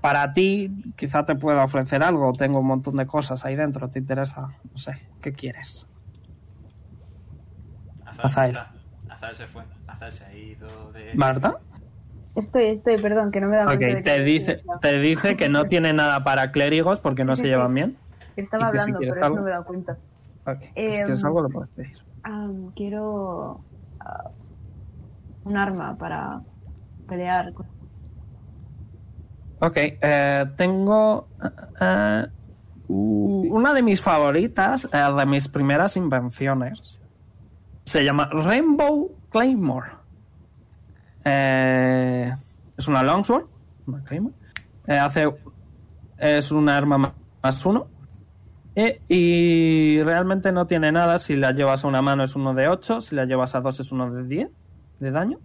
Speaker 1: para ti, quizá te pueda ofrecer algo. Tengo un montón de cosas ahí dentro, ¿te interesa? No sé, ¿qué quieres? Azael.
Speaker 2: Azael. está. Azael se fue. Azael se ha ido de...
Speaker 1: ¿Marta?
Speaker 3: Estoy, estoy, perdón, que no me da
Speaker 1: Ok,
Speaker 3: cuenta de
Speaker 1: te
Speaker 3: que-
Speaker 1: dice, te dice que no tiene nada para clérigos porque no
Speaker 3: Sí,
Speaker 1: se
Speaker 3: sí.
Speaker 1: llevan bien.
Speaker 3: que
Speaker 1: y
Speaker 3: estaba
Speaker 1: que si
Speaker 3: hablando,
Speaker 1: quieres
Speaker 3: pero
Speaker 1: algo.
Speaker 3: no me he dado cuenta.
Speaker 1: Ok, pues
Speaker 3: Em,
Speaker 1: si quieres algo lo puedes pedir.
Speaker 3: Ah, quiero ah, un arma para pelear. con-
Speaker 1: Ok, eh, tengo eh, u- una de mis favoritas, eh, de mis primeras invenciones. Se llama Rainbow Claymore. Eh, es una longsword. Una claymore. Eh, hace, es un arma ma- más uno. Eh, y realmente no tiene nada. Si la llevas a una mano es uno de 8. Si la llevas a dos es uno de 10 de daño.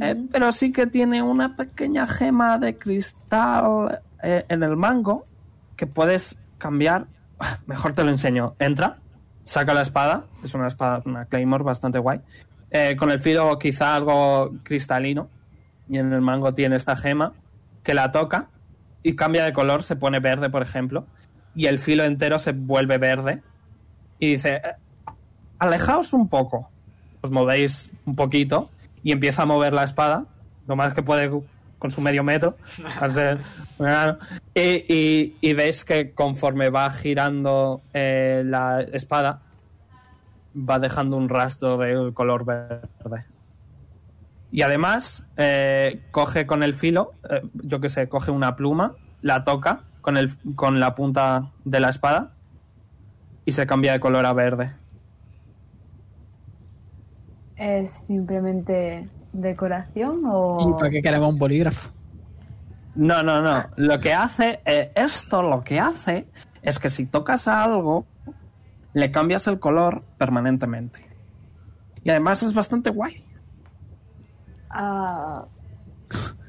Speaker 1: Eh, pero sí que tiene una pequeña gema de cristal eh, en el mango que puedes cambiar. Mejor te lo enseño. Entra, saca la espada. Es una espada, una Claymore bastante guay. Eh, con el filo quizá algo cristalino. Y en el mango tiene esta gema que la toca y cambia de color. Se pone verde, por ejemplo. Y el filo entero se vuelve verde. Y dice, "Eh, alejaos un poco. Os movéis un poquito y empieza a mover la espada, lo más que puede con su medio metro. al ser un enano. y, y- y veis que conforme va girando eh, la espada, va dejando un rastro de color verde. Y además, eh, coge con el filo, eh, yo que sé, coge una pluma, la toca con, el, con la punta de la espada y se cambia de color a verde.
Speaker 3: ¿Es simplemente decoración o...?
Speaker 6: ¿Y para qué queremos un bolígrafo?
Speaker 1: No, no, no. Lo que hace, eh, esto lo que hace es que si tocas a algo, le cambias el color permanentemente. Y además es bastante guay.
Speaker 3: Ah,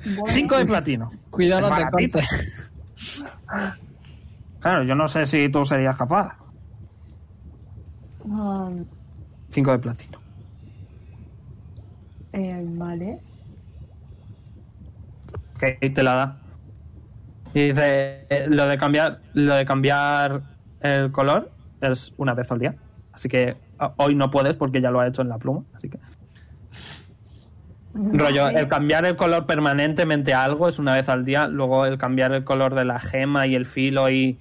Speaker 3: bueno,
Speaker 1: Cinco de platino.
Speaker 6: Cuidado,
Speaker 1: Es
Speaker 6: no te
Speaker 1: baratito.
Speaker 6: cortes.
Speaker 1: Claro, yo no sé si tú serías capaz.
Speaker 3: ah,
Speaker 1: Cinco de platino.
Speaker 3: eh, vale.
Speaker 1: que ahí te la da. Y dice, eh, lo de cambiar, lo de cambiar el color es una vez al día. Así que a- hoy no puedes porque ya lo ha hecho en la pluma. Así que. Rollo, el cambiar el color permanentemente a algo es una vez al día. Luego el cambiar el color de la gema y el filo y,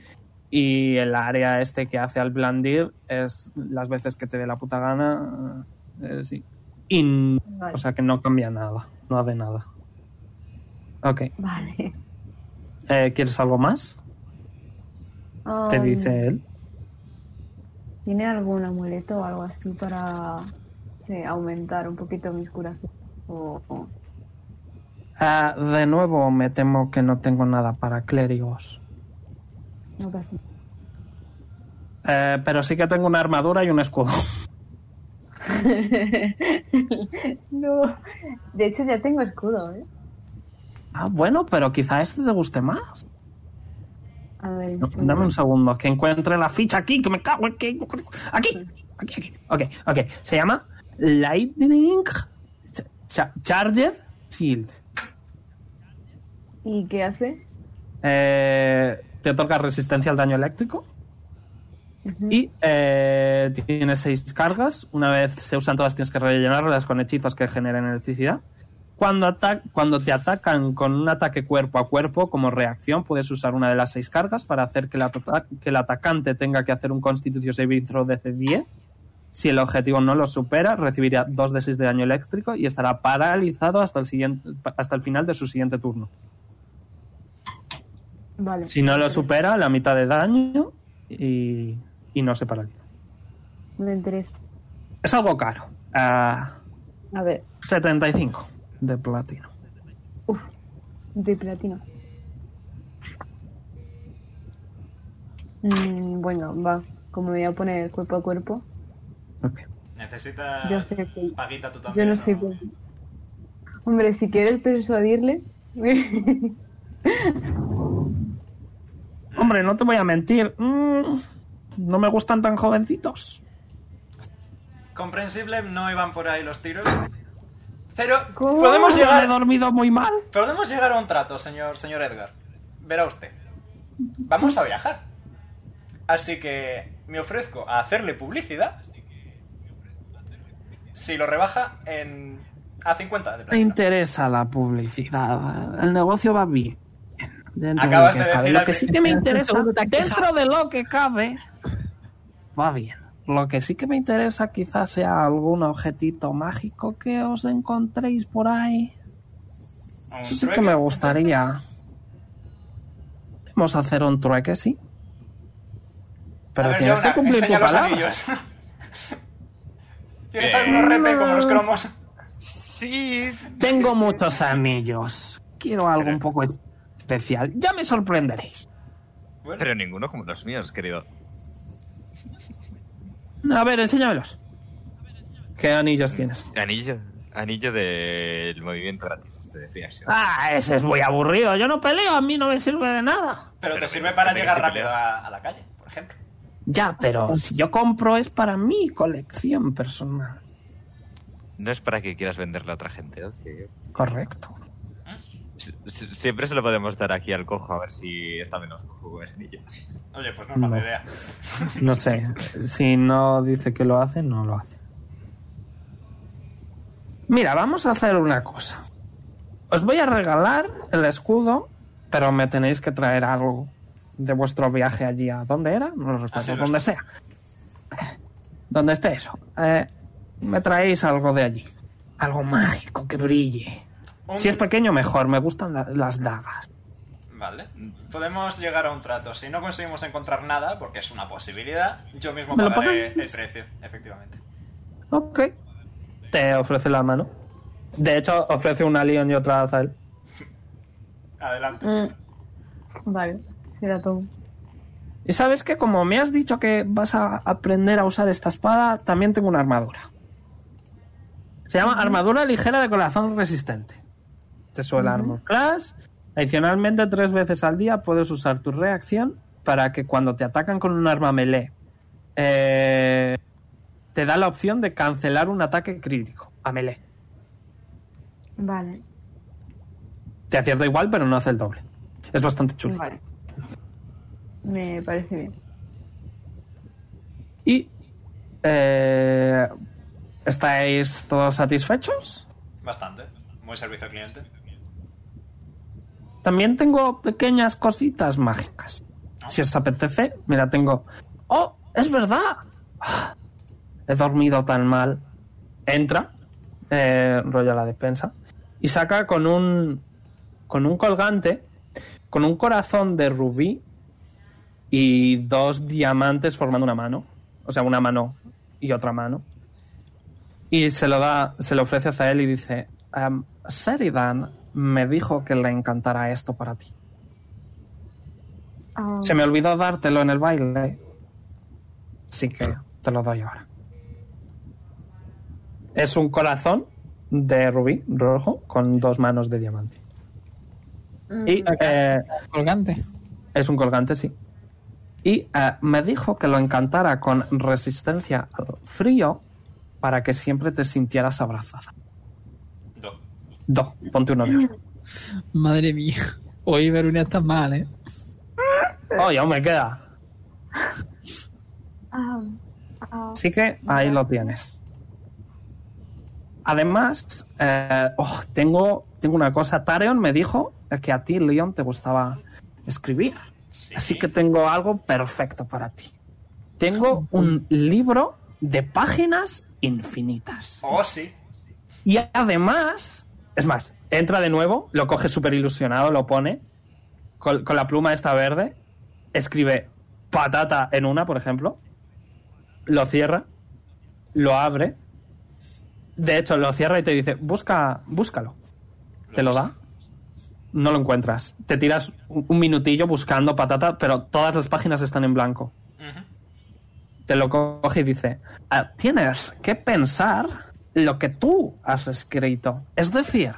Speaker 1: y el área este que hace al blandir es las veces que te dé la puta gana. eh, sí. Y-
Speaker 3: Vale.
Speaker 1: o sea que no cambia nada. No hace nada. Ok.
Speaker 3: vale.
Speaker 1: Eh, ¿Quieres algo más? Te
Speaker 3: Um,
Speaker 1: dice él.
Speaker 3: ¿Tiene algún amuleto o algo así para sí, aumentar un poquito mis curaciones? O, o-
Speaker 1: Ah, de nuevo, me temo que no tengo nada para clérigos.
Speaker 3: no pasa
Speaker 1: Eh, pero sí que tengo una armadura y un escudo.
Speaker 3: no. De hecho, ya tengo escudo, ¿eh?
Speaker 1: Ah, bueno, pero quizá este te guste más.
Speaker 3: A ver,
Speaker 1: No,
Speaker 3: enseña.
Speaker 1: Dame un segundo, que encuentre la ficha aquí, que me cago en que... Aquí, aquí, aquí. Ok, ok. Se llama Lightning Ch- Cha- Charged Shield.
Speaker 3: ¿Y qué hace?
Speaker 1: Eh, te otorga resistencia al daño eléctrico.
Speaker 3: Ujú.
Speaker 1: Y eh, tienes seis cargas. Una vez se usan todas, tienes que rellenarlas con hechizos que generen electricidad. Cuando, ata- cuando te atacan con un ataque cuerpo a cuerpo, como reacción, puedes usar una de las seis cargas para hacer que el, ata- que el atacante tenga que hacer un Constitution Saving Throw de C10. Si el objetivo no lo supera, recibirá 2 de 6 de daño eléctrico y estará paralizado hasta el, siguiente, hasta el final de su siguiente turno.
Speaker 3: Vale.
Speaker 1: Si no lo supera, la mitad de daño y, y no se paraliza.
Speaker 3: Me interesa.
Speaker 1: Es algo caro. Ah,
Speaker 3: A ver,
Speaker 1: 75 de platino.
Speaker 3: de platino. Mm, bueno, va. Como me voy a poner cuerpo a cuerpo,
Speaker 1: Ok.
Speaker 2: Necesitas
Speaker 3: yo sé que
Speaker 2: paguita tú
Speaker 3: Yo
Speaker 2: también.
Speaker 3: no sé cómo. Hombre, si quieres persuadirle. Mm.
Speaker 1: Hombre, no te voy a mentir. Mm, no me gustan tan jovencitos.
Speaker 2: Comprensible, no iban por ahí los tiros. Pero
Speaker 3: ¿Cómo?
Speaker 2: podemos
Speaker 1: Me he
Speaker 2: llegar,
Speaker 1: dormido muy mal.
Speaker 2: podemos llegar a un trato, señor, señor Edgar. Verá usted. Vamos a viajar. Así que me ofrezco a hacerle publicidad. Si lo rebaja en a 50 de
Speaker 1: Me
Speaker 2: platino.
Speaker 1: interesa la publicidad. El negocio va bien. Dentro
Speaker 2: Acabas
Speaker 1: lo
Speaker 2: de
Speaker 1: que cabe.
Speaker 2: decir
Speaker 1: Lo
Speaker 2: al
Speaker 1: que sí que me interesa,
Speaker 6: Seguro te has
Speaker 1: dentro de lo que cabe, va bien. Lo que sí que me interesa quizás sea algún objetito mágico que os encontréis por ahí.
Speaker 2: Un
Speaker 1: Eso sí que
Speaker 2: trueque,
Speaker 1: me gustaría. Vamos a hacer un trueque, sí. Pero
Speaker 2: A ver,
Speaker 1: tienes
Speaker 2: Jonah,
Speaker 1: que cumplir tu
Speaker 2: enseña los
Speaker 1: palabra.
Speaker 2: anillos. ¿Tienes algunos RP como los cromos?
Speaker 5: Sí.
Speaker 1: Tengo muchos anillos. Quiero algo un poco especial. Ya me sorprenderéis.
Speaker 2: Bueno,
Speaker 5: Pero ninguno como los míos, querido.
Speaker 1: A ver, enséñamelos. ¿Qué anillos tienes?
Speaker 5: Anillo. Anillo del movimiento gratis. Este de Free Action.
Speaker 1: Ah, ese es muy aburrido. Yo no peleo, a mí no me sirve de nada.
Speaker 2: pero te
Speaker 5: pero
Speaker 2: sirve
Speaker 5: mira,
Speaker 2: para
Speaker 5: tiene que
Speaker 2: llegar
Speaker 5: ser
Speaker 2: rápido
Speaker 5: pelea.
Speaker 2: a- a la calle, por ejemplo.
Speaker 1: Ya, pero si yo compro es para mi colección personal.
Speaker 5: No es para que quieras venderle a otra gente. ¿no? Que-
Speaker 1: Correcto.
Speaker 5: si- si- Siempre se lo podemos dar aquí al cojo a ver si está menos cojo con ese anillo.
Speaker 2: Oye, pues no es mala
Speaker 1: No.
Speaker 2: idea.
Speaker 1: No sé. Si no dice que lo hace, no lo hace. Mira, vamos a hacer una cosa. Os voy a regalar el escudo, pero me tenéis que traer algo de vuestro viaje allí a dónde era, no lo
Speaker 2: Así
Speaker 1: recuerdo,
Speaker 2: lo
Speaker 1: donde sea. Donde esté eso. Eh, me traéis algo de allí. Algo mágico que brille.
Speaker 2: Un-
Speaker 1: Si es pequeño, mejor. Me gustan la- las dagas.
Speaker 2: Vale. Podemos llegar a un trato. Si no conseguimos encontrar nada, porque es una posibilidad, yo mismo
Speaker 1: ¿Me lo
Speaker 2: pagaré el
Speaker 1: pones?
Speaker 2: precio, efectivamente.
Speaker 1: Ok. Te ofrece la mano. De hecho, ofrece una Leon y otra a Azael.
Speaker 2: Adelante.
Speaker 3: Mm, Vale, se la tomo.
Speaker 1: Y sabes que como me has dicho que vas a aprender a usar esta espada, también tengo una armadura. Se llama Armadura Ligera de Corazón Resistente. Te sube el Armor Class. Adicionalmente, tres veces al día puedes usar tu reacción para que cuando te atacan con un arma melee, eh, te da la opción de cancelar un ataque crítico a melee.
Speaker 3: Vale,
Speaker 1: Te acierta igual, pero no hace el doble. Es bastante chulo.
Speaker 3: vale. Me parece bien.
Speaker 1: Y. eh, ¿Estáis todos satisfechos?
Speaker 2: Bastante. Muy servicio al cliente.
Speaker 1: También tengo pequeñas cositas mágicas. Si os apetece, mira, tengo. ¡Oh! ¡Es verdad! Ah, He dormido tan mal. Entra, eh, rolla la despensa, y saca con un. con un colgante, con un corazón de rubí y dos diamantes formando una mano. O sea, una mano y otra mano. Y se lo da, se lo ofrece a Zael y dice: "Em, Sheridan me dijo que le encantará esto para ti.
Speaker 3: Ah,
Speaker 1: Se me olvidó dártelo en el baile. Así que te lo doy ahora. Es un corazón de rubí rojo con dos manos de diamante. Y eh,
Speaker 6: Colgante.
Speaker 1: es un colgante, sí. Y eh, me dijo que lo encantara con resistencia al frío para que siempre te sintieras abrazada.
Speaker 2: Do.
Speaker 1: Do, ponte uno de oro.
Speaker 6: Madre mía. Hoy Verunia está mal, ¿eh?
Speaker 1: Oye, Oh, aún me queda.
Speaker 3: ah, ah,
Speaker 1: Así que ahí lo tienes. Además, eh, oh, tengo, tengo una cosa. Tareon me dijo que a ti, Leon, te gustaba escribir.
Speaker 2: Sí.
Speaker 1: Así que tengo algo perfecto para ti. Tengo un libro de páginas infinitas.
Speaker 2: Oh, sí.
Speaker 1: Y además, es más, entra de nuevo, lo coge súper ilusionado, lo pone con, con la pluma esta verde, escribe patata en una, por ejemplo, lo cierra, lo abre, de hecho lo cierra y te dice, busca, búscalo. Te lo da, no lo encuentras. Te tiras un un minutillo buscando patata, pero todas las páginas están en blanco
Speaker 2: Ujú.
Speaker 1: te lo coge y dice, "Ah, tienes que pensar lo que tú has escrito. Es decir,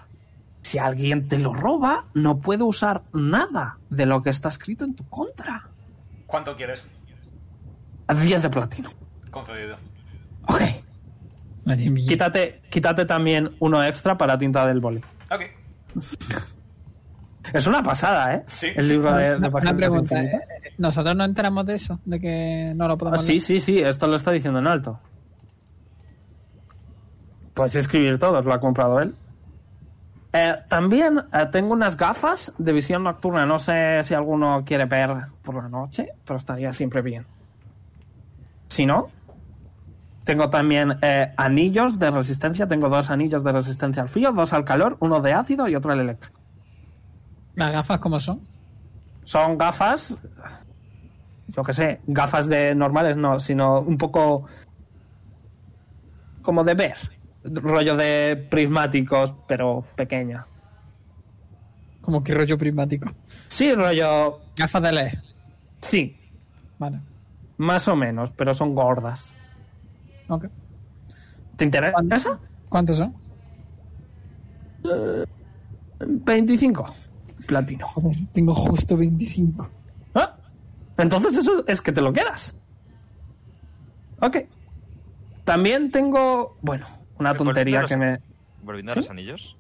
Speaker 1: si alguien te lo roba, no puede usar nada de lo que está escrito en tu contra.
Speaker 2: ¿Cuánto quieres?
Speaker 1: A 10 de platino.
Speaker 2: Concedido.
Speaker 1: Ok.
Speaker 6: Madre mía.
Speaker 1: Quítate, quítate también uno extra para tinta del boli.
Speaker 2: Ok.
Speaker 1: Es una pasada, ¿eh?
Speaker 2: Sí.
Speaker 1: El libro de, de
Speaker 6: Una
Speaker 1: páginas
Speaker 6: pregunta. ¿eh?
Speaker 1: infinitas.
Speaker 6: Nosotros no enteramos de eso, de que no lo
Speaker 1: Ah,
Speaker 6: podemos
Speaker 1: sí, sí, sí, esto lo está diciendo en alto. Puedes escribir todos, lo ha comprado él. Eh, también eh, tengo unas gafas de visión nocturna. No sé si alguno quiere ver por la noche, pero estaría siempre bien. Si no, tengo también eh, anillos de resistencia. Tengo dos anillos de resistencia al frío, dos al calor, uno de ácido y otro al eléctrico.
Speaker 6: Las gafas como son.
Speaker 1: Son gafas, yo qué sé, gafas de normales no, sino un poco como de ver, rollo de prismáticos, pero pequeña.
Speaker 6: Como que rollo prismático.
Speaker 1: Sí, rollo,
Speaker 6: Gafas de LED.
Speaker 1: sí,
Speaker 6: Vale.
Speaker 1: más o menos, pero son gordas.
Speaker 6: Ok.
Speaker 1: ¿Te interesa?
Speaker 6: ¿Cuántos son?
Speaker 1: 25 platino.
Speaker 6: Joder, tengo justo 25.
Speaker 1: Ah, Entonces eso es que te lo quedas. Ok. También tengo, bueno, una
Speaker 5: Pero por-
Speaker 1: tontería
Speaker 5: pero
Speaker 1: que
Speaker 5: sí.
Speaker 1: me...
Speaker 5: Volviendo a
Speaker 1: ¿Sí?
Speaker 5: los anillos.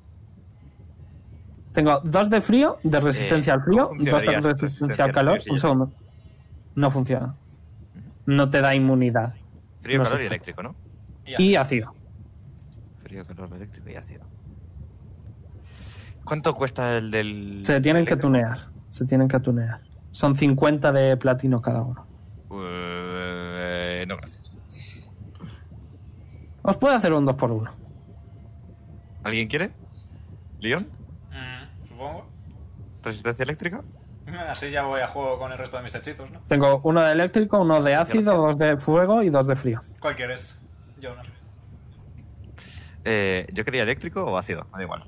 Speaker 1: Tengo dos de frío, de resistencia
Speaker 5: Eh,
Speaker 1: al frío,
Speaker 5: ¿cómo
Speaker 1: dos de
Speaker 5: funcionaría
Speaker 1: resistencia al
Speaker 5: resistencia
Speaker 1: calor.
Speaker 5: al frío,
Speaker 1: Un
Speaker 5: sí?
Speaker 1: segundo. No funciona. No te da inmunidad.
Speaker 5: Frío,
Speaker 1: No sé
Speaker 5: calor y
Speaker 1: esto.
Speaker 5: eléctrico, ¿no?
Speaker 2: Ya.
Speaker 1: Y ácido.
Speaker 5: Frío, calor, eléctrico y ácido. ¿Cuánto cuesta el del.
Speaker 1: Se tienen que
Speaker 5: eléctrico?
Speaker 1: tunear. Se tienen que tunear. Son 50 de platino cada uno.
Speaker 5: Uh, Eh, no, gracias.
Speaker 1: Os puedo hacer un 2 por 1
Speaker 5: ¿Alguien quiere? ¿León?
Speaker 2: Mm, supongo.
Speaker 5: ¿Resistencia eléctrica?
Speaker 2: Así ya voy a juego con el resto de mis hechizos, ¿no?
Speaker 1: Tengo uno de eléctrico, uno de ácido, dos
Speaker 5: Gracias.
Speaker 1: de fuego y dos de frío.
Speaker 2: ¿Cuál quieres? Yo no.
Speaker 5: Eh, yo quería eléctrico o ácido, me da igual.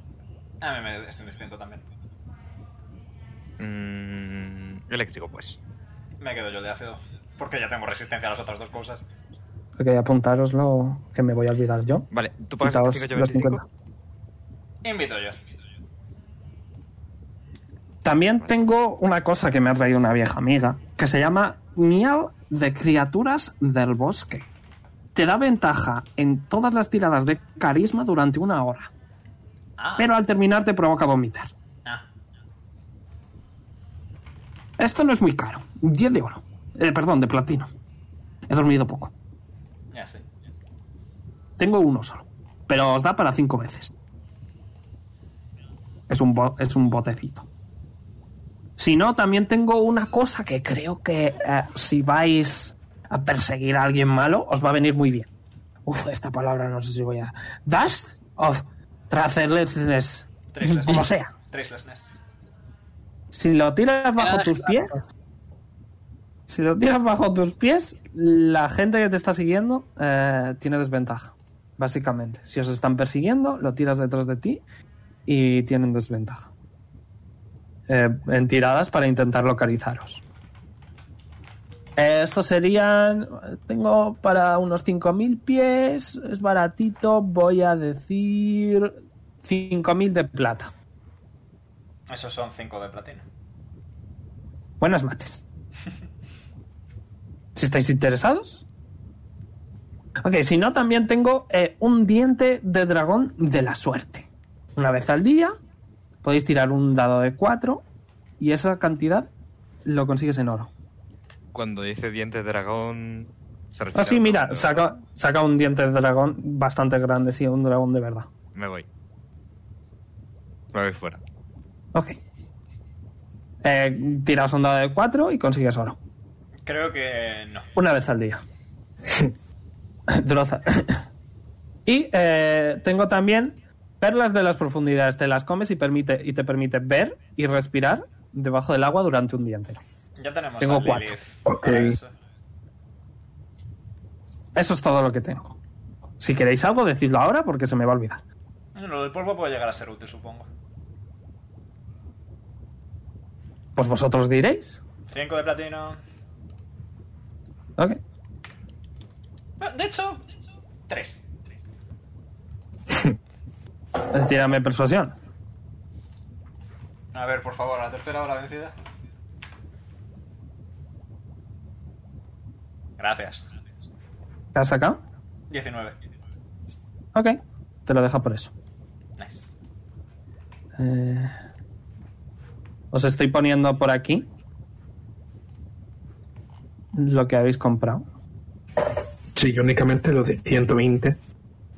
Speaker 2: A mí me es indistinto también.
Speaker 5: Mm, eléctrico, pues. Mm,
Speaker 2: Me quedo yo el de ácido. Porque ya tengo resistencia a las otras dos cosas.
Speaker 1: Porque apuntároslo que me voy a olvidar yo.
Speaker 5: Vale, tú pagas
Speaker 1: Quitaos
Speaker 5: 25, yo
Speaker 1: los
Speaker 5: 25.
Speaker 1: 50.
Speaker 2: Invito yo.
Speaker 1: También tengo una cosa que me ha traído una vieja amiga, que se llama Miel de Criaturas del Bosque. Te da ventaja en todas las tiradas de carisma durante una hora,
Speaker 2: Ah,
Speaker 1: pero al terminar te provoca vomitar.
Speaker 2: ah.
Speaker 1: Esto no es muy caro. 10 de oro. Eh, perdón, de platino. He dormido poco.
Speaker 2: ya sé.
Speaker 1: Tengo uno solo. Pero os da para cinco veces. Es un, bo- es un botecito. Si no, también tengo una cosa que creo que eh, si vais a perseguir a alguien malo, os va a venir muy bien. Uf, esta palabra no sé si voy a. Dust of Tracelessness.
Speaker 2: Tracelessness.
Speaker 1: Como sea.
Speaker 2: Tracelessness.
Speaker 1: Si lo tiras bajo
Speaker 6: Quedas
Speaker 1: tus
Speaker 6: claro.
Speaker 1: pies. Si lo tiras bajo tus pies, la gente que te está siguiendo eh, tiene desventaja. Básicamente. Si os están persiguiendo, lo tiras detrás de ti y tienen desventaja. Eh, en tiradas para intentar localizaros. Eh, Estos serían. Tengo para unos 5.000 pies. Es baratito. Voy a decir. 5.000 de plata.
Speaker 2: Esos son 5 de platino.
Speaker 1: Buenas mates. Si estáis interesados. Ok, si no, también tengo eh, un diente de dragón de la suerte. Una vez al día, podéis tirar un dado de 4 y esa cantidad lo consigues en oro.
Speaker 5: Cuando dice diente de dragón. Se refiere
Speaker 1: Ah, sí,
Speaker 5: a-
Speaker 1: mira, saca, saca un diente de dragón bastante grande, sí, un dragón de verdad.
Speaker 5: Me voy. Me voy fuera.
Speaker 1: Ok. Eh, tiras un dado de 4 y consigues oro.
Speaker 2: Creo que no.
Speaker 1: Una vez al día. Droza. y eh, tengo también perlas de las profundidades. Te las comes y, permite, y te permite ver y respirar debajo del agua durante un día entero.
Speaker 2: Ya tenemos
Speaker 1: Tengo
Speaker 2: a Lilith.
Speaker 4: cuatro.
Speaker 2: para
Speaker 4: Ok.
Speaker 2: eso.
Speaker 1: Eso es todo lo que tengo. Si queréis algo, decidlo ahora porque se me va a olvidar.
Speaker 2: Bueno, Lo del polvo puede llegar a ser útil, supongo.
Speaker 1: Pues vosotros diréis.
Speaker 2: 5 de platino.
Speaker 1: Ok.
Speaker 2: Bueno, Ah, De hecho, 3.
Speaker 1: Tírame persuasión.
Speaker 2: A ver, por favor, la tercera hora vencida. Gracias.
Speaker 1: ¿Te has sacado?
Speaker 2: 19.
Speaker 1: Ok. Te lo deja por eso.
Speaker 2: Nice.
Speaker 1: Eh, os estoy poniendo por aquí lo que habéis comprado.
Speaker 4: Sí, yo únicamente lo de 120.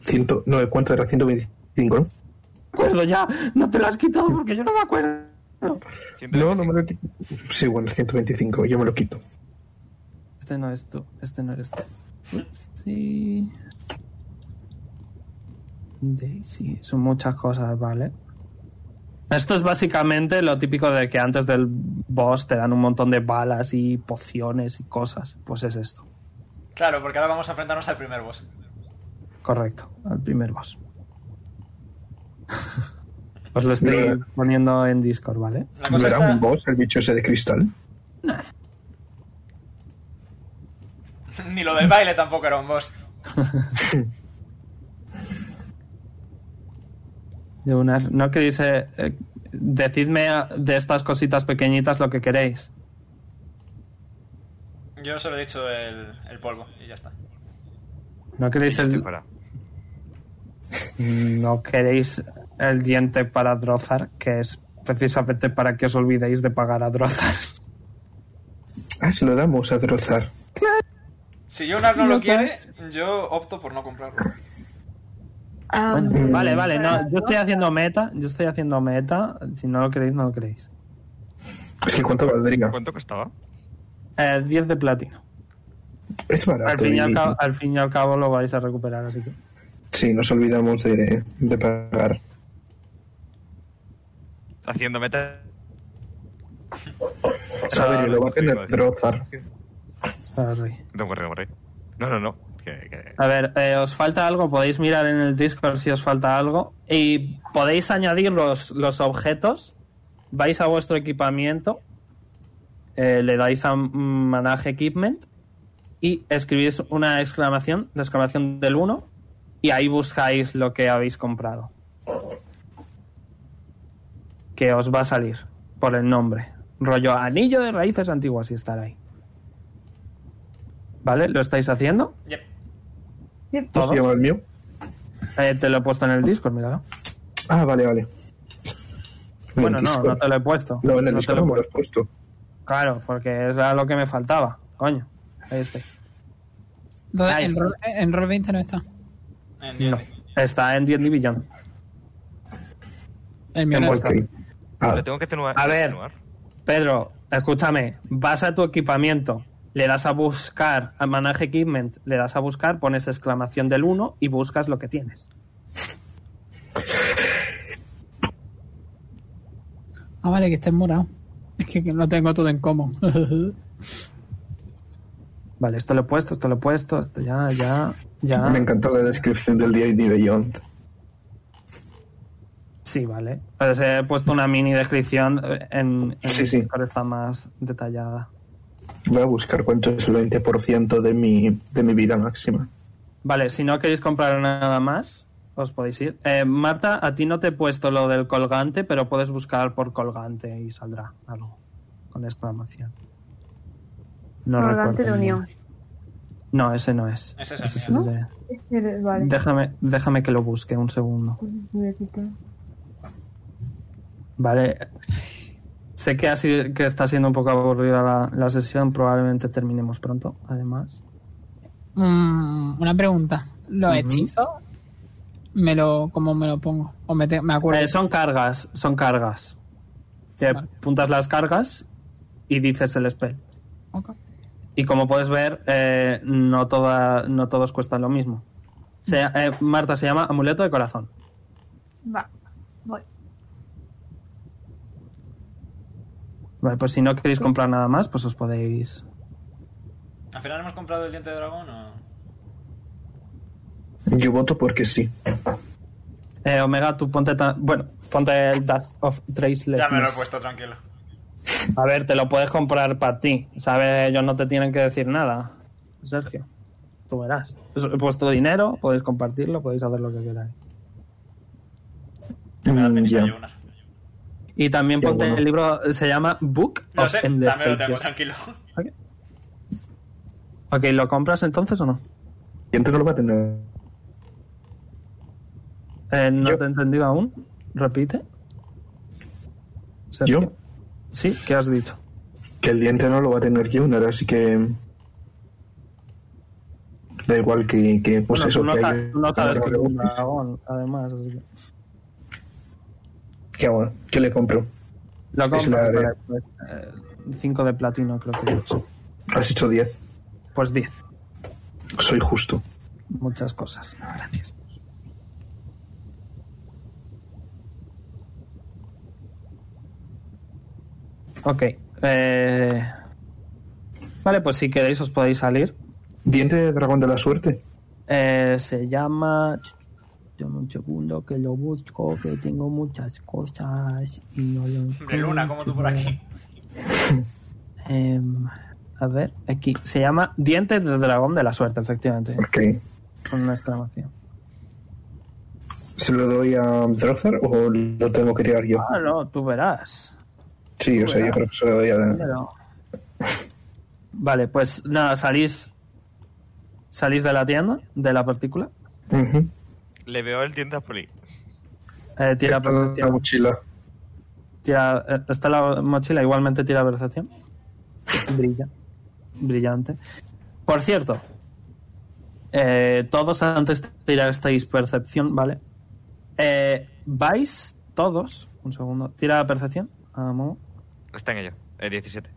Speaker 4: 100, no, el cuánto era 125, ¿no?
Speaker 1: acuerdo ya. No te lo has quitado porque yo no me acuerdo.
Speaker 4: No,
Speaker 5: 125.
Speaker 4: no me lo quito. Sí, bueno, 125, yo me lo quito.
Speaker 1: Este no es tú. Este no eres tú. Ups, Sí. Daisy. Son muchas cosas, ¿vale? Esto es básicamente lo típico de que antes del boss te dan un montón de balas y pociones y cosas. Pues es esto.
Speaker 2: Claro, porque ahora vamos a enfrentarnos al primer boss.
Speaker 1: Correcto. Al primer boss. Os lo estoy
Speaker 4: Mira.
Speaker 1: poniendo en Discord, ¿vale?
Speaker 2: La
Speaker 4: ¿No
Speaker 2: cosa
Speaker 4: era
Speaker 2: está...
Speaker 4: un boss el bicho ese de cristal?
Speaker 2: Ni lo del baile tampoco era un boss.
Speaker 1: De una- no queréis. eh, eh, decidme ah, de estas cositas pequeñitas lo que queréis.
Speaker 2: Yo solo he dicho el, el polvo y ya está.
Speaker 1: No
Speaker 5: Y
Speaker 1: queréis
Speaker 5: yo estoy
Speaker 1: el,
Speaker 5: fuera.
Speaker 1: no queréis el diente para Drozar, que es precisamente para que os olvidéis de pagar a Drozar.
Speaker 4: Ah, se lo damos a Drozar.
Speaker 2: Si Jonas no lo
Speaker 1: Lo
Speaker 2: quiere, yo opto por no comprarlo.
Speaker 3: Ah,
Speaker 1: Vale, vale,
Speaker 3: para
Speaker 1: no, yo estoy haciendo meta, yo estoy haciendo meta. Si no lo queréis, no lo queréis.
Speaker 4: Es que cuánto valdría.
Speaker 5: ¿Cuánto costaba?
Speaker 1: Eh, 10 de platino.
Speaker 4: Es barato.
Speaker 1: Al fin, y al,
Speaker 4: y-
Speaker 1: cabo, al fin y al cabo lo vais a recuperar, así que.
Speaker 4: Sí, nos olvidamos de, de pagar.
Speaker 5: Haciendo meta.
Speaker 4: A ver, y lo va a tener
Speaker 5: Joder,
Speaker 4: Drozar.
Speaker 1: para el rey.
Speaker 5: No, corre, corre. No, no, no. Que- que-
Speaker 1: A ver, eh, os falta algo, podéis mirar en el Discord si os falta algo. Y podéis añadir los, los objetos. Vais a vuestro equipamiento. eh, le dais a Manage Equipment. y escribís una exclamación, la exclamación del 1, y ahí buscáis lo que habéis comprado. Que os va a salir por el nombre. Rollo anillo de raíces antiguas y estar ahí. ¿Vale? ¿Lo estáis haciendo?
Speaker 2: Yep.
Speaker 4: ¿Cómo
Speaker 1: ¿Todos?
Speaker 4: se llama el mío?
Speaker 1: Eh, te lo he puesto en el Discord, míralo.
Speaker 4: Ah, vale, vale. En
Speaker 1: Bueno,
Speaker 4: el
Speaker 1: no,
Speaker 4: Discord.
Speaker 1: no te lo he puesto.
Speaker 4: No, en el
Speaker 1: No te
Speaker 4: Discord
Speaker 1: lo he
Speaker 4: no me lo
Speaker 1: puesto.
Speaker 4: has puesto.
Speaker 1: Claro, porque era lo que me faltaba. Coño. Este. Ahí estoy.
Speaker 6: Entonces,
Speaker 1: Ahí
Speaker 6: en,
Speaker 1: está.
Speaker 6: Roll, en Roll 20 no está.
Speaker 1: No. Está en 10 Division.
Speaker 6: El mío no
Speaker 1: Pues
Speaker 4: Ok.
Speaker 6: está.
Speaker 4: Ah,
Speaker 5: Lo tengo que atenua-
Speaker 1: A ver.
Speaker 5: atenuar.
Speaker 1: Pedro, escúchame, vas a tu equipamiento, le das a buscar, a Manage Equipment, le das a buscar, pones exclamación del 1 y buscas lo que tienes.
Speaker 6: Ah, vale, que está en morado. Es que lo tengo todo en común.
Speaker 1: Vale, esto lo he puesto, esto lo he puesto, esto ya, ya, ya.
Speaker 4: Me encantó la descripción del día de Beyond.
Speaker 1: Sí, vale. Pues he puesto una mini descripción eh, en, en
Speaker 4: Sí, sí.
Speaker 1: Discord, está más detallada.
Speaker 4: Voy a buscar cuánto es el 20% de mi, de mi vida máxima.
Speaker 1: Vale, si no queréis comprar nada más, os podéis ir. Eh, Marta, a ti no te he puesto lo del colgante, pero puedes buscar por colgante y saldrá algo con exclamación. No recuerdo
Speaker 3: Colgante de
Speaker 1: el
Speaker 3: unión.
Speaker 1: nombre. No, ese no es.
Speaker 2: Ese es el
Speaker 1: Ese es el de-
Speaker 3: Pero, Vale.
Speaker 1: Déjame, déjame que lo busque un segundo.
Speaker 3: Necesito-
Speaker 1: Vale. Sé que, ha sido- que está siendo un poco aburrida la, la sesión, probablemente terminemos pronto, además.
Speaker 6: Mm, una pregunta. ¿Los
Speaker 1: Ujú.
Speaker 6: hechizos? Me lo, ¿Cómo me lo pongo? ¿O me, te- me acuerdo?
Speaker 1: Eh, son cargas, son cargas. Te
Speaker 6: Vale.
Speaker 1: apuntas las cargas y dices el spell.
Speaker 6: Ok.
Speaker 1: Y como puedes ver, eh, no, toda, no todos cuestan lo mismo. Se- eh, Marta se llama Amuleto de Corazón.
Speaker 3: Va. Voy.
Speaker 1: Vale, pues si no queréis comprar nada más, pues os podéis.
Speaker 2: ¿Al final hemos comprado el diente de dragón o.?
Speaker 4: Yo voto porque sí.
Speaker 1: Eh, Omega, tú ponte. ta- Bueno, ponte el Dust of Tracelessness.
Speaker 2: Ya me lo he puesto, tranquilo.
Speaker 1: A ver, te lo puedes comprar para ti. ¿Sabes? Ellos no te tienen que decir nada. Sergio, tú verás. Es vuestro dinero, podéis compartirlo, podéis hacer lo que queráis.
Speaker 2: Me la
Speaker 4: Mm,
Speaker 2: tenéis que
Speaker 4: ya.
Speaker 2: ayunar.
Speaker 1: Y también
Speaker 4: Qué
Speaker 1: ponte
Speaker 4: bueno.
Speaker 1: el libro, se llama Book
Speaker 2: No
Speaker 1: of
Speaker 2: sé,
Speaker 1: Endless
Speaker 2: también lo tengo,
Speaker 1: Pages.
Speaker 2: tranquilo.
Speaker 1: Ok, ¿lo compras entonces o no?
Speaker 4: Gente no lo va a tener.
Speaker 1: Eh, no
Speaker 4: Yo-
Speaker 1: te he entendido aún. Repite. Sergio.
Speaker 4: Yo,
Speaker 1: Sí, ¿qué has dicho?
Speaker 4: que el diente no lo va a tener Junior, así que. Da igual que. que pues
Speaker 1: Bueno,
Speaker 4: eso,
Speaker 1: tú no,
Speaker 4: que
Speaker 1: sa-
Speaker 4: hay-
Speaker 1: tú no sabes que es un dragón, además. así que-
Speaker 4: ¿Qué hago? ¿Qué le compro?
Speaker 1: Lo
Speaker 4: Es una
Speaker 1: compras.
Speaker 4: idea.
Speaker 1: 5 de platino, creo que es.
Speaker 4: Has hecho 10.
Speaker 1: Pues 10.
Speaker 4: Soy justo.
Speaker 1: Muchas cosas. Gracias. Ok. eh, Vale, pues si queréis os podéis salir.
Speaker 4: Diente de dragón de la suerte.
Speaker 1: Eh, se llama. Dame un segundo que lo busco, que tengo muchas cosas y no lo
Speaker 2: Hombre, Luna, como tú por aquí.
Speaker 1: encuentro. Em, a ver, aquí. Se llama Dientes de Dragón de la Suerte, efectivamente.
Speaker 4: Porque.
Speaker 1: Con una exclamación.
Speaker 4: ¿Se lo doy a Drother o lo tengo que tirar yo?
Speaker 1: Ah, no, tú verás.
Speaker 4: Sí, o sea, yo creo que se lo doy a.
Speaker 1: Pero- Vale, pues nada, salís. Salís de la tienda, de la partícula.
Speaker 4: Ujú.
Speaker 5: Le veo el diente a Poli.
Speaker 1: Eh, tira
Speaker 4: Está en la
Speaker 1: percepción.
Speaker 4: mochila.
Speaker 1: Tira, eh, está la mochila, igualmente tira percepción. Brilla. Brillante. Por cierto, eh, todos antes de tirasteis percepción, ¿vale? Eh, vais todos. Un segundo. Tira percepción. Ah, a Momo.
Speaker 5: Está en ello. El 17.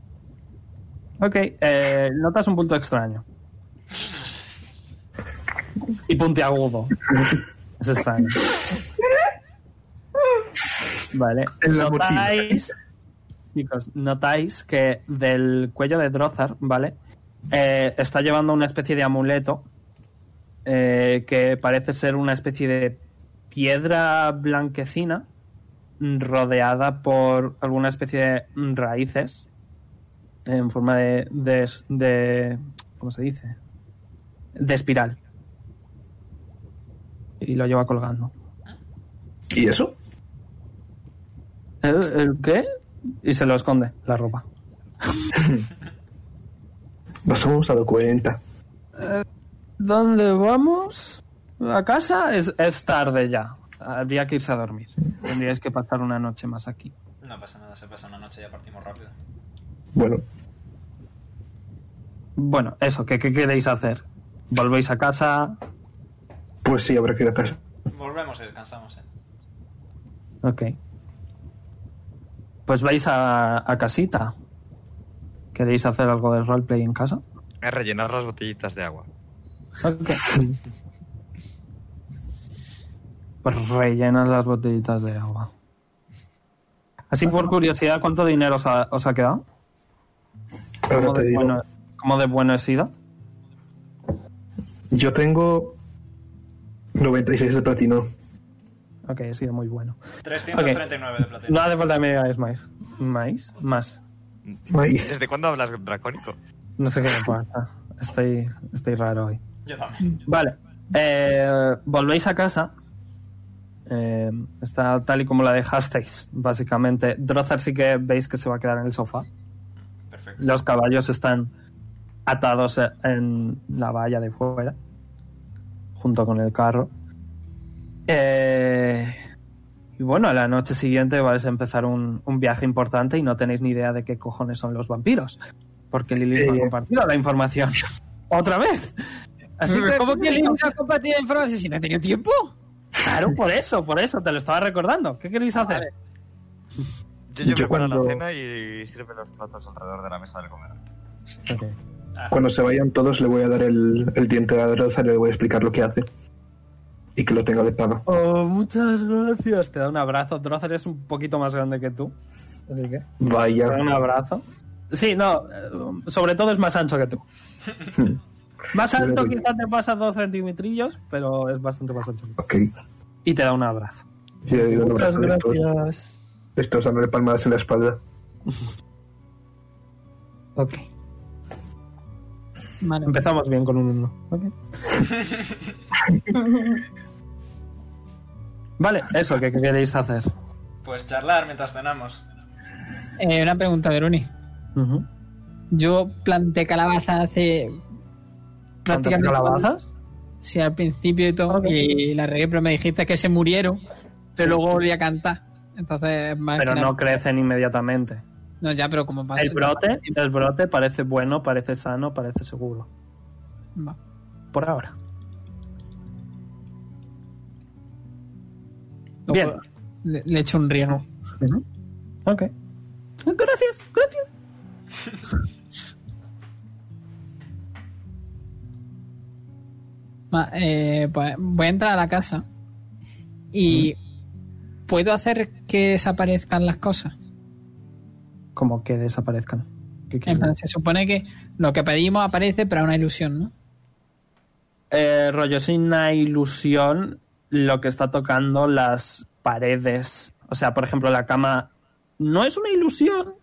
Speaker 1: Ok, eh, notas un punto extraño. Y puntiagudo. Es extraño. Vale.
Speaker 4: En la
Speaker 1: notáis, chicos, notáis que del cuello de Drozar, ¿vale? Eh, está llevando una especie de amuleto eh, que parece ser una especie de piedra blanquecina mm, rodeada por alguna especie de mm, raíces en forma de, de, de ¿cómo se dice? De espiral. Y lo lleva colgando.
Speaker 4: ¿Y eso?
Speaker 1: ¿El, el qué? Y se lo esconde, la ropa.
Speaker 4: Nos hemos dado cuenta.
Speaker 1: ¿Dónde vamos? ¿A casa? Es, es tarde ya. Habría que irse a dormir. Tendríais que pasar una noche más aquí.
Speaker 2: No pasa nada, se pasa una noche y ya partimos rápido.
Speaker 4: Bueno,
Speaker 1: Bueno, eso, ¿qué, qué queréis hacer? ¿Volvéis a casa?
Speaker 4: pues sí, habrá que ir a casa.
Speaker 2: Volvemos y descansamos, ¿eh?
Speaker 1: Ok. Pues vais a, a casita. ¿Queréis hacer algo de roleplay en casa?
Speaker 5: Es rellenar las botellitas de agua.
Speaker 1: Ok. Pues rellenas las botellitas de agua. Así por curiosidad, ¿cuánto dinero os ha, os ha quedado?
Speaker 4: Ahora
Speaker 1: ¿Cómo
Speaker 4: te
Speaker 1: de,
Speaker 4: digo.
Speaker 1: bueno, cómo de bueno he sido?
Speaker 4: Yo tengo 96 de platino.
Speaker 1: Ok, he sido muy bueno.
Speaker 2: 339 de platino.
Speaker 1: No hace falta que me digáis más. ¿Más? Más.
Speaker 4: Maíz.
Speaker 5: ¿Desde cuándo hablas dracónico?
Speaker 1: No sé qué me pasa. Estoy, estoy raro hoy.
Speaker 2: Yo también.
Speaker 1: Vale. Eh, volvéis a casa. Eh, está tal y como la dejasteis, básicamente. Drozar sí que veis que se va a quedar en el sofá.
Speaker 2: Perfecto.
Speaker 1: Los caballos están atados en la valla de fuera, junto con el carro. Eh, y bueno, a la noche siguiente vais a empezar un, un viaje importante y no tenéis ni idea de qué cojones son los vampiros, porque Lili no ha
Speaker 4: Eh.
Speaker 1: compartido la información otra vez. Así
Speaker 6: Pero
Speaker 1: que,
Speaker 6: ¿Cómo que Link ha compartido información si no ha tenido tiempo?
Speaker 1: Claro, por eso, por eso, te lo estaba recordando. ¿Qué queréis hacer?
Speaker 5: Yo, yo
Speaker 4: Yo
Speaker 5: preparo la
Speaker 4: cuando-
Speaker 5: cena y sirve los platos alrededor de la mesa del comer.
Speaker 2: Ah,
Speaker 4: Cuando se vayan todos le voy a dar el, el diente a Drozar y le voy a explicar lo que hace. Y que lo tenga de pago.
Speaker 1: Oh, muchas gracias. Te da un abrazo. Drozar es un poquito más grande que tú. Así que.
Speaker 4: Vaya.
Speaker 1: Te da un abrazo. Sí, no. eh, Sobre todo es más ancho que tú. Más alto quizás te pasa dos centímetros, pero es bastante más ancho. que tú.
Speaker 4: Ok.
Speaker 1: Y te da un abrazo.
Speaker 4: Yo le digo, no,
Speaker 1: Muchas
Speaker 4: estos-
Speaker 1: gracias.
Speaker 4: Estos dándole palmadas en la espalda.
Speaker 1: Ok.
Speaker 6: Vale.
Speaker 1: Empezamos bien con un 1. vale, eso, ¿qué, qué queréis hacer?
Speaker 2: Pues charlar mientras cenamos.
Speaker 6: Eh, una pregunta, Veroni.
Speaker 1: Ujú.
Speaker 6: Yo planté calabaza hace.
Speaker 1: ¿Plantas
Speaker 6: prácticamente-
Speaker 1: calabazas?
Speaker 6: Sí, al principio y todo.
Speaker 1: Ok.
Speaker 6: Y la regué, pero me dijiste que se murieron. Pero luego volví a cantar. Entonces, es más.
Speaker 1: Pero
Speaker 6: que
Speaker 1: no
Speaker 6: nada-
Speaker 1: crecen inmediatamente.
Speaker 6: No, ya, pero como pasa.
Speaker 1: El brote, el brote parece bueno, parece sano, parece seguro.
Speaker 6: Va.
Speaker 1: Por ahora.
Speaker 6: Luego
Speaker 1: Bien.
Speaker 6: Le, le echo un riego.
Speaker 1: Ok. Gracias, gracias.
Speaker 6: Ma- eh, pues voy a entrar a la casa. Y. ¿Puedo hacer que desaparezcan las cosas?
Speaker 1: Como que desaparezcan. ¿Qué
Speaker 6: En
Speaker 1: quieres?
Speaker 6: plan, se supone que lo que pedimos aparece, pero es una ilusión, ¿no?
Speaker 1: Eh, rollo, es una ilusión lo que está tocando las paredes. O sea, por ejemplo, la cama no es una ilusión,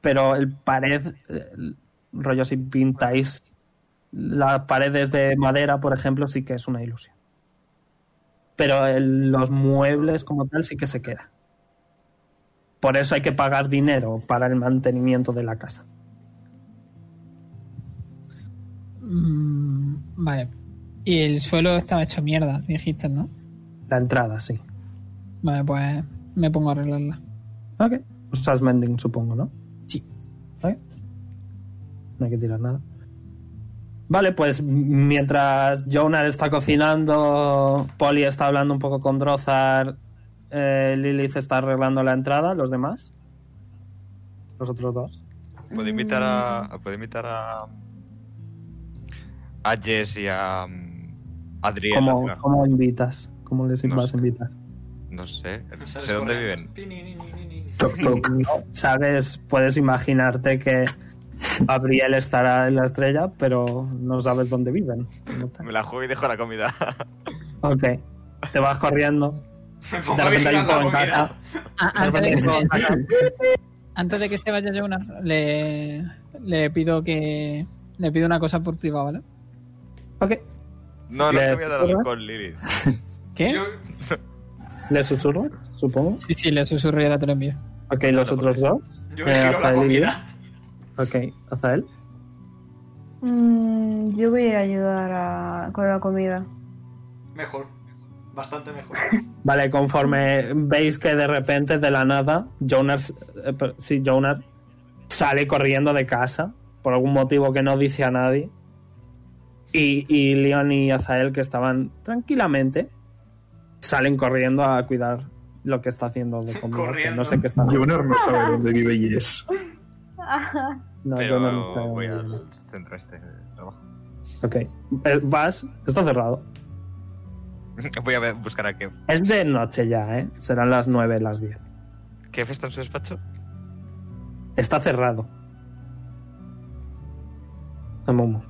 Speaker 1: pero el pared, el rollo, si pintáis las paredes de madera, por ejemplo, sí que es una ilusión. Pero el- los muebles como tal sí que se queda. Por eso hay que pagar dinero para el mantenimiento de la casa.
Speaker 6: Mm, vale. Y el suelo estaba hecho mierda, dijiste, ¿no?
Speaker 1: La entrada, sí.
Speaker 6: Vale, pues me pongo a arreglarla.
Speaker 1: Ok. Usas mending, supongo, ¿no?
Speaker 6: Sí.
Speaker 1: Ok. No hay que tirar nada. Vale, pues m- mientras Jonar está cocinando, Polly está hablando un poco con Drozar, eh, Lilith está arreglando la entrada, los demás. Los otros dos.
Speaker 5: Puedo invitar
Speaker 1: Mm.
Speaker 5: a. Puedo invitar a. A Jess y a. mm, Adrián.
Speaker 1: ¿Cómo, cómo invitas? ¿Cómo les
Speaker 5: No
Speaker 1: vas
Speaker 5: sé.
Speaker 1: a invitar?
Speaker 5: No sé. No
Speaker 2: Se
Speaker 5: sé dónde
Speaker 2: descorre.
Speaker 5: viven.
Speaker 2: Pini, ni, ni, ni, ni.
Speaker 4: Toc, toc.
Speaker 1: Sabes, puedes imaginarte que Gabriel estará en la estrella, pero no sabes dónde viven. como tal.
Speaker 5: Me la juego y dejo la comida.
Speaker 1: Ok. Te vas corriendo.
Speaker 2: Me pongo
Speaker 1: De
Speaker 2: a
Speaker 1: repente hay un
Speaker 2: vigilar la
Speaker 1: juego en
Speaker 2: comida.
Speaker 1: casa.
Speaker 6: Ah,
Speaker 1: De
Speaker 6: antes, de
Speaker 1: repente
Speaker 6: que
Speaker 1: hay un juego en
Speaker 6: se,
Speaker 1: casa.
Speaker 6: antes de que se vaya Jonas, le, le pido que, Le pido una cosa por privado, ¿vale?
Speaker 1: Ok.
Speaker 5: No, no
Speaker 1: Le-
Speaker 5: te voy a dar alcohol, Lilith.
Speaker 1: ¿Eh?
Speaker 6: ¿Qué?
Speaker 2: Yo-
Speaker 1: ¿Le susurro? Supongo.
Speaker 6: Sí, sí, le susurro y ahora te lo envío.
Speaker 1: Ok, los
Speaker 5: pues.
Speaker 1: otros dos.
Speaker 2: Yo
Speaker 1: Eh,
Speaker 2: me giro la
Speaker 1: Azael y
Speaker 2: comida.
Speaker 1: Ok, Azael.
Speaker 3: Mm, yo voy a ir a ayudar a- con la comida.
Speaker 2: Mejor. Bastante mejor.
Speaker 1: Vale, conforme veis que de repente, de la nada, Jonas, eh, per- sí, Jonas sale corriendo de casa, por algún motivo que no dice a nadie. Y, y Leon y Azael, que estaban tranquilamente, salen corriendo a cuidar lo que está haciendo de comida. que
Speaker 2: Corriendo.
Speaker 1: No sé qué está haciendo.
Speaker 4: Jonar no sabe dónde vive Jess.
Speaker 1: No,
Speaker 5: Pero
Speaker 1: Jonas no está-
Speaker 5: voy al centro este de trabajo.
Speaker 1: Ok. Eh, Vas, está cerrado.
Speaker 5: Voy a ver- buscar a Kev.
Speaker 1: Es de noche ya, ¿eh? Serán las 9, las 10.
Speaker 5: ¿Kev está en su despacho?
Speaker 1: Está cerrado. Amumu.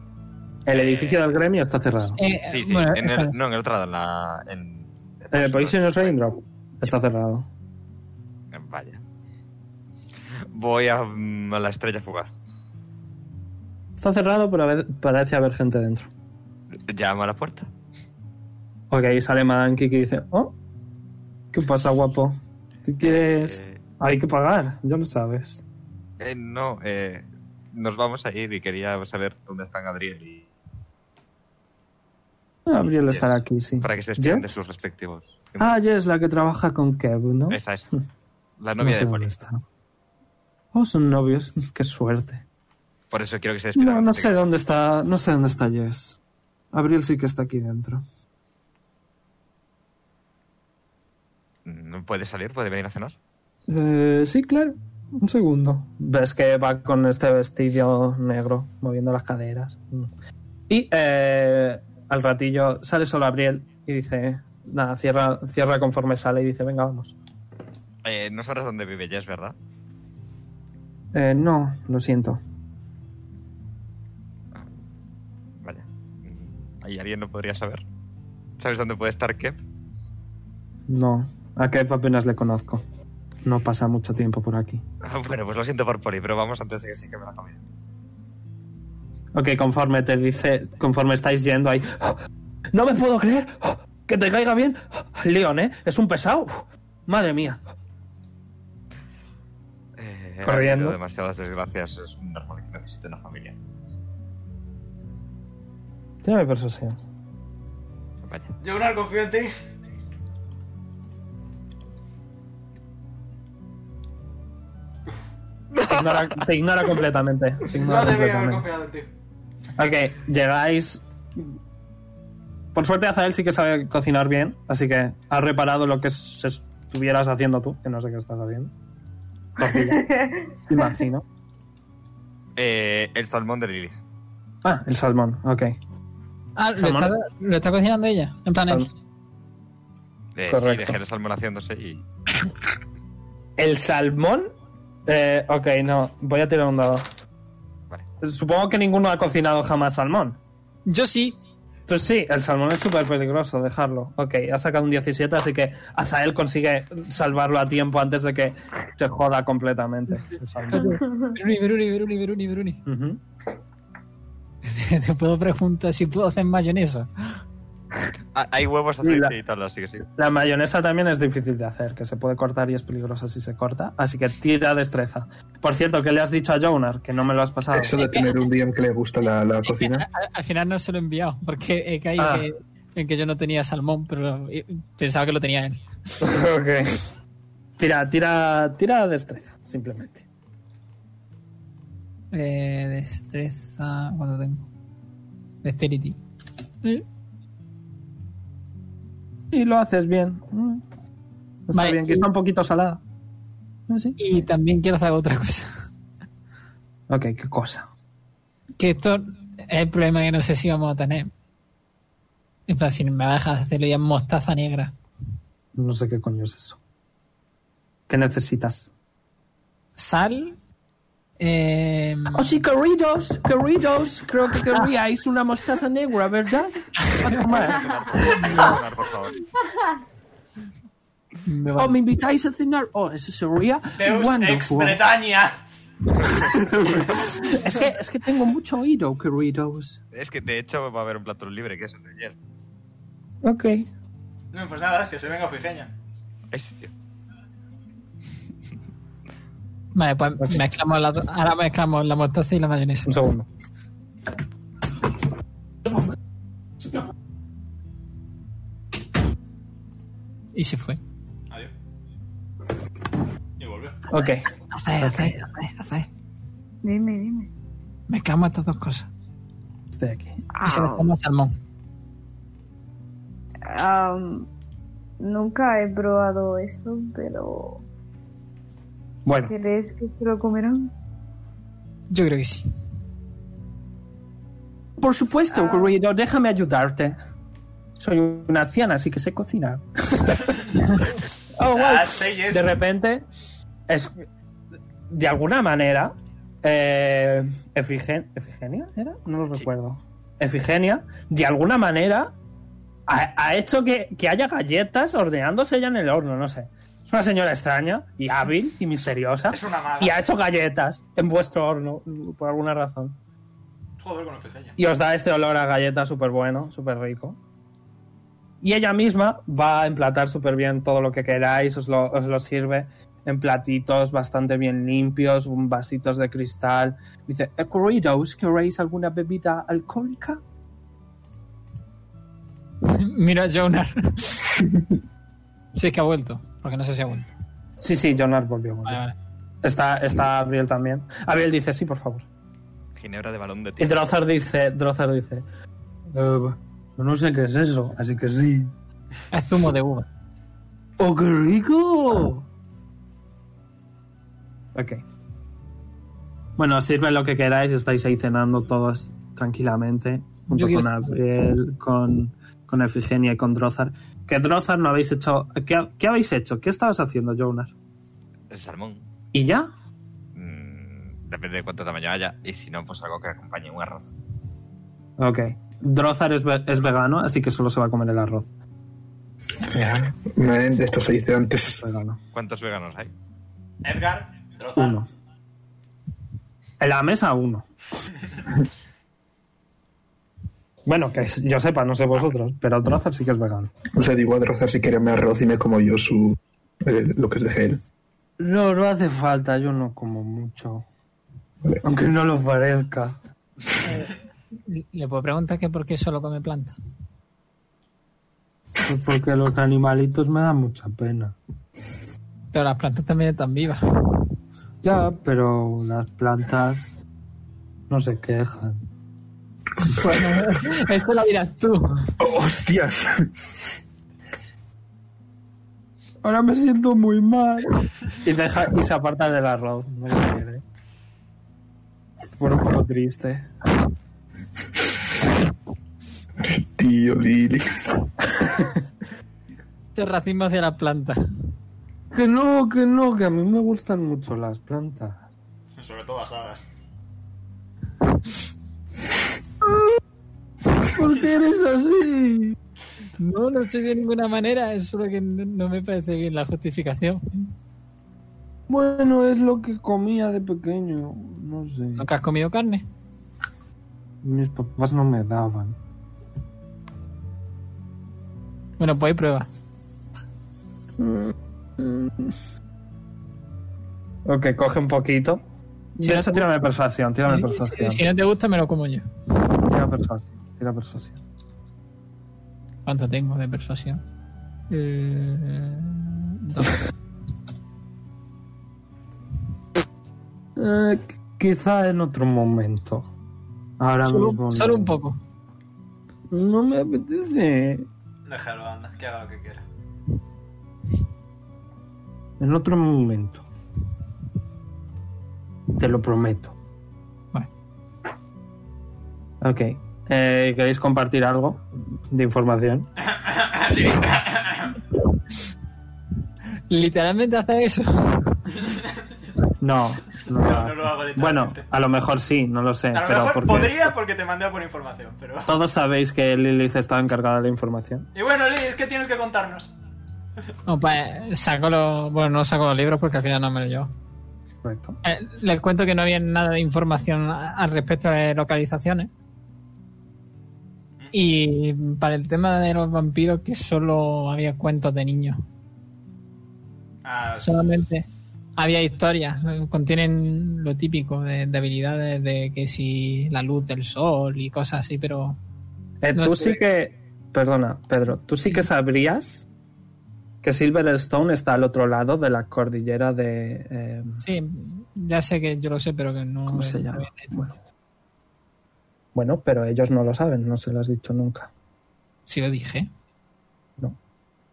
Speaker 1: El edificio del gremio está cerrado.
Speaker 6: Eh,
Speaker 5: Sí, sí.
Speaker 6: bueno,
Speaker 5: en el-
Speaker 6: espera.
Speaker 5: no, en el otro lado, en la. En, en
Speaker 1: El
Speaker 5: los-
Speaker 1: Positioners Raindrop está cerrado.
Speaker 5: Vaya. Voy a, mm, a la estrella fugaz.
Speaker 1: Está cerrado, pero a ve- parece haber gente dentro.
Speaker 5: Llama a la puerta.
Speaker 1: Ok, sale Madame Kiki y dice: Oh, ¿qué pasa, guapo? ¿Tú quieres.?
Speaker 5: Eh,
Speaker 1: Hay que pagar, ya lo sabes.
Speaker 5: eh, no, eh, nos vamos a ir y quería saber dónde están Adriel y.
Speaker 1: Gabriel
Speaker 5: Yes.
Speaker 1: Ah, estará aquí, sí.
Speaker 5: para que se despidan de
Speaker 1: ¿Jess?
Speaker 5: sus respectivos.
Speaker 1: Ah, Jess, la que trabaja con Kev, ¿no? Hm.
Speaker 5: Esa es. La
Speaker 1: No
Speaker 5: novia
Speaker 1: sé
Speaker 5: de
Speaker 1: dónde
Speaker 5: Poli.
Speaker 1: está. Oh, son novios, qué suerte.
Speaker 5: Por eso quiero que se despidan.
Speaker 1: No, no
Speaker 5: antes de
Speaker 1: sé dónde está, no sé dónde está Jess. Abril sí que está aquí dentro.
Speaker 5: que- Mm, ¿Puede salir? ¿Puede venir a cenar?
Speaker 1: Eh, sí, claro. Un segundo. Ves que va con este vestido negro, moviendo las caderas. Mm. Y eh, al ratillo sale solo Abril y dice, nada, cierra, cierra conforme sale y dice, venga, vamos.
Speaker 5: Eh, no sabrás dónde vive Jess, ¿verdad?
Speaker 1: Eh, no, lo siento.
Speaker 5: Vaya. Mm, ¿Hay alguien no podría saber? ¿Sabes dónde puede estar Kev?
Speaker 1: No, a Kev apenas le conozco. No pasa mucho tiempo por aquí.
Speaker 5: Ah, Bueno, pues lo siento por Poli, pero vamos antes de que se queme la comida.
Speaker 1: Ok, conforme te dice, conforme estáis yendo ahí. ¡Oh! No me puedo creer ¡Oh! que te caiga bien. ¡Oh! Leon, ¿eh? Es un pesado. ¡Oh! Madre mía.
Speaker 5: Eh, ha
Speaker 1: Corriendo.
Speaker 5: habido demasiadas desgracias, es normal que necesite una familia.
Speaker 1: Tírame persuasión.
Speaker 5: Vaya.
Speaker 2: Jonar, confío en ti.
Speaker 1: Te ignora, te ignora completamente. Te ignora
Speaker 2: No debía haber
Speaker 1: completamente.
Speaker 2: confiado en ti.
Speaker 1: Ok, llegáis. Por suerte, Azael sí que sabe cocinar bien, así que has reparado lo que se estuvieras haciendo tú, que no sé qué estás haciendo. Tortilla, imagino.
Speaker 5: Eh, el salmón de Lilith.
Speaker 1: Ah, el salmón, ok.
Speaker 6: Ah, ¿lo
Speaker 1: Salmón.
Speaker 6: está, lo está cocinando ella. En plan,
Speaker 1: Sal-
Speaker 5: Eh, sí,
Speaker 1: Correcto.
Speaker 5: dejé el salmón haciéndose y.
Speaker 1: El salmón. Eh, ok, no. Voy a tirar un dado.
Speaker 5: Vale.
Speaker 1: Supongo que ninguno ha cocinado jamás salmón.
Speaker 6: yo sí.
Speaker 1: Pues sí, el salmón es súper peligroso, dejarlo. Ok, ha sacado un 17, así que Azael consigue salvarlo a tiempo antes de que se joda completamente. el salmón.
Speaker 6: Beruni, Beruni, Beruni, Beruni, Beruni.
Speaker 1: Ujú.
Speaker 6: Te puedo preguntar si puedo hacer mayonesa.
Speaker 5: Ah, hay huevos,
Speaker 1: Y
Speaker 5: aceite
Speaker 1: la-
Speaker 5: y tal, así que sí.
Speaker 1: La mayonesa también es difícil de hacer, que se puede cortar y es peligrosa si se corta, así que tira destreza. Por cierto, ¿qué le has dicho a Jonar? Que no me lo has pasado.
Speaker 4: Eso de tener un día en que le gusta la, la cocina.
Speaker 6: Al, al final no se lo he enviado porque he caído
Speaker 1: Ah.
Speaker 6: que- en que yo no tenía salmón, pero eh, pensaba que lo tenía él.
Speaker 1: ok. Tira, tira, tira destreza, simplemente.
Speaker 6: Eh, destreza. ¿Cuánto tengo? Dexterity.
Speaker 1: Y lo haces bien. Mm. Está
Speaker 6: Vale,
Speaker 1: bien,
Speaker 6: y-
Speaker 1: quizá un poquito salada. ¿Ah, No sé.
Speaker 6: Y también quiero hacer otra cosa.
Speaker 1: Ok, qué cosa.
Speaker 6: Que esto es el problema que no sé si vamos a tener. En plan, si me bajas hacerlo ya en mostaza negra.
Speaker 1: No sé qué coño es eso. ¿Qué necesitas?
Speaker 6: Sal. Eh,
Speaker 7: Oh, sí, queridos, queridos, creo que querríais una mostaza negra, ¿verdad?
Speaker 5: Donar, por favor.
Speaker 6: me
Speaker 7: ¿O
Speaker 6: va-
Speaker 7: me invitáis a cenar? Oh, eso sería
Speaker 2: Deus ex
Speaker 7: wonderful.
Speaker 2: Bretaña.
Speaker 7: es, que, es que tengo mucho oído, queridos.
Speaker 5: Es que de hecho va a haber un plato libre que es el de ayer.
Speaker 1: Ok.
Speaker 2: No, pues nada, que se venga Ofigeña.
Speaker 5: Hay sitio.
Speaker 6: Vale, pues mezclamos la, ahora mezclamos la mostaza y la mayonesa.
Speaker 1: Un segundo.
Speaker 6: Y se fue.
Speaker 2: Adiós. Y volvió.
Speaker 1: Ok.
Speaker 6: Hace, hace, hace, hace.
Speaker 3: Dime, dime.
Speaker 6: Mezclamos estas dos cosas.
Speaker 1: Estoy aquí.
Speaker 6: Y se mezclamos salmón.
Speaker 3: Am, nunca he probado eso, pero.
Speaker 1: Bueno,
Speaker 3: ¿Crees que se lo comerán?
Speaker 6: Yo creo que sí.
Speaker 1: por supuesto, Guerrero, déjame ayudarte. Soy una anciana, así que sé cocinar. oh, wow.
Speaker 2: Ah, sí, yes.
Speaker 1: De repente, es, de alguna manera, eh, Efigen- ¿Efigenia era? No lo recuerdo. Efigenia, de alguna manera, ha, ha hecho que, que haya galletas ordenándose ya en el horno, no sé. Es una señora extraña y hábil y misteriosa.
Speaker 2: Es una maga.
Speaker 1: Y ha hecho galletas en vuestro horno, por alguna razón.
Speaker 2: Joder con Ofigeña.
Speaker 1: Y os da este olor a galleta súper bueno, súper rico. Y ella misma va a emplatar súper bien todo lo que queráis, os lo, os lo sirve en platitos bastante bien limpios, un vasitos de cristal. Dice, "Eh, queridos, ¿queréis alguna bebida alcohólica?
Speaker 6: Mira a Jonar. si es que ha vuelto, porque no sé si ha vuelto.
Speaker 1: Sí, sí, Jonar volvió.
Speaker 6: Vale, vale.
Speaker 1: Está, está Abriel también. Abriel dice, sí, por favor.
Speaker 5: Ginebra de balón de
Speaker 1: Y
Speaker 5: tierra.
Speaker 1: Drozar dice, Drozar dice, "Eh, no sé qué es eso, así que sí.
Speaker 6: Es zumo de uva.
Speaker 7: ¡Oh, qué rico!
Speaker 1: Ok. Bueno, os sirve lo que queráis, estáis ahí cenando todos tranquilamente, junto
Speaker 6: Yo quiero
Speaker 1: con
Speaker 6: cenar.
Speaker 1: Abriel, con, con Efigenia y con Drozar. Que Drozar no habéis hecho... ¿Qué, qué habéis hecho? ¿Qué estabas haciendo, Jonar?
Speaker 5: El salmón.
Speaker 1: ¿Y ya?
Speaker 5: Mm, depende de cuánto tamaño haya. Y si no, pues algo que acompañe un arroz.
Speaker 1: Ok. Drozar es, ve- es vegano, así que solo se va a comer el arroz.
Speaker 4: Una de estos se dice antes.
Speaker 1: Vegano.
Speaker 5: ¿Cuántos veganos hay?
Speaker 2: Edgar, Drozar.
Speaker 1: Uno. En la mesa, uno. bueno, que yo sepa, no sé vosotros, pero Drozar sí que es vegano.
Speaker 4: O sea, digo a Drozar si quiere me arroz y me como yo su. eh, lo que es de gel.
Speaker 1: No, no hace falta, yo no como mucho.
Speaker 4: Vale.
Speaker 1: Aunque no lo parezca.
Speaker 6: Le puedo preguntar que por qué solo come planta.
Speaker 1: Pues porque los animalitos me dan mucha pena.
Speaker 6: Pero las plantas también están vivas.
Speaker 1: Ya, pero las plantas no se quejan.
Speaker 6: Bueno, esto lo dirás tú.
Speaker 4: ¡Oh, ¡Hostias!
Speaker 1: Ahora me siento muy mal. Y, deja, y se aparta del arroz. No lo quiere. Por un poco triste.
Speaker 4: Tío Lili.
Speaker 6: Este es racismo hacia las plantas.
Speaker 1: Que no, que no, que a mí me gustan mucho las plantas.
Speaker 2: Sobre todo asadas.
Speaker 6: ¿Por qué eres así? No, no soy de ninguna manera. Es solo que no, no me parece bien la justificación.
Speaker 1: Bueno, es lo que comía de pequeño. No sé.
Speaker 6: ¿Nunca has comido carne?
Speaker 1: Mis papás no me daban.
Speaker 6: Bueno, pues ahí prueba.
Speaker 1: Ok, coge un poquito.
Speaker 6: Si
Speaker 1: Si no,
Speaker 6: no-
Speaker 1: eso tírame persuasión, tírame
Speaker 6: Si,
Speaker 1: persuasión.
Speaker 6: si no te gusta, me lo como yo.
Speaker 1: Tira persuasión, tira persuasión.
Speaker 6: ¿Cuánto tengo de persuasión? Eh, dos.
Speaker 1: Eh, quizá en otro momento. Ahora mismo.
Speaker 6: Solo,
Speaker 1: Ah, no.
Speaker 6: solo un poco.
Speaker 1: No me apetece.
Speaker 2: Déjalo, anda, que haga lo que quiera.
Speaker 1: En otro momento. Te lo prometo.
Speaker 6: Vale.
Speaker 1: Ok. eh, ¿Queréis compartir algo de información?
Speaker 6: Literalmente hace eso.
Speaker 1: No. no,
Speaker 2: No,
Speaker 1: no.
Speaker 2: no lo hago literalmente.
Speaker 1: Bueno, a lo mejor sí, no lo sé.
Speaker 2: A lo
Speaker 1: pero
Speaker 2: mejor
Speaker 1: porque
Speaker 2: podría porque te mandé a por información, pero.
Speaker 1: Todos sabéis que Lilith está encargada de la información.
Speaker 2: Y bueno, Liz, ¿qué tienes que contarnos?
Speaker 6: No, pues saco los. Bueno, no saco los libros porque al final no me los llevo.
Speaker 1: Correcto.
Speaker 6: Eh, les cuento que no había nada de información a- al respecto de localizaciones. Y para el tema de los vampiros, que solo había cuentos de niños.
Speaker 2: Ah, s-
Speaker 6: Solamente había historias. eh, Contienen lo típico de, de habilidades de que si la luz del sol y cosas así, pero
Speaker 1: Eh,
Speaker 6: No
Speaker 1: tú
Speaker 6: estoy-
Speaker 1: sí que. Perdona, Pedro. Tú sí que sabrías que Silverstone está al otro lado de la cordillera de. eh,
Speaker 6: sí, ya sé que yo lo sé, pero que no.
Speaker 1: ¿Cómo se
Speaker 6: no
Speaker 1: llama?
Speaker 6: había hecho.
Speaker 1: Bueno. Bueno, pero ellos no lo saben, no se lo has dicho nunca.
Speaker 6: Sí lo dije.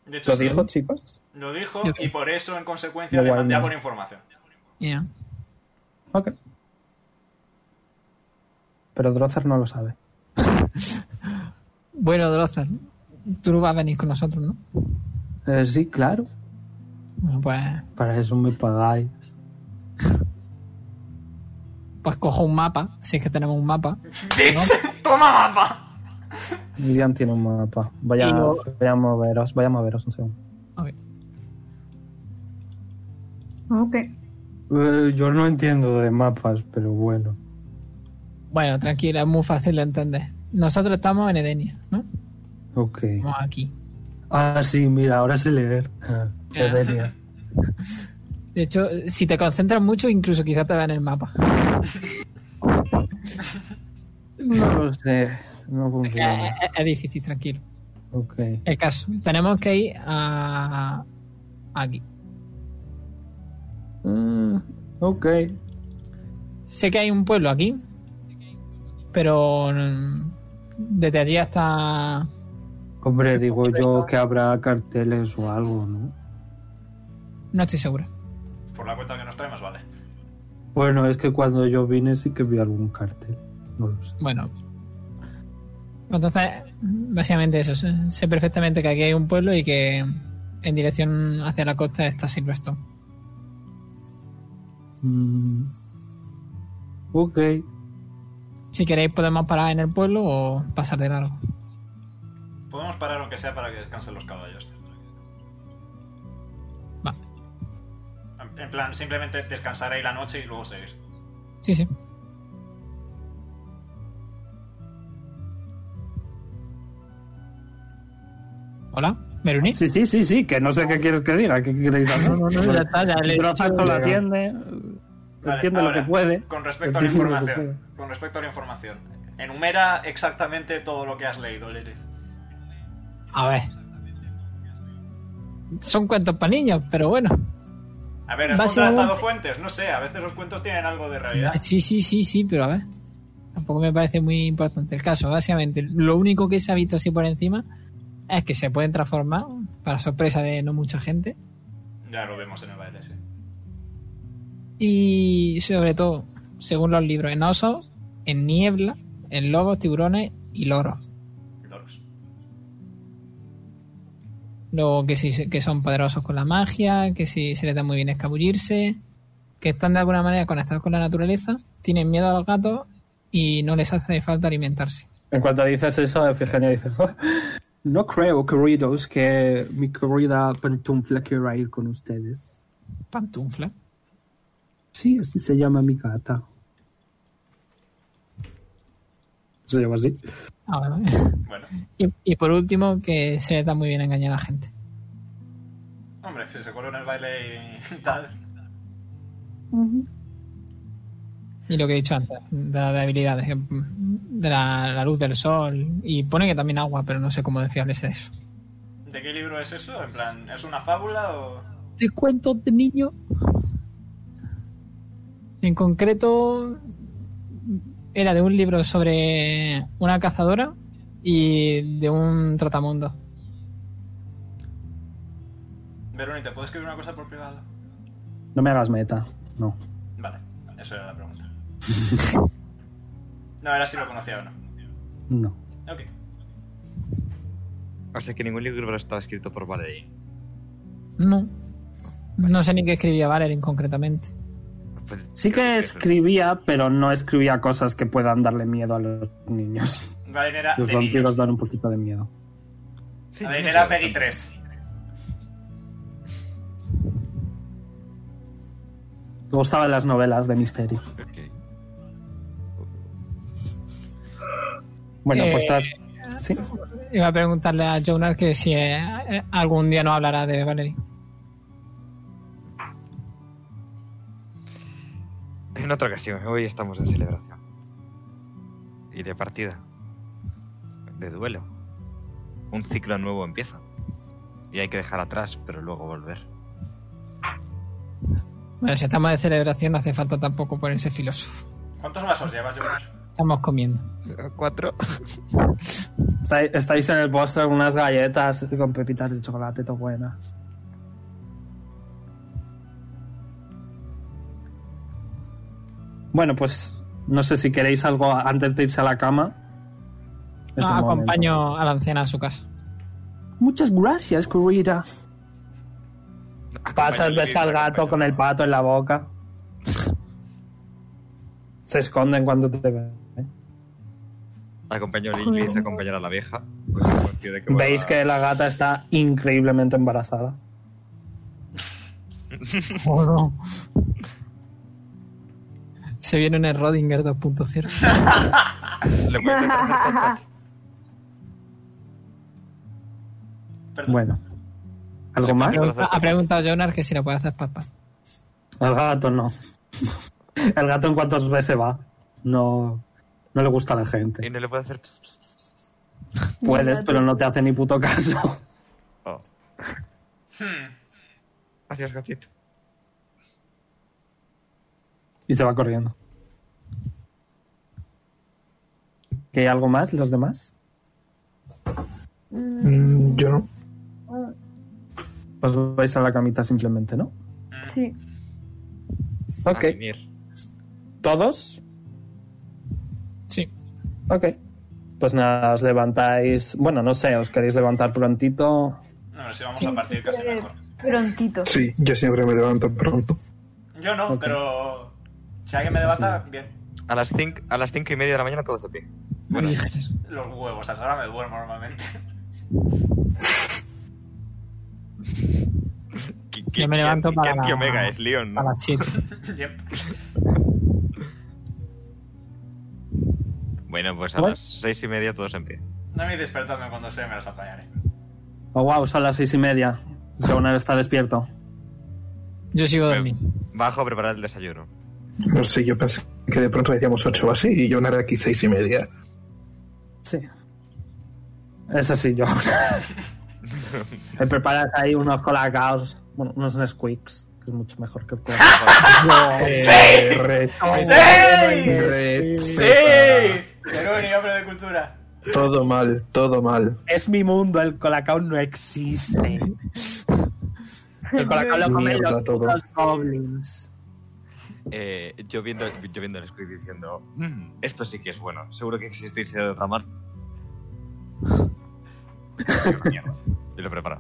Speaker 2: de hecho,
Speaker 1: ¿Lo
Speaker 2: sí,
Speaker 1: dijo, chicos?
Speaker 2: Lo dijo
Speaker 6: Yo-
Speaker 2: y por eso, en consecuencia,
Speaker 1: Lo
Speaker 2: le mandé a
Speaker 1: guardo.
Speaker 2: por información.
Speaker 6: Ya.
Speaker 1: Ok. Pero Drozar no lo sabe.
Speaker 6: Bueno, Drozar, tú vas a venir con nosotros, ¿no?
Speaker 1: Eh, sí, claro.
Speaker 6: Bueno, pues
Speaker 1: Para eso me pagáis.
Speaker 6: pues cojo un mapa, si es que tenemos un mapa,
Speaker 2: ¡Bitch! ¡Toma mapa!
Speaker 1: Lidian tiene un mapa. Vaya,
Speaker 6: Y lo-
Speaker 1: vaya a moveros, vaya a moveros un segundo.
Speaker 3: Ok.
Speaker 8: Eh, yo no entiendo de mapas, pero bueno.
Speaker 6: Bueno, tranquila, es muy fácil de entender. Nosotros estamos en Edenia, ¿no?
Speaker 8: Ok.
Speaker 6: Estamos aquí.
Speaker 8: Ah, sí, mira, ahora sé leer.
Speaker 6: Edenia. De hecho, si te concentras mucho, incluso quizás te vean el mapa.
Speaker 1: No lo sé. No funciona.
Speaker 6: Es- es- es difícil, tranquilo.
Speaker 1: Ok.
Speaker 6: El caso, tenemos que ir a... aquí.
Speaker 1: Mm, ok.
Speaker 6: Sé que hay un pueblo aquí, pero mm, desde allí hasta...
Speaker 8: Hombre, digo yo que habrá carteles o algo, ¿no?
Speaker 6: No estoy segura.
Speaker 2: Por la cuenta que nos trae, más vale.
Speaker 8: Bueno, es que cuando yo vine sí que vi algún cartel. No lo sé.
Speaker 6: Bueno. Entonces, básicamente eso. Sé sé perfectamente que aquí hay un pueblo y que en dirección hacia la costa está Silverstone.
Speaker 8: Mm. Ok.
Speaker 6: Si queréis podemos parar en el pueblo o pasar de largo.
Speaker 2: Podemos parar aunque sea para que descansen los caballos.
Speaker 6: Va.
Speaker 2: En- En plan, simplemente descansar ahí la noche y luego seguir.
Speaker 6: Sí, sí. Hola, ¿Meruni?
Speaker 8: Sí, sí, sí, sí, que no sé qué quieres que diga. ¿Qué queréis hablar?
Speaker 6: ya está, ya le he
Speaker 8: Pero
Speaker 6: dicho.
Speaker 8: tanto la atiende,
Speaker 2: Vale,
Speaker 8: entiende lo
Speaker 2: ahora,
Speaker 8: que puede.
Speaker 2: Con respecto a la
Speaker 8: Entiende lo que
Speaker 2: información. Con respecto a la información. Enumera exactamente todo lo que has leído, Lilith.
Speaker 6: A ver. Son cuentos para niños, pero bueno.
Speaker 2: A ver, has
Speaker 6: Básicamente-
Speaker 2: contrastado fuentes, no sé, a veces los cuentos tienen algo de realidad.
Speaker 6: Sí, sí, sí, sí, pero a ver. Tampoco me parece muy importante el caso. Básicamente, lo único que se ha visto así por encima es que se pueden transformar, para sorpresa de no mucha gente.
Speaker 2: Ya lo vemos en el baile, sí.
Speaker 6: Y sobre todo, según los libros, en osos, en niebla, en lobos, tiburones y loros.
Speaker 2: Loros.
Speaker 6: Luego que, sí, que son poderosos con la magia, que si se les da muy bien escabullirse, que están de alguna manera conectados con la naturaleza, tienen miedo a los gatos y no les hace falta alimentarse.
Speaker 1: En cuanto dices eso, Efigenia dice: "Oh,
Speaker 7: No creo, queridos, que mi querida pantufla quiera ir con ustedes.
Speaker 6: Pantufla.
Speaker 7: Sí, así se llama mi gata.
Speaker 8: Se llama así.
Speaker 6: Ah, vale.
Speaker 2: Bueno,
Speaker 6: Y, y por último, que se les da muy bien engañar a la gente.
Speaker 2: hombre, si se cuela en el baile y tal.
Speaker 3: Ujú.
Speaker 6: Y lo que he dicho antes, de las habilidades, que- de la, la luz del sol. Y pone que también agua, pero no sé cómo de fiable es eso.
Speaker 2: ¿De qué libro es eso? En plan, ¿es una fábula o...?
Speaker 6: de cuentos de niño. En concreto, era de un libro sobre una cazadora y de un tratamundo.
Speaker 2: Verónica, ¿te puedo escribir una cosa por privado?
Speaker 1: No me hagas meta. No.
Speaker 2: Vale, eso era la pregunta. No, era si lo conocía o no.
Speaker 8: No.
Speaker 2: Ok.
Speaker 5: O sea que ningún libro estaba escrito por Valerie.
Speaker 6: No. No sé ni qué escribía Valerin concretamente.
Speaker 5: Pues,
Speaker 1: Sí
Speaker 5: creo
Speaker 1: que escribía, pero no escribía cosas que puedan darle miedo a los niños.
Speaker 2: Valen era
Speaker 1: Los
Speaker 2: de niños.
Speaker 1: vampiros dan un poquito de miedo.
Speaker 5: Sí,
Speaker 2: Valen
Speaker 5: no
Speaker 2: era
Speaker 5: sé,
Speaker 2: Peggy
Speaker 5: bastante.
Speaker 2: 3.
Speaker 1: Me gustaban las novelas de misterio.
Speaker 5: Ok.
Speaker 1: Bueno,
Speaker 6: Eh,
Speaker 1: pues tal. Sí.
Speaker 6: Iba a preguntarle a Jonar que si eh, algún día nos hablará de Valerie.
Speaker 5: En otra ocasión, hoy estamos de celebración. Y de partida. De duelo. Un ciclo nuevo empieza. Y hay que dejar atrás, pero luego volver.
Speaker 6: Bueno, si estamos de celebración no hace falta tampoco ponerse filósofo.
Speaker 2: ¿Cuántos vasos llevas, Jonar?
Speaker 6: Estamos comiendo.
Speaker 5: Cuatro.
Speaker 1: Estáis, estáis en el postre con unas galletas con pepitas de chocolate, todo buenas. Bueno, pues no sé si queréis algo antes de irse a la cama. Es
Speaker 6: No,
Speaker 1: el momento.
Speaker 6: acompaño a la anciana a su casa.
Speaker 7: Muchas gracias, Kurita.
Speaker 1: Pasas, ves al gato con el pato en la boca. Se esconden cuando te ven.
Speaker 5: Acompaño a Lily y dice acompañar a la vieja. Pues, confío de que vuelva-
Speaker 1: Veis que la gata está increíblemente embarazada.
Speaker 6: Oh, no. Se viene en el Rodinger 2.0.
Speaker 5: Le voy a intentar hacer contacto.
Speaker 2: Perdón.
Speaker 1: Bueno. ¿Algo más?
Speaker 6: Pregunta- Ha preguntado Jonar que si la puede hacer papá.
Speaker 1: El gato no. El gato en cuanto os ve se va. No, no le gusta a la
Speaker 5: Y
Speaker 1: gente.
Speaker 5: no le puedo hacer. ps, ps, ps, ps, ps.
Speaker 1: Puedes, pero no te hace ni puto caso.
Speaker 5: Oh.
Speaker 2: Hmm.
Speaker 5: Adiós, gatito.
Speaker 1: Y se va corriendo. ¿Que hay algo más? ¿Los demás?
Speaker 4: Mm, yo no.
Speaker 1: Os vais a la camita simplemente, ¿no?
Speaker 3: Sí.
Speaker 1: Ok.
Speaker 5: A mimir.
Speaker 1: ¿Todos?
Speaker 6: Sí.
Speaker 1: Ok. Pues nada, os levantáis. Bueno, no sé, os queréis levantar prontito.
Speaker 2: No, si vamos a partir casi mejor.
Speaker 3: Prontito.
Speaker 4: Sí, yo siempre me levanto pronto.
Speaker 2: Yo no,
Speaker 1: Ok.
Speaker 2: pero si alguien me debata, bien.
Speaker 5: A las, cinco, a las cinco y media de la mañana todos de pie. Bueno,
Speaker 6: Hija.
Speaker 2: Los huevos, hasta ahora me duermo normalmente.
Speaker 5: ¿qué- qué-
Speaker 6: Yo me levanto
Speaker 5: qué-
Speaker 6: para
Speaker 5: qué
Speaker 6: la-
Speaker 5: anti-omega es Leon?
Speaker 6: A las 7.
Speaker 2: Yep.
Speaker 5: Bueno, pues a
Speaker 1: ¿Vale?
Speaker 5: las seis y media todos en pie.
Speaker 2: No me despertadme cuando sea, me las apañaré.
Speaker 1: Oh, wow, son las seis y media. Jonar está despierto.
Speaker 6: Yo sigo dormido.
Speaker 5: Bajo a preparar el desayuno.
Speaker 4: No sé, yo pensé que de pronto decíamos ocho o así y yo nada aquí seis y media.
Speaker 1: Sí. Es así, yo. Me preparas ahí unos colacaos, bueno, unos Nesquiks, que es mucho mejor que el cola.
Speaker 4: Eh, re-
Speaker 2: ¡Sí!
Speaker 4: re-
Speaker 2: ¡Sí! Perú, ni hombre de cultura.
Speaker 4: Todo mal, todo mal.
Speaker 1: Es mi mundo, el colacao no existe. El colacao lo comen
Speaker 4: Mierda,
Speaker 1: los
Speaker 4: todo.
Speaker 1: putos goblins.
Speaker 5: Eh, yo, viendo, yo viendo el script diciendo, "Mm, esto sí que es bueno. Seguro que existirse de otra manera. Mierda. y lo preparo.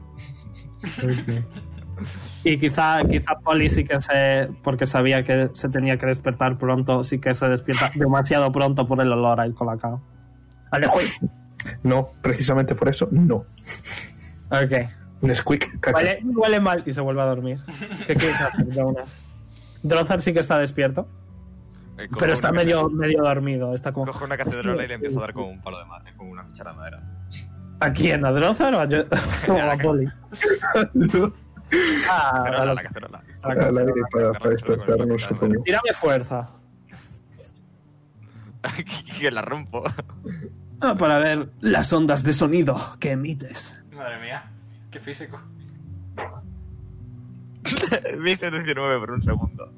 Speaker 1: Y quizá, quizá Polly sí que se. Porque sabía que se tenía que despertar pronto, sí que se despierta demasiado pronto por el olor al colacao. Alejuy.
Speaker 4: No, precisamente por eso, no.
Speaker 1: Ok.
Speaker 4: Un squeak, caca.
Speaker 1: Huele, huele mal y se vuelve a dormir. ¿Qué quieres hacer, Jonas? Drozar sí que está despierto.
Speaker 5: Eh, cojo
Speaker 1: Pero
Speaker 5: una
Speaker 1: está
Speaker 5: catedra-
Speaker 1: medio, medio dormido. Está como,
Speaker 5: Cojo una catedrola y le empiezo a dar con un palo de madera, con una cuchara de madera.
Speaker 1: ¿A quién? ¿A Drozar o a, yo- o a Poli? Ah, a
Speaker 5: Cacerola,
Speaker 1: los-
Speaker 5: la cacerola.
Speaker 1: a
Speaker 4: al
Speaker 1: la-
Speaker 4: aire para, para despertarnos, supongo.
Speaker 1: Tírame fuerza.
Speaker 5: que la rompo.
Speaker 1: Ah, para ver las ondas de sonido que emites.
Speaker 2: Madre mía, qué físico.
Speaker 5: 1019 por un segundo.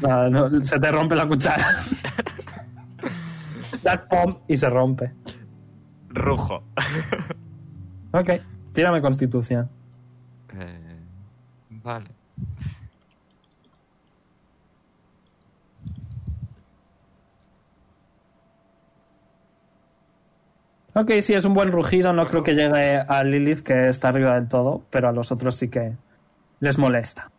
Speaker 1: Nada, Ah, no, se te rompe la cuchara. That pom y se rompe.
Speaker 5: Rujo.
Speaker 1: Ok, tírame constitución.
Speaker 5: Eh, vale.
Speaker 1: Ok, sí, es un buen rugido. No creo que llegue a Lilith, que está arriba del todo, pero a los otros sí que les molesta.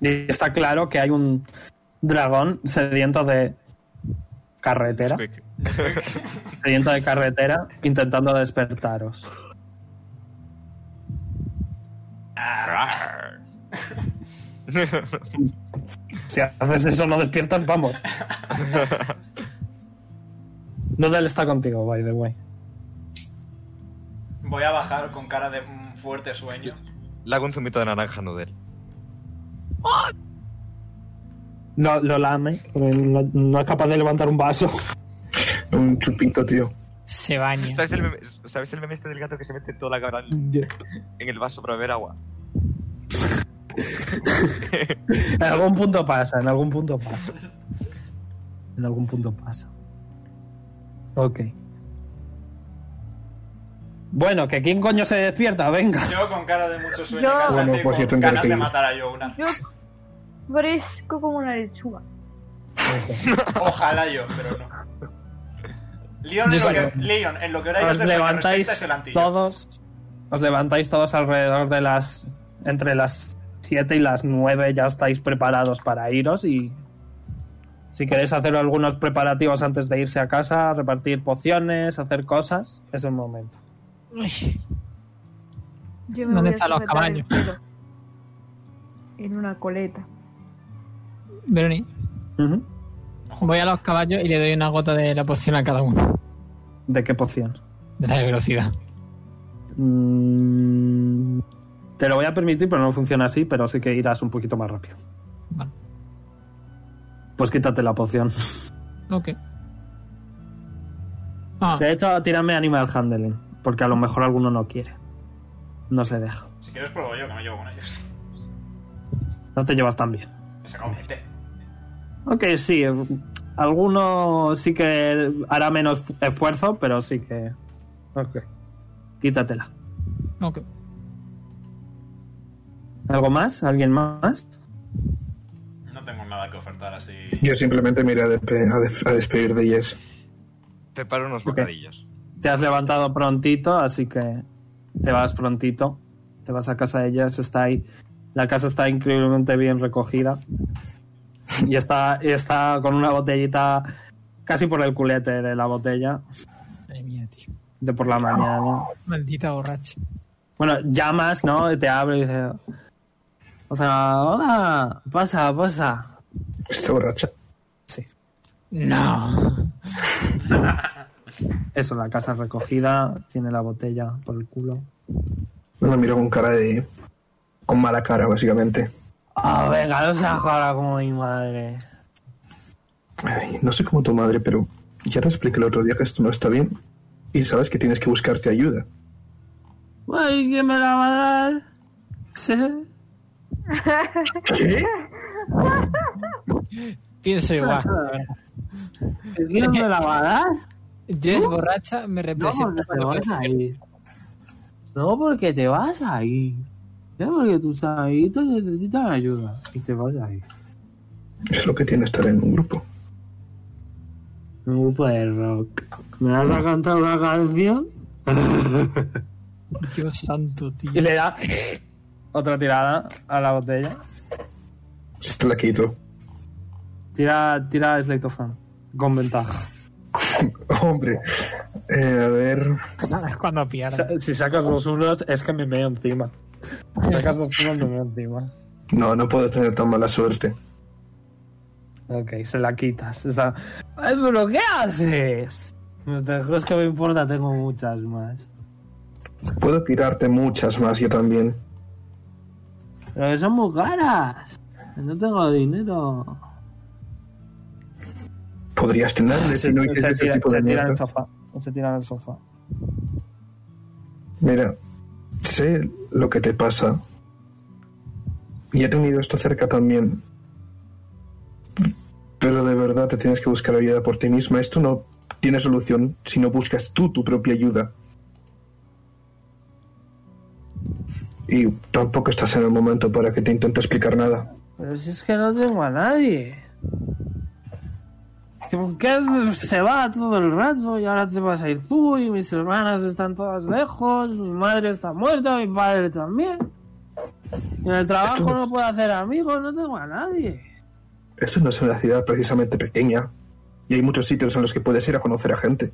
Speaker 1: Y está claro que hay un dragón sediento de carretera,
Speaker 5: Quick.
Speaker 1: sediento de carretera, intentando despertaros.
Speaker 5: Arrar.
Speaker 1: Si haces eso no despiertas, vamos. Nodal está contigo, by the way.
Speaker 2: Voy a bajar con cara de un fuerte sueño.
Speaker 5: Le hago un zumito de naranja Nudel.
Speaker 1: Lo, lo lame, pero no, no es capaz de levantar un vaso.
Speaker 4: Un chupito, tío.
Speaker 6: Se baña.
Speaker 5: ¿Sabes el, meme, ¿Sabes el meme este del gato que se mete toda la cara en, en el vaso para beber agua?
Speaker 1: En algún punto pasa, en algún punto pasa. En algún punto pasa. Ok. Bueno, que quién coño se despierta, venga.
Speaker 2: Yo con cara de mucho sueño
Speaker 3: Yo-
Speaker 2: y cansancio
Speaker 4: Bueno,
Speaker 2: y
Speaker 4: pues yo
Speaker 2: con
Speaker 4: tendré
Speaker 2: ganas
Speaker 4: que
Speaker 2: de
Speaker 4: ir.
Speaker 2: matar a Yona.
Speaker 3: Yo fresco como una lechuga.
Speaker 2: Ojalá yo, pero no. Leon, en
Speaker 1: Yo
Speaker 2: lo que,
Speaker 1: sí.
Speaker 2: Leon, en lo que horarios
Speaker 1: Os
Speaker 2: de sueño
Speaker 1: levantáis
Speaker 2: respecta es el antillo.
Speaker 1: todos. Os levantáis todos alrededor de las. Entre las 7 y las 9 ya estáis preparados para iros y. Si queréis hacer algunos preparativos antes de irse a casa, repartir pociones, hacer cosas, es el momento.
Speaker 6: Uy,
Speaker 3: Yo me
Speaker 6: ¿Dónde
Speaker 3: voy a
Speaker 6: están los
Speaker 3: sujetar el
Speaker 6: caballos?
Speaker 3: pelo. En una coleta.
Speaker 6: Veroni,
Speaker 1: Ujú.
Speaker 6: voy a los caballos y le doy una gota de la poción a cada uno.
Speaker 1: ¿De qué poción?
Speaker 6: De la de velocidad.
Speaker 1: Mm, te lo voy a permitir, pero no funciona así, pero sí que irás un poquito más rápido.
Speaker 6: Vale.
Speaker 1: Pues quítate la poción.
Speaker 6: Ok. Ah,
Speaker 1: De hecho, tírame Animal Handling, porque a lo mejor alguno no quiere. No se deja.
Speaker 2: Si quieres pruebo yo, que me llevo con ellos.
Speaker 1: No te llevas tan bien.
Speaker 2: Me he sacado 20.
Speaker 1: Ok, sí. eh, Alguno sí que hará menos fu- esfuerzo, pero sí que... Ok. Quítatela.
Speaker 6: ok.
Speaker 1: ¿Algo más? ¿Alguien más?
Speaker 2: No tengo nada que ofertar así.
Speaker 4: Yo simplemente me iré a, despe- a des- a despedir de Jess.
Speaker 5: Preparo unos
Speaker 1: Ok.
Speaker 5: bocadillos.
Speaker 1: Te has levantado prontito, así que te vas prontito. Te vas a casa de ellas, está ahí. La casa está increíblemente bien recogida. Y está, y está con una botellita casi por el culete de la botella
Speaker 6: Madre mía, tío.
Speaker 1: de por la mañana.
Speaker 6: Maldita borracha.
Speaker 1: Bueno, llamas, ¿no? Y te abre y dice... O sea, hola, pasa, pasa.
Speaker 4: Está borracha.
Speaker 6: No.
Speaker 1: Eso, la casa recogida, tiene la botella por el culo.
Speaker 4: La miro con cara de. con mala cara, básicamente.
Speaker 1: Ah, venga, no seas ahora como mi madre.
Speaker 4: Ay, no sé cómo tu madre, pero ya te expliqué el otro día que esto no está bien. Y sabes que tienes que buscarte ayuda.
Speaker 1: Ay, ¿quién me la va a dar? Sí.
Speaker 4: ¿Qué?
Speaker 6: Pienso igual.
Speaker 1: ¿Quién me la va a dar?
Speaker 6: Jess borracha me
Speaker 8: No,
Speaker 6: representa.
Speaker 8: te vas a ir. No, porque te vas a ir. Es porque tus amiguitos necesitan ayuda. Y te vas a ir.
Speaker 4: Es lo que tiene estar en un grupo.
Speaker 1: Un grupo de rock.
Speaker 8: ¿Me vas a cantar una canción?
Speaker 6: Dios santo, tío.
Speaker 1: Y le da otra tirada a la botella.
Speaker 4: Se la quito.
Speaker 1: Tira, tira Slate of Hand. Con ventaja.
Speaker 4: Hombre. Eh, a ver.
Speaker 6: Es cuando pierde.
Speaker 1: Sa- Si sacas dos unos, es que me meo encima. Si sacas dos unos, me meo encima.
Speaker 4: No, no puedo tener tan mala suerte.
Speaker 1: Ok, se la quitas. Está- Ay, pero ¿qué haces? No te crees que me importa, tengo muchas más.
Speaker 4: Puedo tirarte muchas más yo también.
Speaker 1: Pero que son muy caras. No tengo dinero.
Speaker 4: Podrías
Speaker 1: Ah,
Speaker 4: tenerle si no hiciste ese
Speaker 1: tira,
Speaker 4: tipo de
Speaker 1: se tira en el
Speaker 4: mierda.
Speaker 1: sofá. Se tira en el sofá.
Speaker 4: Mira, sé lo que te pasa. Y he tenido esto cerca también. Pero de verdad te tienes que buscar ayuda por ti misma. Esto no tiene solución si no buscas tú tu propia ayuda. Y tampoco estás en el momento para que te intente explicar nada.
Speaker 1: Pero si es que no tengo a nadie. ¿Que ¿Por qué se va todo el rato y ahora te vas a ir tú y mis hermanas están todas lejos? Mi madre está muerta, mi padre también. Y en el trabajo
Speaker 4: Esto-
Speaker 1: no puedo hacer amigos, no tengo a nadie.
Speaker 4: Esto no es una ciudad precisamente pequeña. Y hay muchos sitios en los que puedes ir a conocer a gente.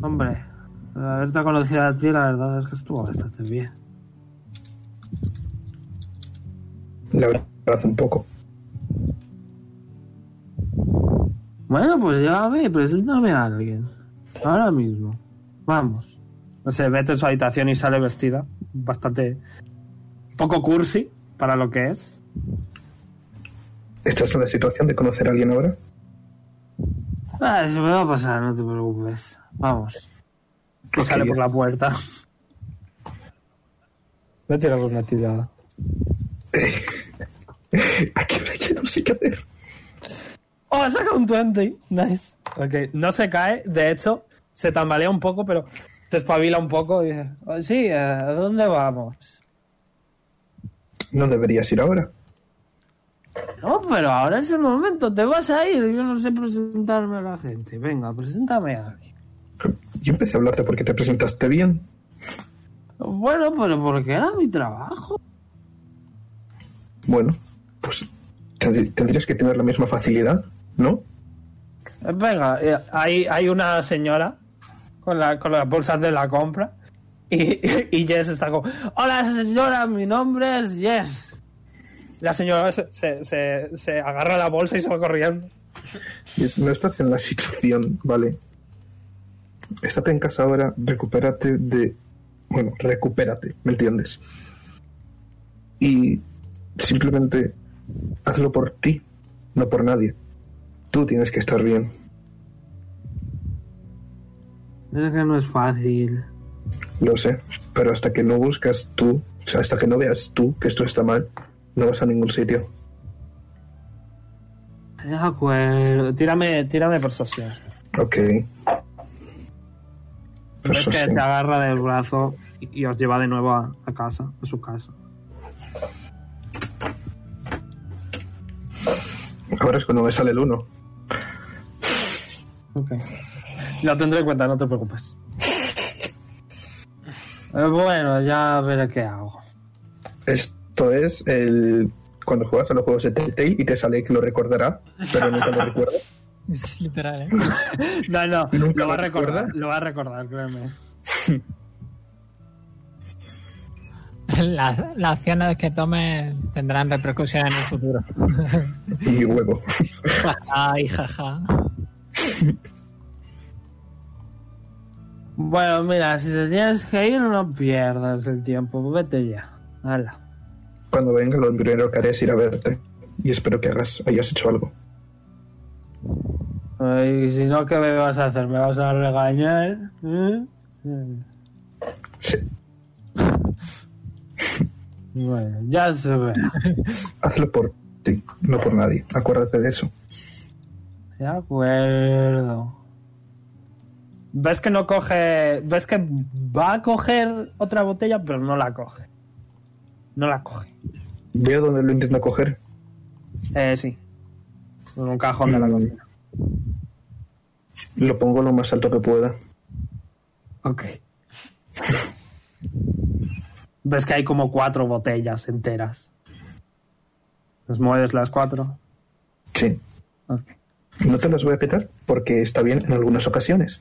Speaker 1: Hombre, haberte conocido a ti, la verdad es que estuvo bastante bien.
Speaker 4: Le abrazo un poco.
Speaker 9: Bueno, pues llévame, preséntame a alguien. Ahora mismo. Vamos.
Speaker 1: No sé, vete a su habitación y sale vestida. Bastante. poco cursi para lo que es.
Speaker 4: ¿Estás en la situación de conocer a alguien ahora?
Speaker 9: Ah, eso me va a pasar, no te preocupes. Vamos.
Speaker 1: Y sale
Speaker 4: Ok.
Speaker 1: por la puerta. Voy a tirar una tirada.
Speaker 4: Aquí no sé qué hacer.
Speaker 1: ¡Oh, ha sacado un 20! Nice. Ok, no se cae. De hecho, se tambalea un poco, pero se espabila un poco y dice: "Oh, Sí, eh, ¿a dónde vamos?
Speaker 4: No deberías ir ahora.
Speaker 9: No, pero ahora es el momento, te vas a ir. Yo no sé presentarme a la gente. Venga, preséntame a alguien.
Speaker 4: Yo empecé a hablarte porque te presentaste bien.
Speaker 9: Bueno, pero porque era mi trabajo.
Speaker 4: Bueno, pues tend- tendrías que tener la misma facilidad, ¿no?
Speaker 1: Eh, Venga, eh, hay, hay una señora con, la, con las bolsas de la compra y, y Jess está como, hola señora, mi nombre es Jess. La señora se, se, se- se agarra la bolsa y se va corriendo.
Speaker 4: Y es- No estás en la situación, ¿vale? Estate en casa ahora, recupérate de... Bueno, recupérate, ¿me entiendes? Y simplemente hazlo por ti, no por nadie. Tú tienes que estar bien.
Speaker 9: Es que no es fácil.
Speaker 4: Lo sé, pero hasta que no buscas tú, o sea, hasta que no veas tú que esto está mal, no vas a ningún sitio.
Speaker 9: De acuerdo.
Speaker 1: Tírame, tírame persuasión.
Speaker 4: Ok. Pues
Speaker 7: Pues
Speaker 1: Ves que
Speaker 4: Persuasión.
Speaker 1: te agarra del brazo y, y os lleva de nuevo a, a casa, a su casa.
Speaker 4: Ahora es cuando me sale el uno.
Speaker 1: Ok. Lo tendré en cuenta, no te preocupes.
Speaker 9: Eh, Bueno, ya veré qué hago.
Speaker 4: Esto es el... Cuando juegas a los juegos de Telltale y te sale que lo recordará, pero nunca lo recuerda.
Speaker 6: Es literal, ¿eh?
Speaker 1: No, no,
Speaker 4: Nunca
Speaker 1: lo va a recordar,
Speaker 4: lo recuerda.
Speaker 1: lo va a recordar, créeme.
Speaker 6: Las, las acciones que tomes tendrán repercusiones en el futuro.
Speaker 4: Y huevo.
Speaker 6: Ay, jaja.
Speaker 9: Bueno, mira, si te tienes que ir, no pierdas el tiempo. Vete ya. Hala.
Speaker 4: Cuando venga, lo primero que haré es ir a verte. Y espero que hagas, hayas hecho algo.
Speaker 9: Ay, si no, ¿qué me vas a hacer? ¿Me vas a regañar? ¿Eh? Eh,
Speaker 4: Sí.
Speaker 9: Bueno, ya se ve.
Speaker 4: Hazlo por ti, no por nadie. Acuérdate de eso.
Speaker 9: De acuerdo.
Speaker 1: Ves que no coge. Ves que va a coger otra botella, pero no la coge. No la coge.
Speaker 4: Veo dónde lo intenta coger.
Speaker 1: Eh, sí. En un cajón de la cocina.
Speaker 4: Mm. Lo pongo lo más alto que pueda.
Speaker 1: Ok. Ves que hay como cuatro botellas enteras. Las mueves las cuatro.
Speaker 4: Sí.
Speaker 1: Ok.
Speaker 4: No te las voy a quitar porque está bien en algunas ocasiones.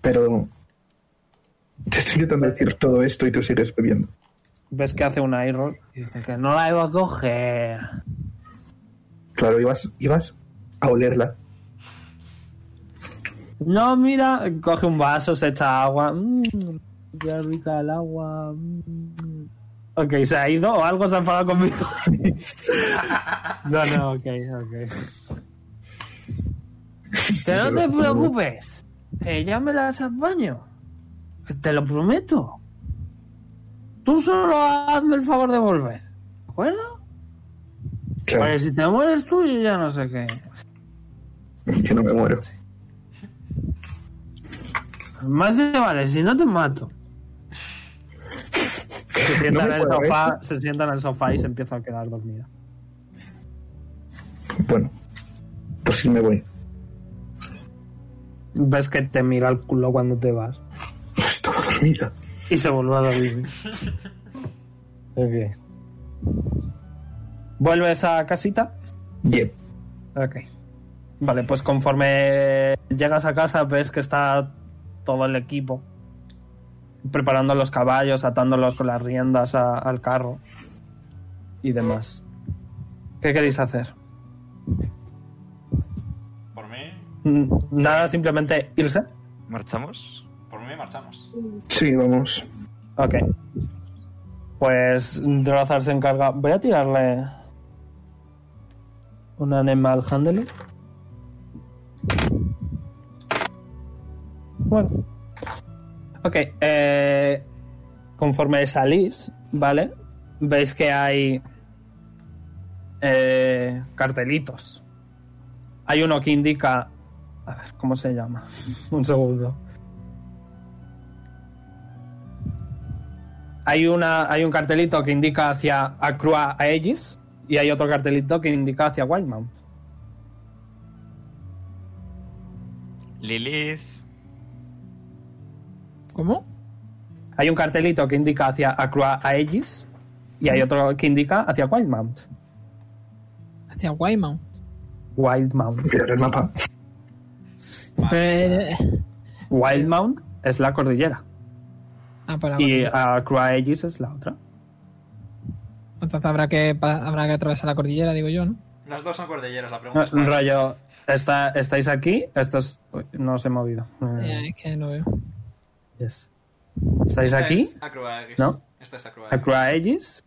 Speaker 4: Pero te estoy intentando decir todo esto y tú sigues bebiendo.
Speaker 1: Ves que hace una roll y dice que no la iba a coger.
Speaker 4: Claro, ibas, ibas a olerla.
Speaker 1: No, mira, coge un vaso, se echa agua. Mm, qué rica el agua. Mm. Ok, ¿se ha ido o algo se ha enfadado conmigo? no, no, ok, ok.
Speaker 6: Que no te preocupes. Que ya me las apaño. Que te lo prometo.
Speaker 9: Tú solo hazme el favor de volver. ¿De acuerdo?
Speaker 4: Claro,
Speaker 9: Porque si te mueres tú, yo ya no sé qué.
Speaker 4: que no me muero.
Speaker 9: Más te vale, si no te mato.
Speaker 1: Se sienta,
Speaker 4: No me
Speaker 1: en el
Speaker 4: cuadra
Speaker 1: sofá, se sienta en el sofá y se empieza a quedar dormida.
Speaker 4: Bueno, pues sí me voy.
Speaker 1: Ves que te mira el culo cuando te vas.
Speaker 4: Estaba dormida.
Speaker 1: Y se volvió a dormir. ok. ¿Vuelves a casita?
Speaker 4: Yep.
Speaker 1: Ok. Vale, pues conforme llegas a casa ves que está todo el equipo preparando los caballos, atándolos con las riendas a- al carro. y demás. ¿Qué queréis hacer?
Speaker 2: Por mí,
Speaker 1: Mm, Nada, simplemente irse.
Speaker 5: ¿Marchamos?
Speaker 2: por mí marchamos.
Speaker 4: Sí, vamos.
Speaker 1: Ok. Pues Drozar se encarga. Voy a tirarle un animal handling. Bueno. Ok. eh, conforme salís, ¿vale? Veis que hay eh, cartelitos. Hay uno que indica... A ver, ¿cómo se llama? un segundo. hay, una, hay un cartelito que indica hacia Acrua Aegis y hay otro cartelito que indica hacia Wildmount.
Speaker 5: Lilith.
Speaker 6: ¿Cómo?
Speaker 1: Hay un cartelito que indica hacia Acrua Aegis y hay otro que indica hacia Wildmount.
Speaker 6: Hacia Waymount.
Speaker 1: Wildmount.
Speaker 4: Mirar el mapa.
Speaker 6: Pero, eh,
Speaker 1: Wildmount es la cordillera
Speaker 6: ah, para
Speaker 1: y Acrua Aegis es la otra.
Speaker 6: Entonces habrá que, pa- habrá que atravesar la cordillera, digo yo, ¿no?
Speaker 2: Las dos son cordilleras, la pregunta
Speaker 1: No,
Speaker 2: Ah, es
Speaker 1: Un
Speaker 2: cuál.
Speaker 1: rollo. está- estáis aquí, estos. uy, No os he movido. Eh,
Speaker 6: Eh, es que no veo.
Speaker 1: yes. Estáis
Speaker 2: Esta
Speaker 1: aquí,
Speaker 2: es Acroaegis.
Speaker 1: ¿No?
Speaker 2: Esta es Acroaegis.
Speaker 1: Acrua Aegis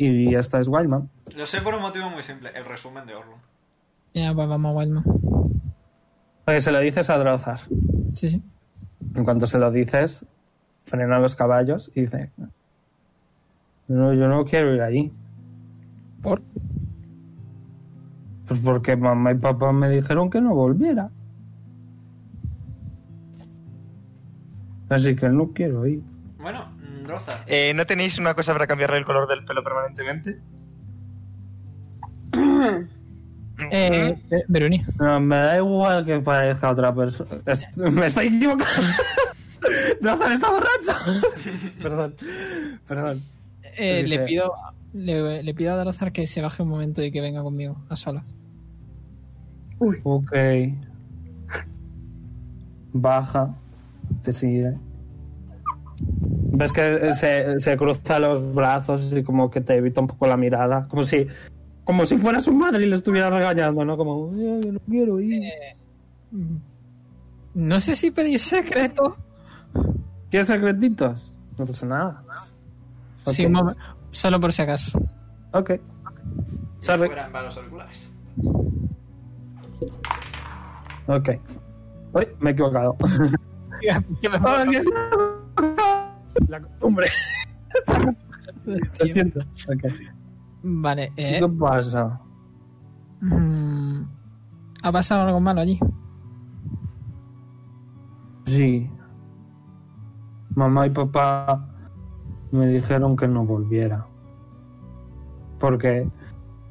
Speaker 1: y esta es Wildmount.
Speaker 2: Lo sé por un motivo muy simple, el resumen de Orlun.
Speaker 6: Ya, pues vamos a Wildmount.
Speaker 1: Porque se lo dices a Drozar.
Speaker 6: Sí, sí.
Speaker 1: En cuanto se lo dices, frena los caballos y dice: No, yo no quiero ir allí.
Speaker 6: ¿Por?
Speaker 1: Pues porque mamá y papá me dijeron que no volviera. Así que no quiero ir.
Speaker 2: Bueno, mm, Drozar,
Speaker 5: Eh, ¿No tenéis una cosa para cambiarle el color del pelo permanentemente?
Speaker 6: Eh,
Speaker 1: Ah.
Speaker 6: eh, Veruni.
Speaker 1: No, me da igual que parezca otra persona. Es- Me estoy equivocando. Drazar está borracho. perdón, perdón.
Speaker 6: Eh,
Speaker 1: Dice-
Speaker 6: le pido le, le pido a Dalazar que se baje un momento y que venga conmigo, a solas.
Speaker 1: Ok. Baja. Te sigue. Ves que eh, se, se cruza los brazos y como que te evita un poco la mirada. Como si, como si fuera su madre y le estuviera regañando, ¿no? Como, "Eh, yo no quiero ir.
Speaker 6: Mm. No sé si pedís secreto.
Speaker 1: ¿Quieres secretitos? No pasa nada. Ok.
Speaker 6: Sí, un momen- solo por si acaso.
Speaker 1: Ok.
Speaker 2: si
Speaker 1: Sorry.
Speaker 2: fueran para los auriculares.
Speaker 1: Ok. Uy, me he equivocado. Ah, que sí. La costumbre. Lo siento. Ok.
Speaker 6: vale, eh,
Speaker 1: ¿Qué pasa?
Speaker 6: mm, ha pasado algo malo allí.
Speaker 1: Sí. Mamá y papá me dijeron que no volviera. Porque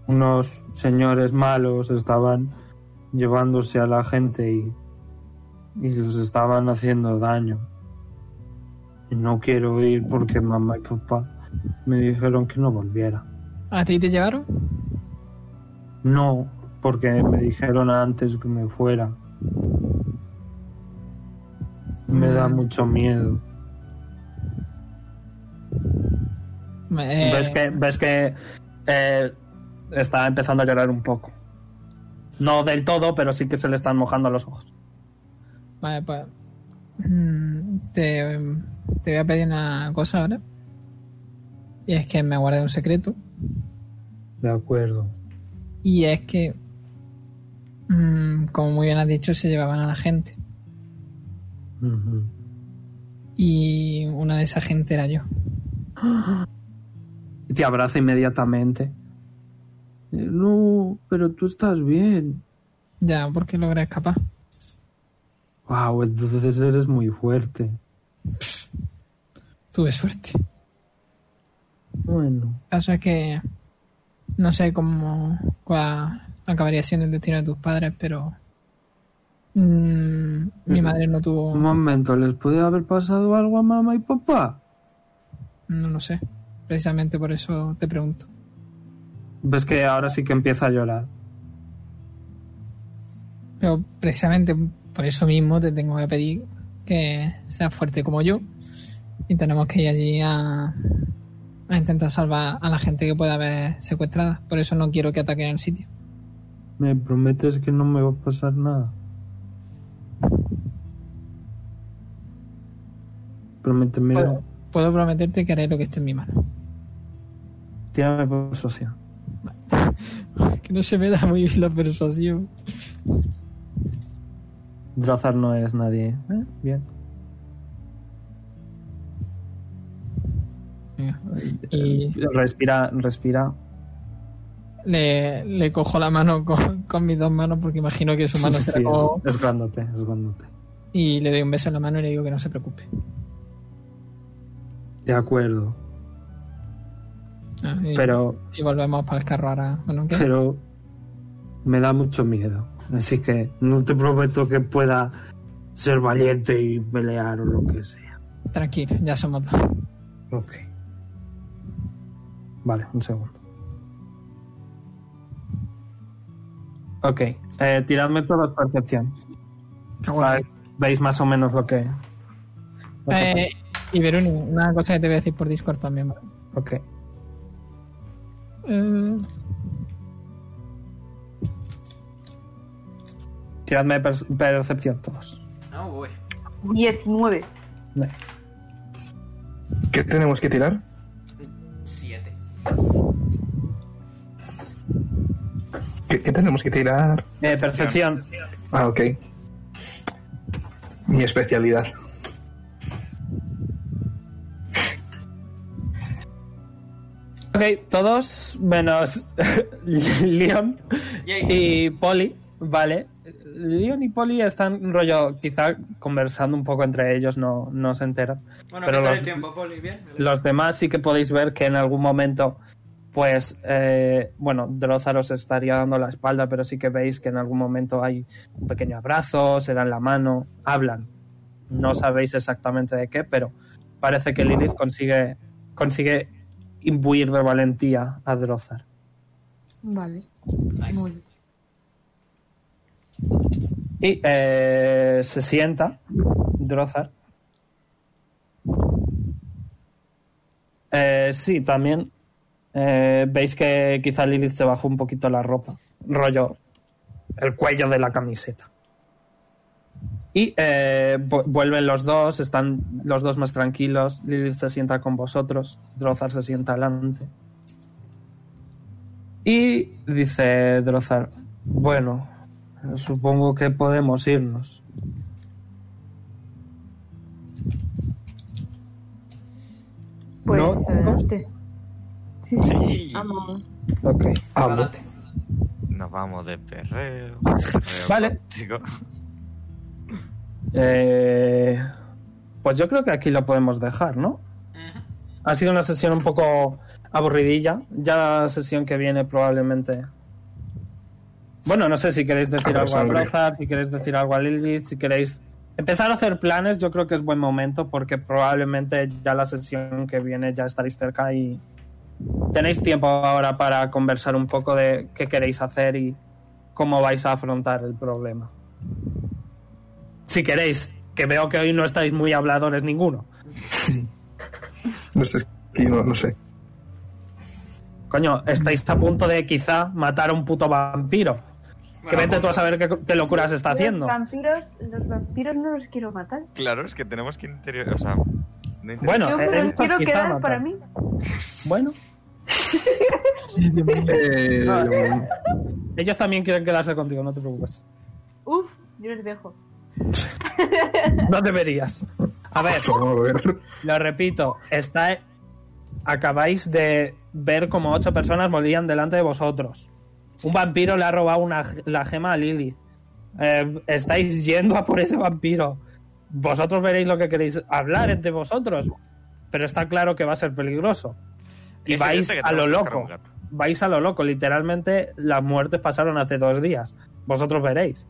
Speaker 1: unos señores malos estaban llevándose a la gente y, y les estaban haciendo daño. Y no quiero ir porque mamá y papá me dijeron que no volviera.
Speaker 6: ¿A ti te llevaron?
Speaker 1: No, porque me dijeron antes que me fuera. Me da
Speaker 6: Mm.
Speaker 1: mucho miedo.
Speaker 6: Me- eh,
Speaker 7: Pues
Speaker 1: Ves que, ves que eh, está empezando a llorar un poco. No del todo, pero sí que se le están mojando los ojos.
Speaker 6: Vale, pues. mm, Te, te voy a pedir una cosa ahora. Y es que me guarde un secreto.
Speaker 1: De acuerdo.
Speaker 6: Y es que, mm, como muy bien has dicho, se llevaban a la gente. Y una de esa gente era yo.
Speaker 1: Y te abraza inmediatamente.
Speaker 8: Eh, No, pero tú estás bien.
Speaker 6: Ya, porque logré escapar.
Speaker 1: Wow, entonces eres muy fuerte.
Speaker 6: Tuve suerte.
Speaker 1: Bueno,
Speaker 6: El caso es que no sé cómo cuál acabaría siendo el destino de tus padres, pero mm, mi madre no tuvo...
Speaker 8: Un momento, ¿les puede haber pasado algo a mamá y papá?
Speaker 6: No lo sé. Precisamente por eso te pregunto.
Speaker 1: ves que ahora sí que empieza a llorar.
Speaker 6: Pero precisamente por eso mismo te tengo que pedir que seas fuerte como yo. Y tenemos que ir allí a, a intentar salvar a la gente que pueda haber secuestrada. Por eso no quiero que ataquen el sitio.
Speaker 1: ¿Me prometes que no me va a pasar nada? Prométeme.
Speaker 6: Puedo, puedo prometerte que haré lo que esté en mi mano.
Speaker 1: Tírame persuasión.
Speaker 6: Que no se me da muy bien la persuasión.
Speaker 1: Drazar no es nadie. ¿eh? Bien.
Speaker 6: Venga. Y
Speaker 1: Respira, respira.
Speaker 6: le, le cojo la mano con, con mis dos manos porque imagino que su mano está
Speaker 1: Sí,
Speaker 6: como-
Speaker 1: es, es grandote, es grandote.
Speaker 6: Y le doy un beso en la mano y le digo que no se preocupe.
Speaker 1: De acuerdo.
Speaker 6: Ah, y,
Speaker 1: Pero
Speaker 6: y volvemos para el carro ahora. Bueno, ¿qué?
Speaker 1: pero me da mucho miedo. Así que no te prometo que pueda ser valiente y pelear o lo que sea.
Speaker 6: Tranquilo, ya somos dos.
Speaker 1: Ok. Vale, un segundo. Ok, eh, tiradme todos percepción. Para- Veis más o menos lo que... lo que
Speaker 6: Eh, y Veruni, una cosa que te voy a decir por Discord también. ¿vale?
Speaker 1: Ok.
Speaker 6: Eh,
Speaker 1: Tiradme per- percepción todos.
Speaker 2: No voy.
Speaker 3: 19.
Speaker 1: Nice.
Speaker 4: ¿Qué tenemos que tirar?
Speaker 2: Siete.
Speaker 4: ¿Qué, qué tenemos que tirar?
Speaker 1: Eh, percepción.
Speaker 4: Ah, ok. Mi especialidad.
Speaker 1: Ok, todos menos Leon y Polly, vale. Leon y Polly están rollo, quizá conversando un poco entre ellos, no, no se enteran.
Speaker 2: Bueno,
Speaker 1: Pero
Speaker 2: ¿qué tal
Speaker 1: los-
Speaker 2: el tiempo, Poli? ¿Bien? ¿Vale?
Speaker 1: Los demás sí que podéis ver que en algún momento, pues, eh, bueno, Drozar os estaría dando la espalda, pero sí que veis que en algún momento hay un pequeño abrazo, se dan la mano, hablan. No sabéis exactamente de qué, pero parece que Lilith consigue, consigue imbuir de valentía a Drozar.
Speaker 3: Vale.
Speaker 2: Nice.
Speaker 3: Muy bien.
Speaker 1: Y eh, se sienta Drozar. Eh, sí, también eh, veis que quizá Lilith se bajó un poquito la ropa, rollo el cuello de la camiseta. Y eh, vu- vuelven los dos, están los dos más tranquilos. Lilith se sienta con vosotros, Drozar se sienta adelante. Y dice Drozar, bueno, Supongo que podemos irnos.
Speaker 3: Pues
Speaker 1: No.
Speaker 3: adelante. Sí, sí.
Speaker 5: Sí.
Speaker 3: Vamos.
Speaker 1: Ok.
Speaker 4: Hablo.
Speaker 2: Adelante.
Speaker 5: Nos vamos de perreo.
Speaker 1: Vale.
Speaker 5: Digo,
Speaker 1: Eh, pues yo creo que aquí lo podemos dejar, ¿no?
Speaker 2: Ujú.
Speaker 1: Ha sido una sesión un poco aburridilla. Ya la sesión que viene probablemente. Bueno, no sé si queréis decir
Speaker 4: Ah,
Speaker 1: algo a
Speaker 4: Alexandria.
Speaker 1: Brozar, si queréis decir algo a Lilith, si queréis empezar a hacer planes, yo creo que es buen momento porque probablemente ya la sesión que viene ya estaréis cerca y tenéis tiempo ahora para conversar un poco de qué queréis hacer y cómo vais a afrontar el problema. Si queréis, que veo que hoy no estáis muy habladores ninguno.
Speaker 4: No sé, es que no, no sé.
Speaker 1: Coño, estáis a punto de quizá matar a un puto vampiro. que
Speaker 2: Bueno,
Speaker 1: vete
Speaker 2: pues,
Speaker 1: tú a saber qué, qué locuras está haciendo.
Speaker 3: Los vampiros, los vampiros no los quiero matar.
Speaker 5: Claro, es que tenemos que interior. O sea, no interior-
Speaker 1: Bueno,
Speaker 3: Yo
Speaker 1: he-
Speaker 3: me
Speaker 1: he
Speaker 3: los
Speaker 1: dicho
Speaker 3: quiero
Speaker 1: eh, quizá
Speaker 3: quedar
Speaker 1: matar.
Speaker 3: para mí.
Speaker 1: Bueno,
Speaker 4: Eh,
Speaker 2: Ah.
Speaker 1: ellos también quieren quedarse contigo, no te preocupes.
Speaker 3: Uf, yo les dejo.
Speaker 1: No deberías. A ver,
Speaker 4: vamos a ver.
Speaker 1: lo repito, está. Acabáis de ver como ocho personas morían delante de vosotros. Un vampiro le ha robado una, la gema a Lily. Eh, estáis yendo a por ese vampiro. Vosotros veréis lo que queréis hablar entre vosotros. Pero está claro que va a ser peligroso. Y
Speaker 5: es
Speaker 1: vais
Speaker 5: evidente que
Speaker 1: a lo
Speaker 5: tenemos que buscar
Speaker 1: loco.
Speaker 5: un gato.
Speaker 1: vais a lo loco. Literalmente las muertes pasaron hace dos días. Vosotros veréis.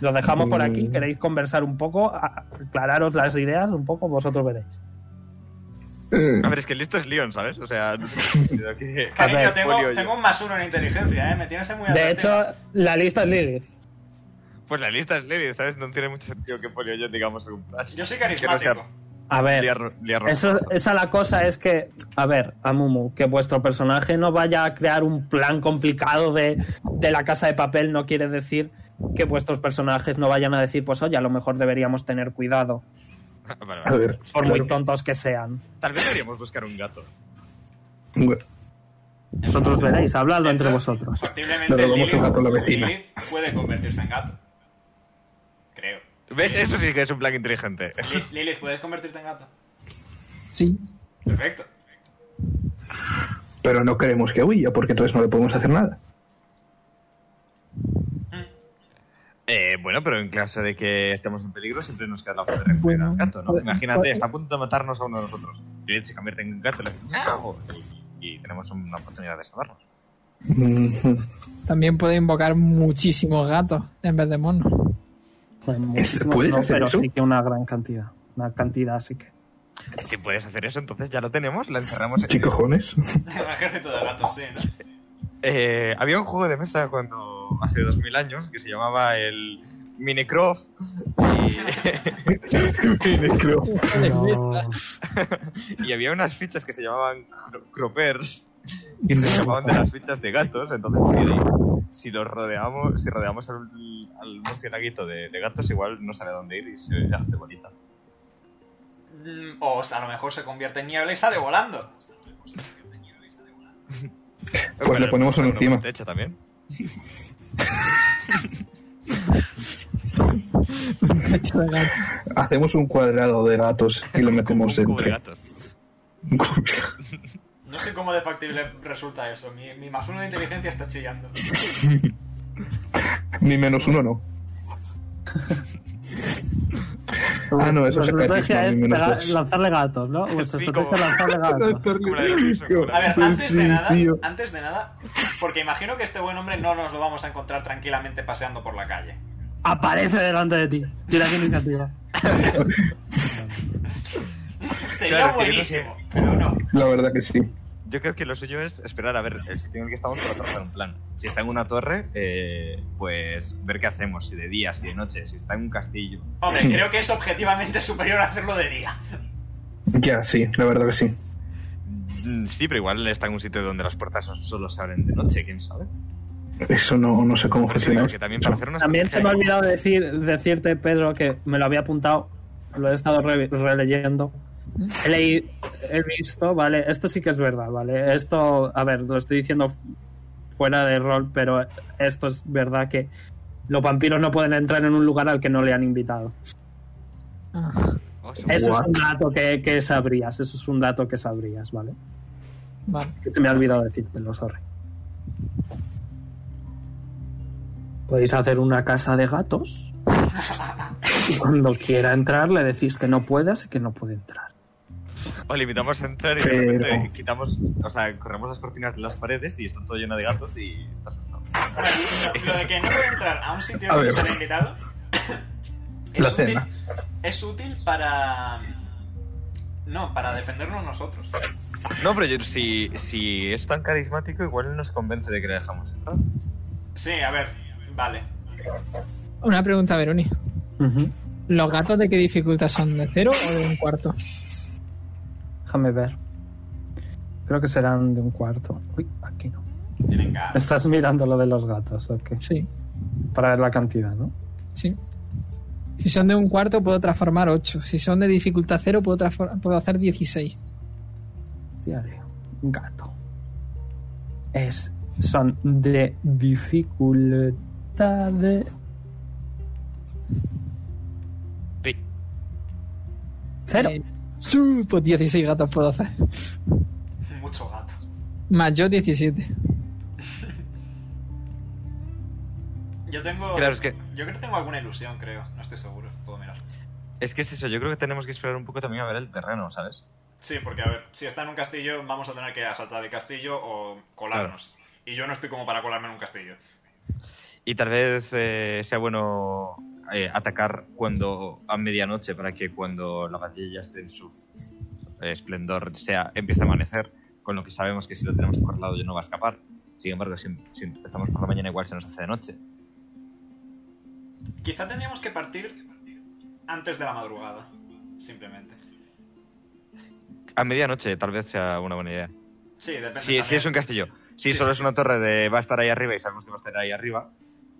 Speaker 1: Lo dejamos por aquí.
Speaker 4: Mm.
Speaker 1: ¿Queréis conversar un poco? A- Aclararos las ideas un poco. Vosotros veréis.
Speaker 4: Eh,
Speaker 5: A ver, es que listo es Leon, ¿sabes? O sea, no tiene sentido que-
Speaker 2: Cariño,
Speaker 1: A ver,
Speaker 5: Poli,
Speaker 2: tengo,
Speaker 5: oye.
Speaker 2: tengo un más uno en inteligencia, ¿eh? Me tienes ahí muy
Speaker 1: De hecho,
Speaker 2: atractivo.
Speaker 1: la lista es Lilith.
Speaker 5: Pues la lista es Lady, ¿sabes? No tiene mucho sentido que Polio y yo digamos algún plan.
Speaker 2: Yo soy
Speaker 5: Que no sea-
Speaker 2: carismático.
Speaker 1: A ver,
Speaker 5: Liar- liar
Speaker 1: eso-
Speaker 5: rompazos.
Speaker 1: esa la cosa es que, a ver, Amumu, que vuestro personaje no vaya a crear un plan complicado de, de la casa de papel no quiere decir que vuestros personajes no vayan a decir, pues oye, a lo mejor deberíamos tener cuidado,
Speaker 5: Vale, vale.
Speaker 4: A ver,
Speaker 1: por muy
Speaker 4: claro,
Speaker 1: tontos que sean.
Speaker 5: Tal vez deberíamos buscar un gato.
Speaker 4: bueno,
Speaker 1: Vosotros veréis, habladlo
Speaker 2: De
Speaker 1: entre
Speaker 2: hecho,
Speaker 1: vosotros.
Speaker 2: Posiblemente
Speaker 4: Nos lo vamos a
Speaker 2: Lilith-
Speaker 4: hablar con la vecina.
Speaker 2: Lilith puede convertirse en gato. Creo.
Speaker 5: ¿Ves? Eso sí que es un plan inteligente.
Speaker 2: Li- Lilith, ¿puedes convertirte en gato?
Speaker 6: Sí.
Speaker 2: Perfecto.
Speaker 4: pero no queremos que huya porque entonces no le podemos hacer nada.
Speaker 5: Eh, bueno, pero en caso de que estemos en peligro, siempre nos queda la opción de recuperar
Speaker 6: Bueno,
Speaker 5: al gato, ¿no?
Speaker 6: pues-
Speaker 5: Imagínate,
Speaker 6: pues-
Speaker 5: está a punto de matarnos a uno de nosotros. Lilith se convierte en un gato le hace ¡miau! y, y tenemos una oportunidad de salvarnos.
Speaker 4: Ujú.
Speaker 6: También puede invocar muchísimos gatos en vez de monos.
Speaker 4: Es- ¿Puedes
Speaker 1: No,
Speaker 4: hacer
Speaker 1: pero
Speaker 4: eso?
Speaker 1: sí que una gran cantidad. Una cantidad, sí que.
Speaker 5: Si puedes hacer eso, entonces ya lo tenemos, la encerramos en...
Speaker 4: ¿Qué cojones?
Speaker 2: Un ejército de gatos, sí, ¿no?
Speaker 5: Eh, había un juego de mesa cuando hace 2000 años que se llamaba el Minecraft
Speaker 4: Creo.
Speaker 5: y, y había unas fichas que se llamaban cro- croppers que se llamaban de las fichas de gatos entonces si- si los rodeamos si rodeamos al, al murcielaguito de, de gatos igual no sabe a dónde ir y se hace bolita
Speaker 2: Mm, O o sea, a lo mejor se convierte en niebla y sale volando.
Speaker 5: Eh, bueno,
Speaker 4: Pues le ponemos uno
Speaker 5: bueno,
Speaker 4: encima.
Speaker 5: te echa también
Speaker 6: Pecho de gato.
Speaker 4: Hacemos un cuadrado de gatos y lo metemos
Speaker 5: un cubo de
Speaker 4: entre.
Speaker 5: gatos
Speaker 2: No sé cómo de factible resulta eso. Mi, mi más uno de inteligencia está chillando.
Speaker 4: Ni menos uno, no. ah, no, eso
Speaker 9: Vuestra
Speaker 4: es
Speaker 9: estrategia
Speaker 4: carisma,
Speaker 9: es
Speaker 4: ni menos
Speaker 9: pegar-
Speaker 4: dos.
Speaker 9: lanzarle gatos, ¿no? Vuestra
Speaker 5: Sí,
Speaker 9: estrategia
Speaker 5: como-
Speaker 9: es lanzarle gatos.
Speaker 5: Como la de los Simpson, como la
Speaker 2: A
Speaker 5: de-
Speaker 2: ver,
Speaker 4: Pues
Speaker 2: antes de
Speaker 4: sí,
Speaker 2: nada,
Speaker 4: tío.
Speaker 2: antes de nada, porque imagino que este buen hombre no nos lo vamos a encontrar tranquilamente paseando por la calle.
Speaker 9: Aparece delante de ti. Tira qué iniciativa.
Speaker 2: Sería
Speaker 5: Claro, es que yo no sé.
Speaker 2: buenísimo, pero no.
Speaker 4: La verdad que sí.
Speaker 5: Yo creo que lo suyo es esperar a ver el sitio en el que estamos para trazar un plan. Si está en una torre, eh, pues ver qué hacemos, si de día, si de noche, si está en un castillo.
Speaker 2: Hombre, creo que es objetivamente superior a hacerlo de día.
Speaker 4: Ya, sí, la verdad que sí.
Speaker 5: Mm, Sí, pero igual está en un sitio donde las puertas son- solo se abren de noche, quién sabe.
Speaker 4: Eso no, no sé cómo
Speaker 5: Por eso digo
Speaker 4: funciona.
Speaker 5: que también para hacer una
Speaker 1: También se me ha
Speaker 5: estrategia
Speaker 1: olvidado decir, decirte, Pedro, que me lo había apuntado, lo he estado re- releyendo. He, leí- he visto, ¿vale? Esto sí que es verdad, ¿vale? Esto, a ver, lo estoy diciendo fuera de rol, pero esto es verdad que los vampiros no pueden entrar en un lugar al que no le han invitado.
Speaker 6: Ah,
Speaker 5: como- Oh, se me-
Speaker 1: Eso
Speaker 4: What?
Speaker 1: es un dato que, que sabrías, eso es un dato que sabrías, ¿vale?
Speaker 6: vale.
Speaker 1: Que se me ha olvidado decírtelo, sorry. Podéis hacer una casa de gatos. Y cuando quiera entrar, le decís que no puedas y que no puede entrar.
Speaker 5: O limitamos a entrar y de repente
Speaker 4: Pero-
Speaker 5: quitamos, o sea, corremos las cortinas de las paredes y está todo lleno de gatos y está asustado.
Speaker 2: Lo- Lo de que no puede entrar a un sitio
Speaker 4: A
Speaker 2: donde
Speaker 4: ver.
Speaker 2: se le ha invitado
Speaker 4: La
Speaker 2: es útil,
Speaker 4: cena.
Speaker 2: es útil para... No, para defendernos nosotros.
Speaker 5: No, pero yo- si, si es tan carismático, igual nos convence de que le dejamos entrar.
Speaker 2: Sí, a ver, vale.
Speaker 6: Una pregunta, Veroni. ¿Los gatos de qué dificultad son? ¿De cero o de un cuarto?
Speaker 1: Déjame ver. Creo que serán de un cuarto. Uy, aquí no.
Speaker 2: Tienen ganas.
Speaker 1: Estás mirando lo de los gatos, ok.
Speaker 6: Sí,
Speaker 1: Para ver la cantidad, ¿no?
Speaker 6: sí. Si son de un cuarto, puedo transformar 8. Si son de dificultad cero, puedo, transfor- puedo hacer 16.
Speaker 1: Diario. Gato. Es, son de dificultad de
Speaker 5: Pi.
Speaker 1: cero.
Speaker 6: Eh, ¡sú! pues 16 gatos puedo hacer.
Speaker 2: Mucho gato.
Speaker 6: Más yo 17.
Speaker 2: Yo tengo...
Speaker 5: Claro, es que-
Speaker 2: Yo creo que tengo alguna ilusión, creo. No estoy seguro. Puedo mirar.
Speaker 5: Es que es eso, yo creo que tenemos que esperar un poco también a ver el terreno, ¿sabes?
Speaker 2: Sí, porque a ver, si está en un castillo, vamos a tener que asaltar el castillo o colarnos. Y yo no estoy como para colarme en un castillo.
Speaker 5: Y tal vez eh, sea bueno eh, atacar cuando a medianoche para que cuando la batalla esté en su eh, esplendor sea empiece a amanecer, con lo que sabemos que si lo tenemos controlado ya no va a escapar. Sin embargo, si, si empezamos por la mañana igual se nos hace de noche.
Speaker 2: Quizá tendríamos que partir antes de la madrugada, simplemente.
Speaker 5: a medianoche tal vez sea una buena idea.
Speaker 2: Sí, depende.
Speaker 5: Si, si
Speaker 2: también.
Speaker 5: es un castillo. Si
Speaker 2: Sí,
Speaker 5: solo
Speaker 2: sí,
Speaker 5: es una torre de va a estar ahí arriba y sabemos que va a estar ahí arriba,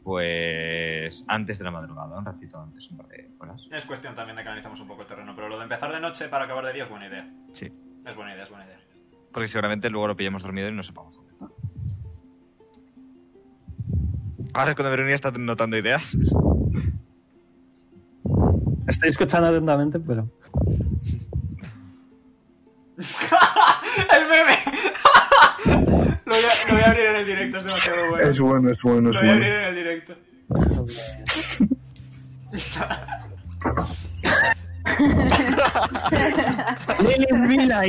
Speaker 5: pues antes de la madrugada, un ratito antes, un par de horas.
Speaker 2: Es cuestión también de que analicemos un poco el terreno, pero lo de empezar de noche para acabar de día es buena idea.
Speaker 5: Sí.
Speaker 2: Es buena idea, es buena idea.
Speaker 5: Porque seguramente luego lo pillamos dormido y no sepamos dónde está. Ahora es cuando Verónica está notando ideas.
Speaker 1: Estoy escuchando atentamente, pero.
Speaker 2: ¡El meme! lo, voy a, lo voy a abrir en el directo, es demasiado bueno.
Speaker 4: Es bueno, es
Speaker 2: Lo
Speaker 4: bueno, es
Speaker 2: voy a abrir
Speaker 4: bueno.
Speaker 2: en el directo.
Speaker 1: Lily Vilay.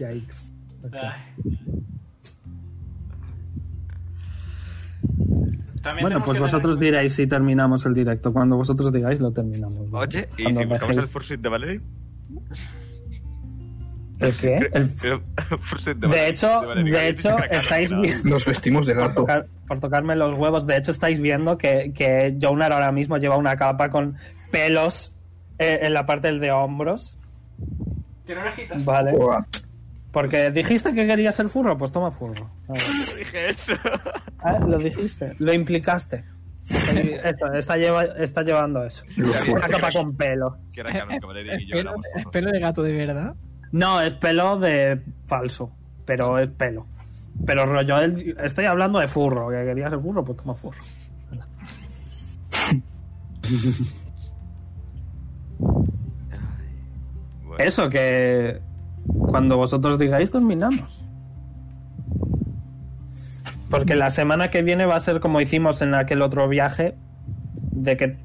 Speaker 9: Yikes.
Speaker 2: Ay. También
Speaker 1: Bueno,
Speaker 2: tenemos
Speaker 1: pues
Speaker 2: que
Speaker 1: vosotros
Speaker 2: tener...
Speaker 1: diréis si terminamos el directo. Cuando vosotros digáis, lo terminamos.
Speaker 5: Oye, ¿y
Speaker 1: Cuando
Speaker 5: si buscamos
Speaker 1: dejéis-
Speaker 5: el Fursuit de Valerie?
Speaker 1: ¿El qué? ¿Eh? El-
Speaker 5: El Fursuit de Valerie.
Speaker 1: De hecho,
Speaker 5: Valerie, que
Speaker 1: de
Speaker 5: habéis dicho
Speaker 1: hecho,
Speaker 5: que era caro,
Speaker 1: estáis
Speaker 5: que era-
Speaker 1: viendo.
Speaker 4: Nos vestimos de
Speaker 1: Por,
Speaker 4: gato.
Speaker 1: tocar- por tocarme los huevos, de hecho estáis viendo que, que Jonar ahora mismo lleva una capa con pelos eh, en la parte del de hombros,
Speaker 2: Tiene orejitas.
Speaker 1: ¿vale?
Speaker 4: Buah,
Speaker 1: Porque dijiste que querías el furro, pues toma furro. A ver.
Speaker 5: Dije eso.
Speaker 1: Ah, lo dijiste, lo implicaste. Eh, esto, está, lleva- está llevando eso.
Speaker 4: lo
Speaker 1: Una
Speaker 4: fuerte.
Speaker 1: capa con pelo.
Speaker 5: Que era caro, que Valerie y yo
Speaker 6: pelo,
Speaker 5: éramos
Speaker 6: es
Speaker 5: Fursuit.
Speaker 6: pelo de gato de verdad.
Speaker 1: No, es pelo de falso, pero es pelo. Pero rollo, el- estoy hablando de furro, que querías el furro, pues toma furro.
Speaker 5: Bueno,
Speaker 1: Eso, que cuando vosotros digáis terminamos. Porque la semana que viene va a ser como hicimos en aquel otro viaje, de que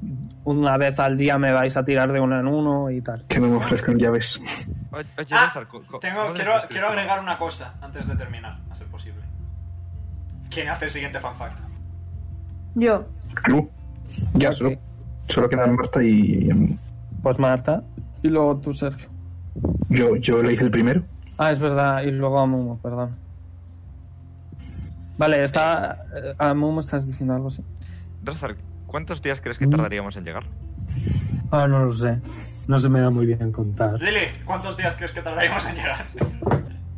Speaker 1: una vez al día me vais a tirar de uno en uno y tal.
Speaker 4: Que no me ofrezcan llaves.
Speaker 5: Oye, oye,
Speaker 2: Ah,
Speaker 5: Lázaro, co- co-
Speaker 2: Tengo,
Speaker 5: ¿cómo
Speaker 2: quiero,
Speaker 5: describes
Speaker 2: quiero
Speaker 5: tu
Speaker 2: agregar
Speaker 5: mano?
Speaker 2: una cosa antes de terminar, a ser posible. ¿Quién hace el siguiente fanfact?
Speaker 3: Yo,
Speaker 4: Clu. Ya,
Speaker 1: Ok.
Speaker 4: solo, solo quedan Marta y. um,
Speaker 1: Pues Marta. Y luego tú, Sergio.
Speaker 4: Yo, yo le hice el primero.
Speaker 1: Ah, es verdad, y luego a Mumu, perdón. Vale, está. eh, A Mumu estás diciendo algo, sí.
Speaker 5: Lázaro, ¿cuántos días crees que
Speaker 1: Mm.
Speaker 5: tardaríamos en llegar?
Speaker 9: Ah, no lo sé. No se me da muy bien contar.
Speaker 2: Lilith, ¿cuántos días crees que tardaríamos en llegar?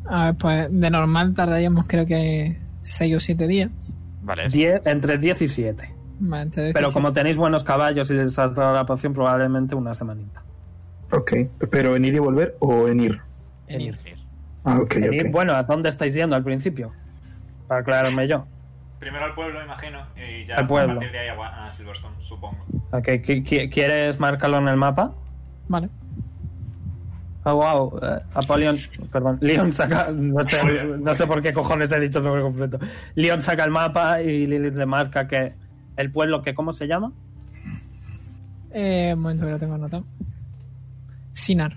Speaker 6: A ver, pues de normal tardaríamos creo que 6 o 7 días.
Speaker 5: Vale, es-
Speaker 1: Diez- entre 10 y 7.
Speaker 6: Más antes de
Speaker 1: Pero
Speaker 6: decir-
Speaker 1: como tenéis buenos caballos y les has dado la poción, probablemente una semanita.
Speaker 4: Ok. ¿Pero en ir y volver o en ir?
Speaker 6: en ir.
Speaker 4: Ah, ok,
Speaker 1: Venid,
Speaker 4: ok.
Speaker 1: Bueno, ¿a dónde estáis yendo al principio? Para aclararme yo.
Speaker 2: Primero al pueblo, imagino, y ya
Speaker 1: Al pueblo.
Speaker 2: a partir de ahí a Gua- a Silverstone, supongo.
Speaker 1: Ok, qui- qui- ¿Quieres marcarlo en el mapa?
Speaker 6: Vale.
Speaker 1: Ah, wow. eh, Apolion, perdón, Leon saca. No sé,
Speaker 2: Apolion.
Speaker 1: no sé por qué cojones he dicho el nombre completo. Leon saca el mapa y Lilith le marca que el pueblo que, ¿cómo se llama?
Speaker 6: Eh, un momento que lo tengo anotado. Sinar.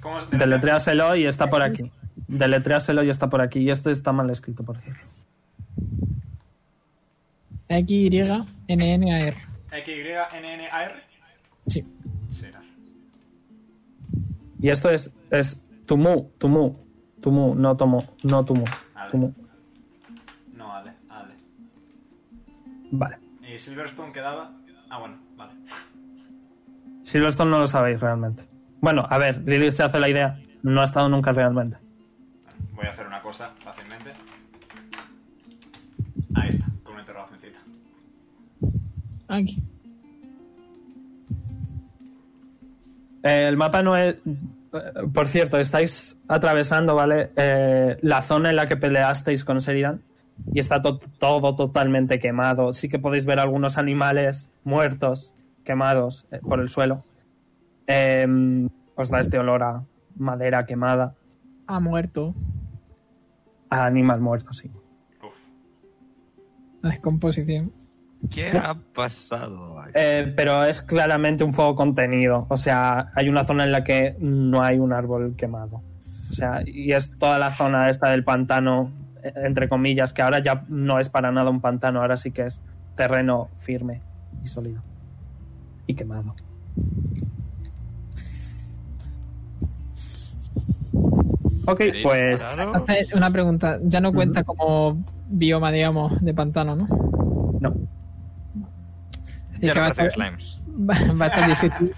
Speaker 2: ¿Cómo es?
Speaker 1: Deletréaselo y está por aquí. Deletréaselo y está por aquí. Y esto está mal escrito, por cierto.
Speaker 6: X, Y, N, N, A, R.
Speaker 2: XYNNAR.
Speaker 6: Sí.
Speaker 2: Será.
Speaker 1: Y esto es, es Tumu, Tumu, Tumu, no Tomo, no Tumu,
Speaker 2: Vale.
Speaker 1: Tumu.
Speaker 2: No, Ale, Ale.
Speaker 1: Vale.
Speaker 2: ¿Y Silverstone quedaba? Ah, bueno, vale.
Speaker 1: Silverstone no lo sabéis realmente. Bueno, a ver, Lilith se hace la idea. No ha estado nunca realmente.
Speaker 2: Voy a hacer una cosa fácilmente. Ahí está, con una interrogacióncita.
Speaker 6: Aquí.
Speaker 1: Eh, el mapa no es. eh, Por cierto, estáis atravesando, ¿vale? Eh, la zona en la que peleasteis con Sheridan. Y está to- todo totalmente quemado. Sí que podéis ver algunos animales muertos, quemados eh, por el suelo. Em, os da este olor a madera quemada.
Speaker 6: Ha muerto.
Speaker 1: A animal muerto, sí.
Speaker 2: Uf.
Speaker 6: La descomposición.
Speaker 5: ¿Qué ha pasado aquí?
Speaker 1: Eh, pero es claramente un fuego contenido. O sea, hay una zona en la que no hay un árbol quemado. O sea, y es toda la zona esta del pantano, eh, entre comillas, que ahora ya no es para nada un pantano, ahora sí que es terreno firme y sólido. Y quemado. Ok,
Speaker 5: ¿Queréis
Speaker 1: pues
Speaker 5: parar o-
Speaker 6: Entonces, una pregunta. Ya no cuenta como bioma, digamos, de pantano, ¿no?
Speaker 1: no.
Speaker 6: Así
Speaker 5: Ya
Speaker 6: que
Speaker 5: no
Speaker 6: va, a
Speaker 5: parecen
Speaker 6: estar,
Speaker 5: slimes.
Speaker 6: va a estar difícil.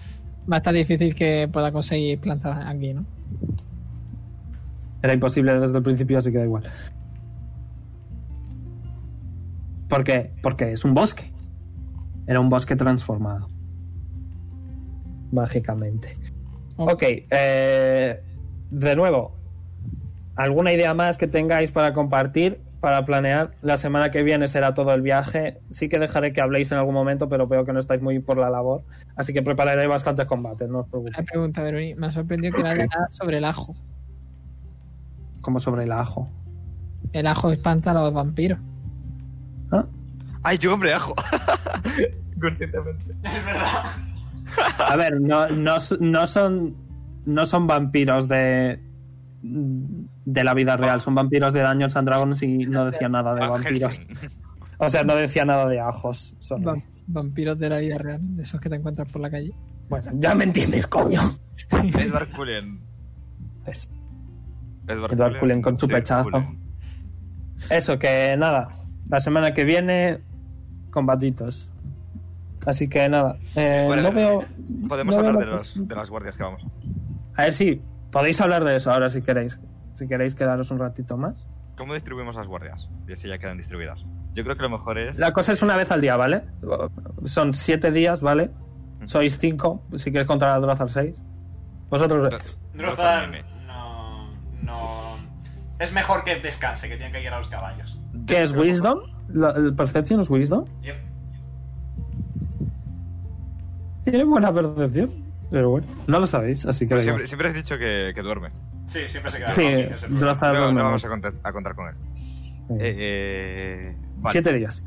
Speaker 6: Va a estar difícil que pueda conseguir plantas aquí, ¿no?
Speaker 1: Era imposible desde el principio, así que da igual. ¿Por qué? Porque es un bosque. Era un bosque transformado. Mágicamente.
Speaker 6: Ok.
Speaker 1: Ok, eh, de nuevo, ¿alguna idea más que tengáis para compartir, para planear? La semana que viene será todo el viaje. Sí que dejaré que habléis en algún momento, pero veo que no estáis muy por la labor. Así que prepararé bastantes combates, no os
Speaker 6: Una
Speaker 1: preocupéis.
Speaker 6: pregunta, Verónica. Me ha sorprendido que no haya nada sobre el ajo.
Speaker 1: Como sobre el ajo.
Speaker 6: El ajo espanta a los vampiros.
Speaker 5: ¡Ay, yo, hombre, ajo! Conscientemente.
Speaker 2: Es verdad.
Speaker 1: A ver, no, no, s- no son no son vampiros de de la vida real, son vampiros de Dungeons and Dragons y no decía nada de
Speaker 5: Van
Speaker 1: vampiros.
Speaker 5: Helsing.
Speaker 1: O sea, no decía nada de ajos. son-
Speaker 6: Va- vampiros de la vida real, de esos que te encuentras por la calle.
Speaker 1: Bueno, ya me entiendes, coño.
Speaker 5: Edward Cullen.
Speaker 1: Eso.
Speaker 5: Edward,
Speaker 1: Edward Cullen con su
Speaker 5: Sir
Speaker 1: pechazo.
Speaker 5: Cullen.
Speaker 1: Eso, que nada. La semana que viene, combatitos. Así que nada. eh,
Speaker 5: Vale,
Speaker 1: no
Speaker 5: vale.
Speaker 1: veo.
Speaker 5: Podemos
Speaker 1: no veo
Speaker 5: hablar de,
Speaker 1: la-
Speaker 5: los- de las guardias que vamos.
Speaker 1: A ver si podéis hablar de eso ahora si queréis. Si queréis quedaros un ratito más.
Speaker 5: ¿Cómo distribuimos las guardias? Y así ya quedan distribuidas. Yo creo que lo mejor es.
Speaker 1: La cosa es una vez al día, ¿vale? Son siete días, ¿vale? Sois cinco. Si queréis contar a Drazar seis. Vosotros veréis.
Speaker 2: Drozar,
Speaker 5: Pues
Speaker 1: eh.
Speaker 2: no, no. Es mejor que descanse, que tiene que ir a los caballos.
Speaker 1: ¿Qué es Wisdom? ¿La- ¿El Perception es Wisdom?
Speaker 2: Yep.
Speaker 1: Tiene buena percepción. Pero bueno, no lo sabéis, así que. da igual.
Speaker 5: Pues Siempre, siempre has dicho que, que duerme.
Speaker 2: Sí, siempre se queda.
Speaker 1: Sí,
Speaker 2: dormido, es el problema.
Speaker 1: Drazar Ah,
Speaker 5: No,
Speaker 1: duerme
Speaker 5: no
Speaker 1: más.
Speaker 5: vamos a contar, a contar con él. Eh, eh, vale.
Speaker 1: Siete días.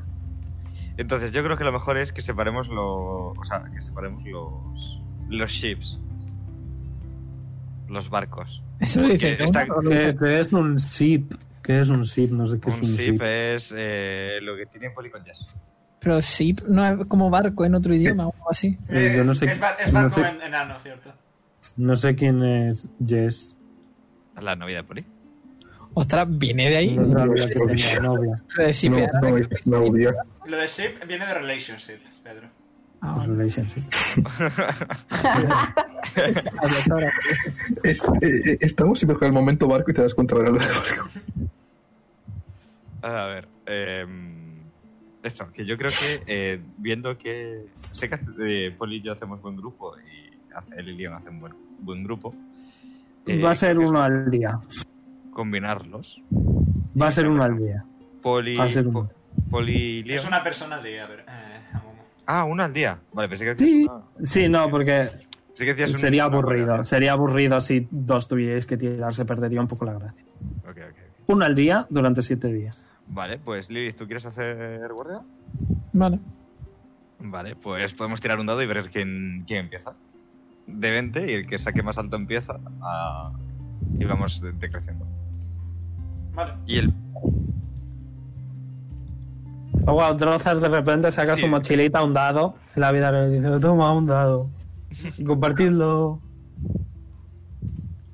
Speaker 5: Entonces, yo creo que lo mejor es que separemos los. O sea, que separemos los. Los ships. Los barcos.
Speaker 6: Eso lo dice.
Speaker 5: Porque
Speaker 6: ¿no?
Speaker 5: está-
Speaker 1: Que, que es un SIP. Que es un SIP, no sé qué es
Speaker 5: un
Speaker 1: un SIP.
Speaker 5: ship es eh, lo que tiene Polycon Jazz.
Speaker 6: Pero sí, no es como barco en otro idioma o algo así.
Speaker 1: Eh, yo no sé-
Speaker 2: Es, ba- es
Speaker 1: no
Speaker 2: barco
Speaker 1: sé-
Speaker 2: en- enano, ¿cierto?
Speaker 1: No sé quién es Jess.
Speaker 5: La novia de Poli.
Speaker 6: Ostras, viene de ahí.
Speaker 4: No, no, no,
Speaker 1: Es la novia.
Speaker 6: Lo de
Speaker 4: No,
Speaker 6: Sipe, ahora
Speaker 4: no,
Speaker 6: que-
Speaker 4: no, novia.
Speaker 2: Lo de ship viene de relationship, Pedro.
Speaker 6: Ah, vale.
Speaker 1: Relationship.
Speaker 4: Es- eh, eh, estamos siempre con el momento barco y te das cuenta de lo del barco.
Speaker 5: A ver. eh, eso, que yo creo que eh, viendo que. Sé que eh, Poli y yo hacemos buen grupo y hace- él y Leon hacen buen, buen grupo. eh,
Speaker 1: Va a ser
Speaker 5: creo que
Speaker 1: uno al día.
Speaker 5: es Combinarlos.
Speaker 1: Va a ser uno al día.
Speaker 5: Poli.
Speaker 1: Va a ser uno.
Speaker 5: Po- Poli y
Speaker 2: Es
Speaker 5: Leon.
Speaker 2: una persona de. A ver. eh, a Momo.
Speaker 5: Ah, uno al día. Vale, pensé que
Speaker 1: Sí.
Speaker 5: decías una-
Speaker 1: Sí, no, porque
Speaker 5: pensé que decías un-
Speaker 1: sería
Speaker 5: una
Speaker 1: aburrido.
Speaker 5: guardia.
Speaker 1: Sería aburrido si dos tuvierais que tirar. Se perdería un poco la gracia.
Speaker 5: Ok, ok, ok.
Speaker 1: Uno al día durante siete días.
Speaker 5: Vale, pues Lilith, ¿tú quieres hacer guardia?
Speaker 6: Vale.
Speaker 5: Vale, pues podemos tirar un dado y ver quién, quién empieza. De 20 y el que saque más alto empieza. a- Y vamos de- decreciendo.
Speaker 2: Vale.
Speaker 5: Y el.
Speaker 1: Oh, wow, Drozar de repente saca
Speaker 5: Sí.
Speaker 1: su mochilita, un dado. En la vida real dice: Toma un dado. Y compartidlo.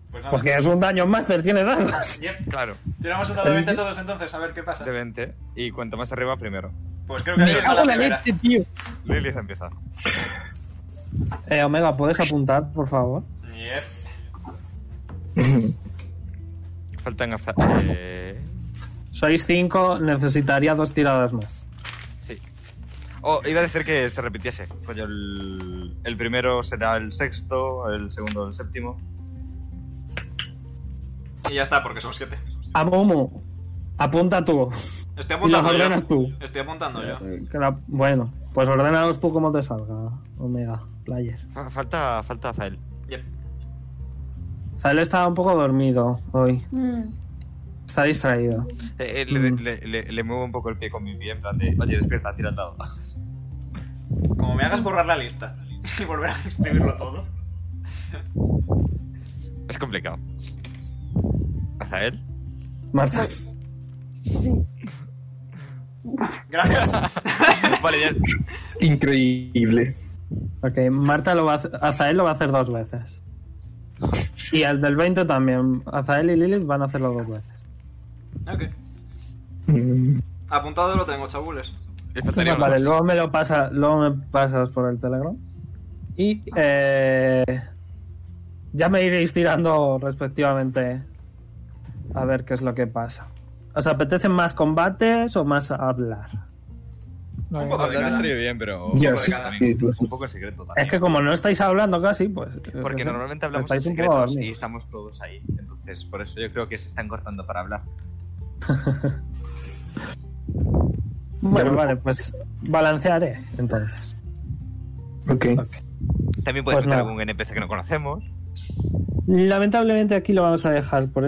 Speaker 2: Pues nada.
Speaker 1: Porque es un daño master, tiene dados.
Speaker 2: Yep.
Speaker 5: Claro,
Speaker 2: Tiramos un dado de 20 todos entonces, a ver qué pasa.
Speaker 5: de 20. Y cuanto más arriba, primero.
Speaker 2: Pues creo que
Speaker 6: Me
Speaker 2: empieza la
Speaker 6: cago en la
Speaker 2: primera.
Speaker 6: leche, tío.
Speaker 5: Lilith empieza.
Speaker 1: Eh, Omega, ¿puedes apuntar, por favor?
Speaker 2: Yep.
Speaker 5: Faltan. aza- Eh...
Speaker 1: Sois cinco, necesitaría dos tiradas más.
Speaker 5: Sí. Oh, iba a decir que se repitiese. Coño, el, el primero será el sexto, el segundo el séptimo.
Speaker 2: Y ya está, porque son 7.
Speaker 1: Amumu, apunta tú.
Speaker 2: Estoy
Speaker 1: Y las
Speaker 2: apuntando yo.
Speaker 1: ordenas tú.
Speaker 2: Estoy apuntando yo.
Speaker 1: Que la- Bueno, pues ordenalos tú como te salga, Omega, player.
Speaker 5: Fa- falta, falta Zael.
Speaker 2: Yep.
Speaker 1: Zael está un poco dormido hoy.
Speaker 3: Mm,
Speaker 1: Está distraído.
Speaker 5: Eh, eh, le,
Speaker 1: Mm.
Speaker 5: le- le- le muevo un poco el pie con mi pie en plan de. Oye, despierta, tira el dado.
Speaker 2: Como me hagas borrar la lista y volver a escribirlo todo.
Speaker 5: Es complicado. Azael.
Speaker 1: Marta,
Speaker 3: sí.
Speaker 2: Gracias.
Speaker 5: vale, ya.
Speaker 4: Increíble.
Speaker 1: ok, Marta lo va a hacer, Azael lo va a hacer dos veces. Y al del 20 también. Azael y Lilith van a hacerlo dos veces.
Speaker 2: Ok.
Speaker 4: Mm,
Speaker 2: Apuntado lo tengo, chabules.
Speaker 5: Le faltaría uno
Speaker 1: Vale,
Speaker 5: más.
Speaker 1: luego me lo pasa, luego me pasas por el Telegram. Y eh, ya me iréis tirando respectivamente a ver qué es lo que pasa. ¿Os apetecen más combates o más hablar?
Speaker 5: Un poco de estaría bien, pero
Speaker 4: Ya,
Speaker 5: un poco de
Speaker 4: sí,
Speaker 5: cada
Speaker 4: sí,
Speaker 5: también.
Speaker 4: sí.
Speaker 5: Un poco de secreto
Speaker 1: Es
Speaker 5: también.
Speaker 1: que como no estáis hablando casi, pues...
Speaker 5: Porque
Speaker 1: no sé,
Speaker 5: normalmente hablamos en
Speaker 1: estáis un poco
Speaker 5: secretos y
Speaker 1: dormidos.
Speaker 5: estamos todos ahí. Entonces, por eso yo creo que se están cortando para hablar.
Speaker 1: Bueno, vale, pues balancearé entonces.
Speaker 4: Ok.
Speaker 5: También puedes
Speaker 1: Pues
Speaker 5: meter
Speaker 1: nada.
Speaker 5: algún NPC que no conocemos.
Speaker 1: Lamentablemente aquí lo vamos a dejar por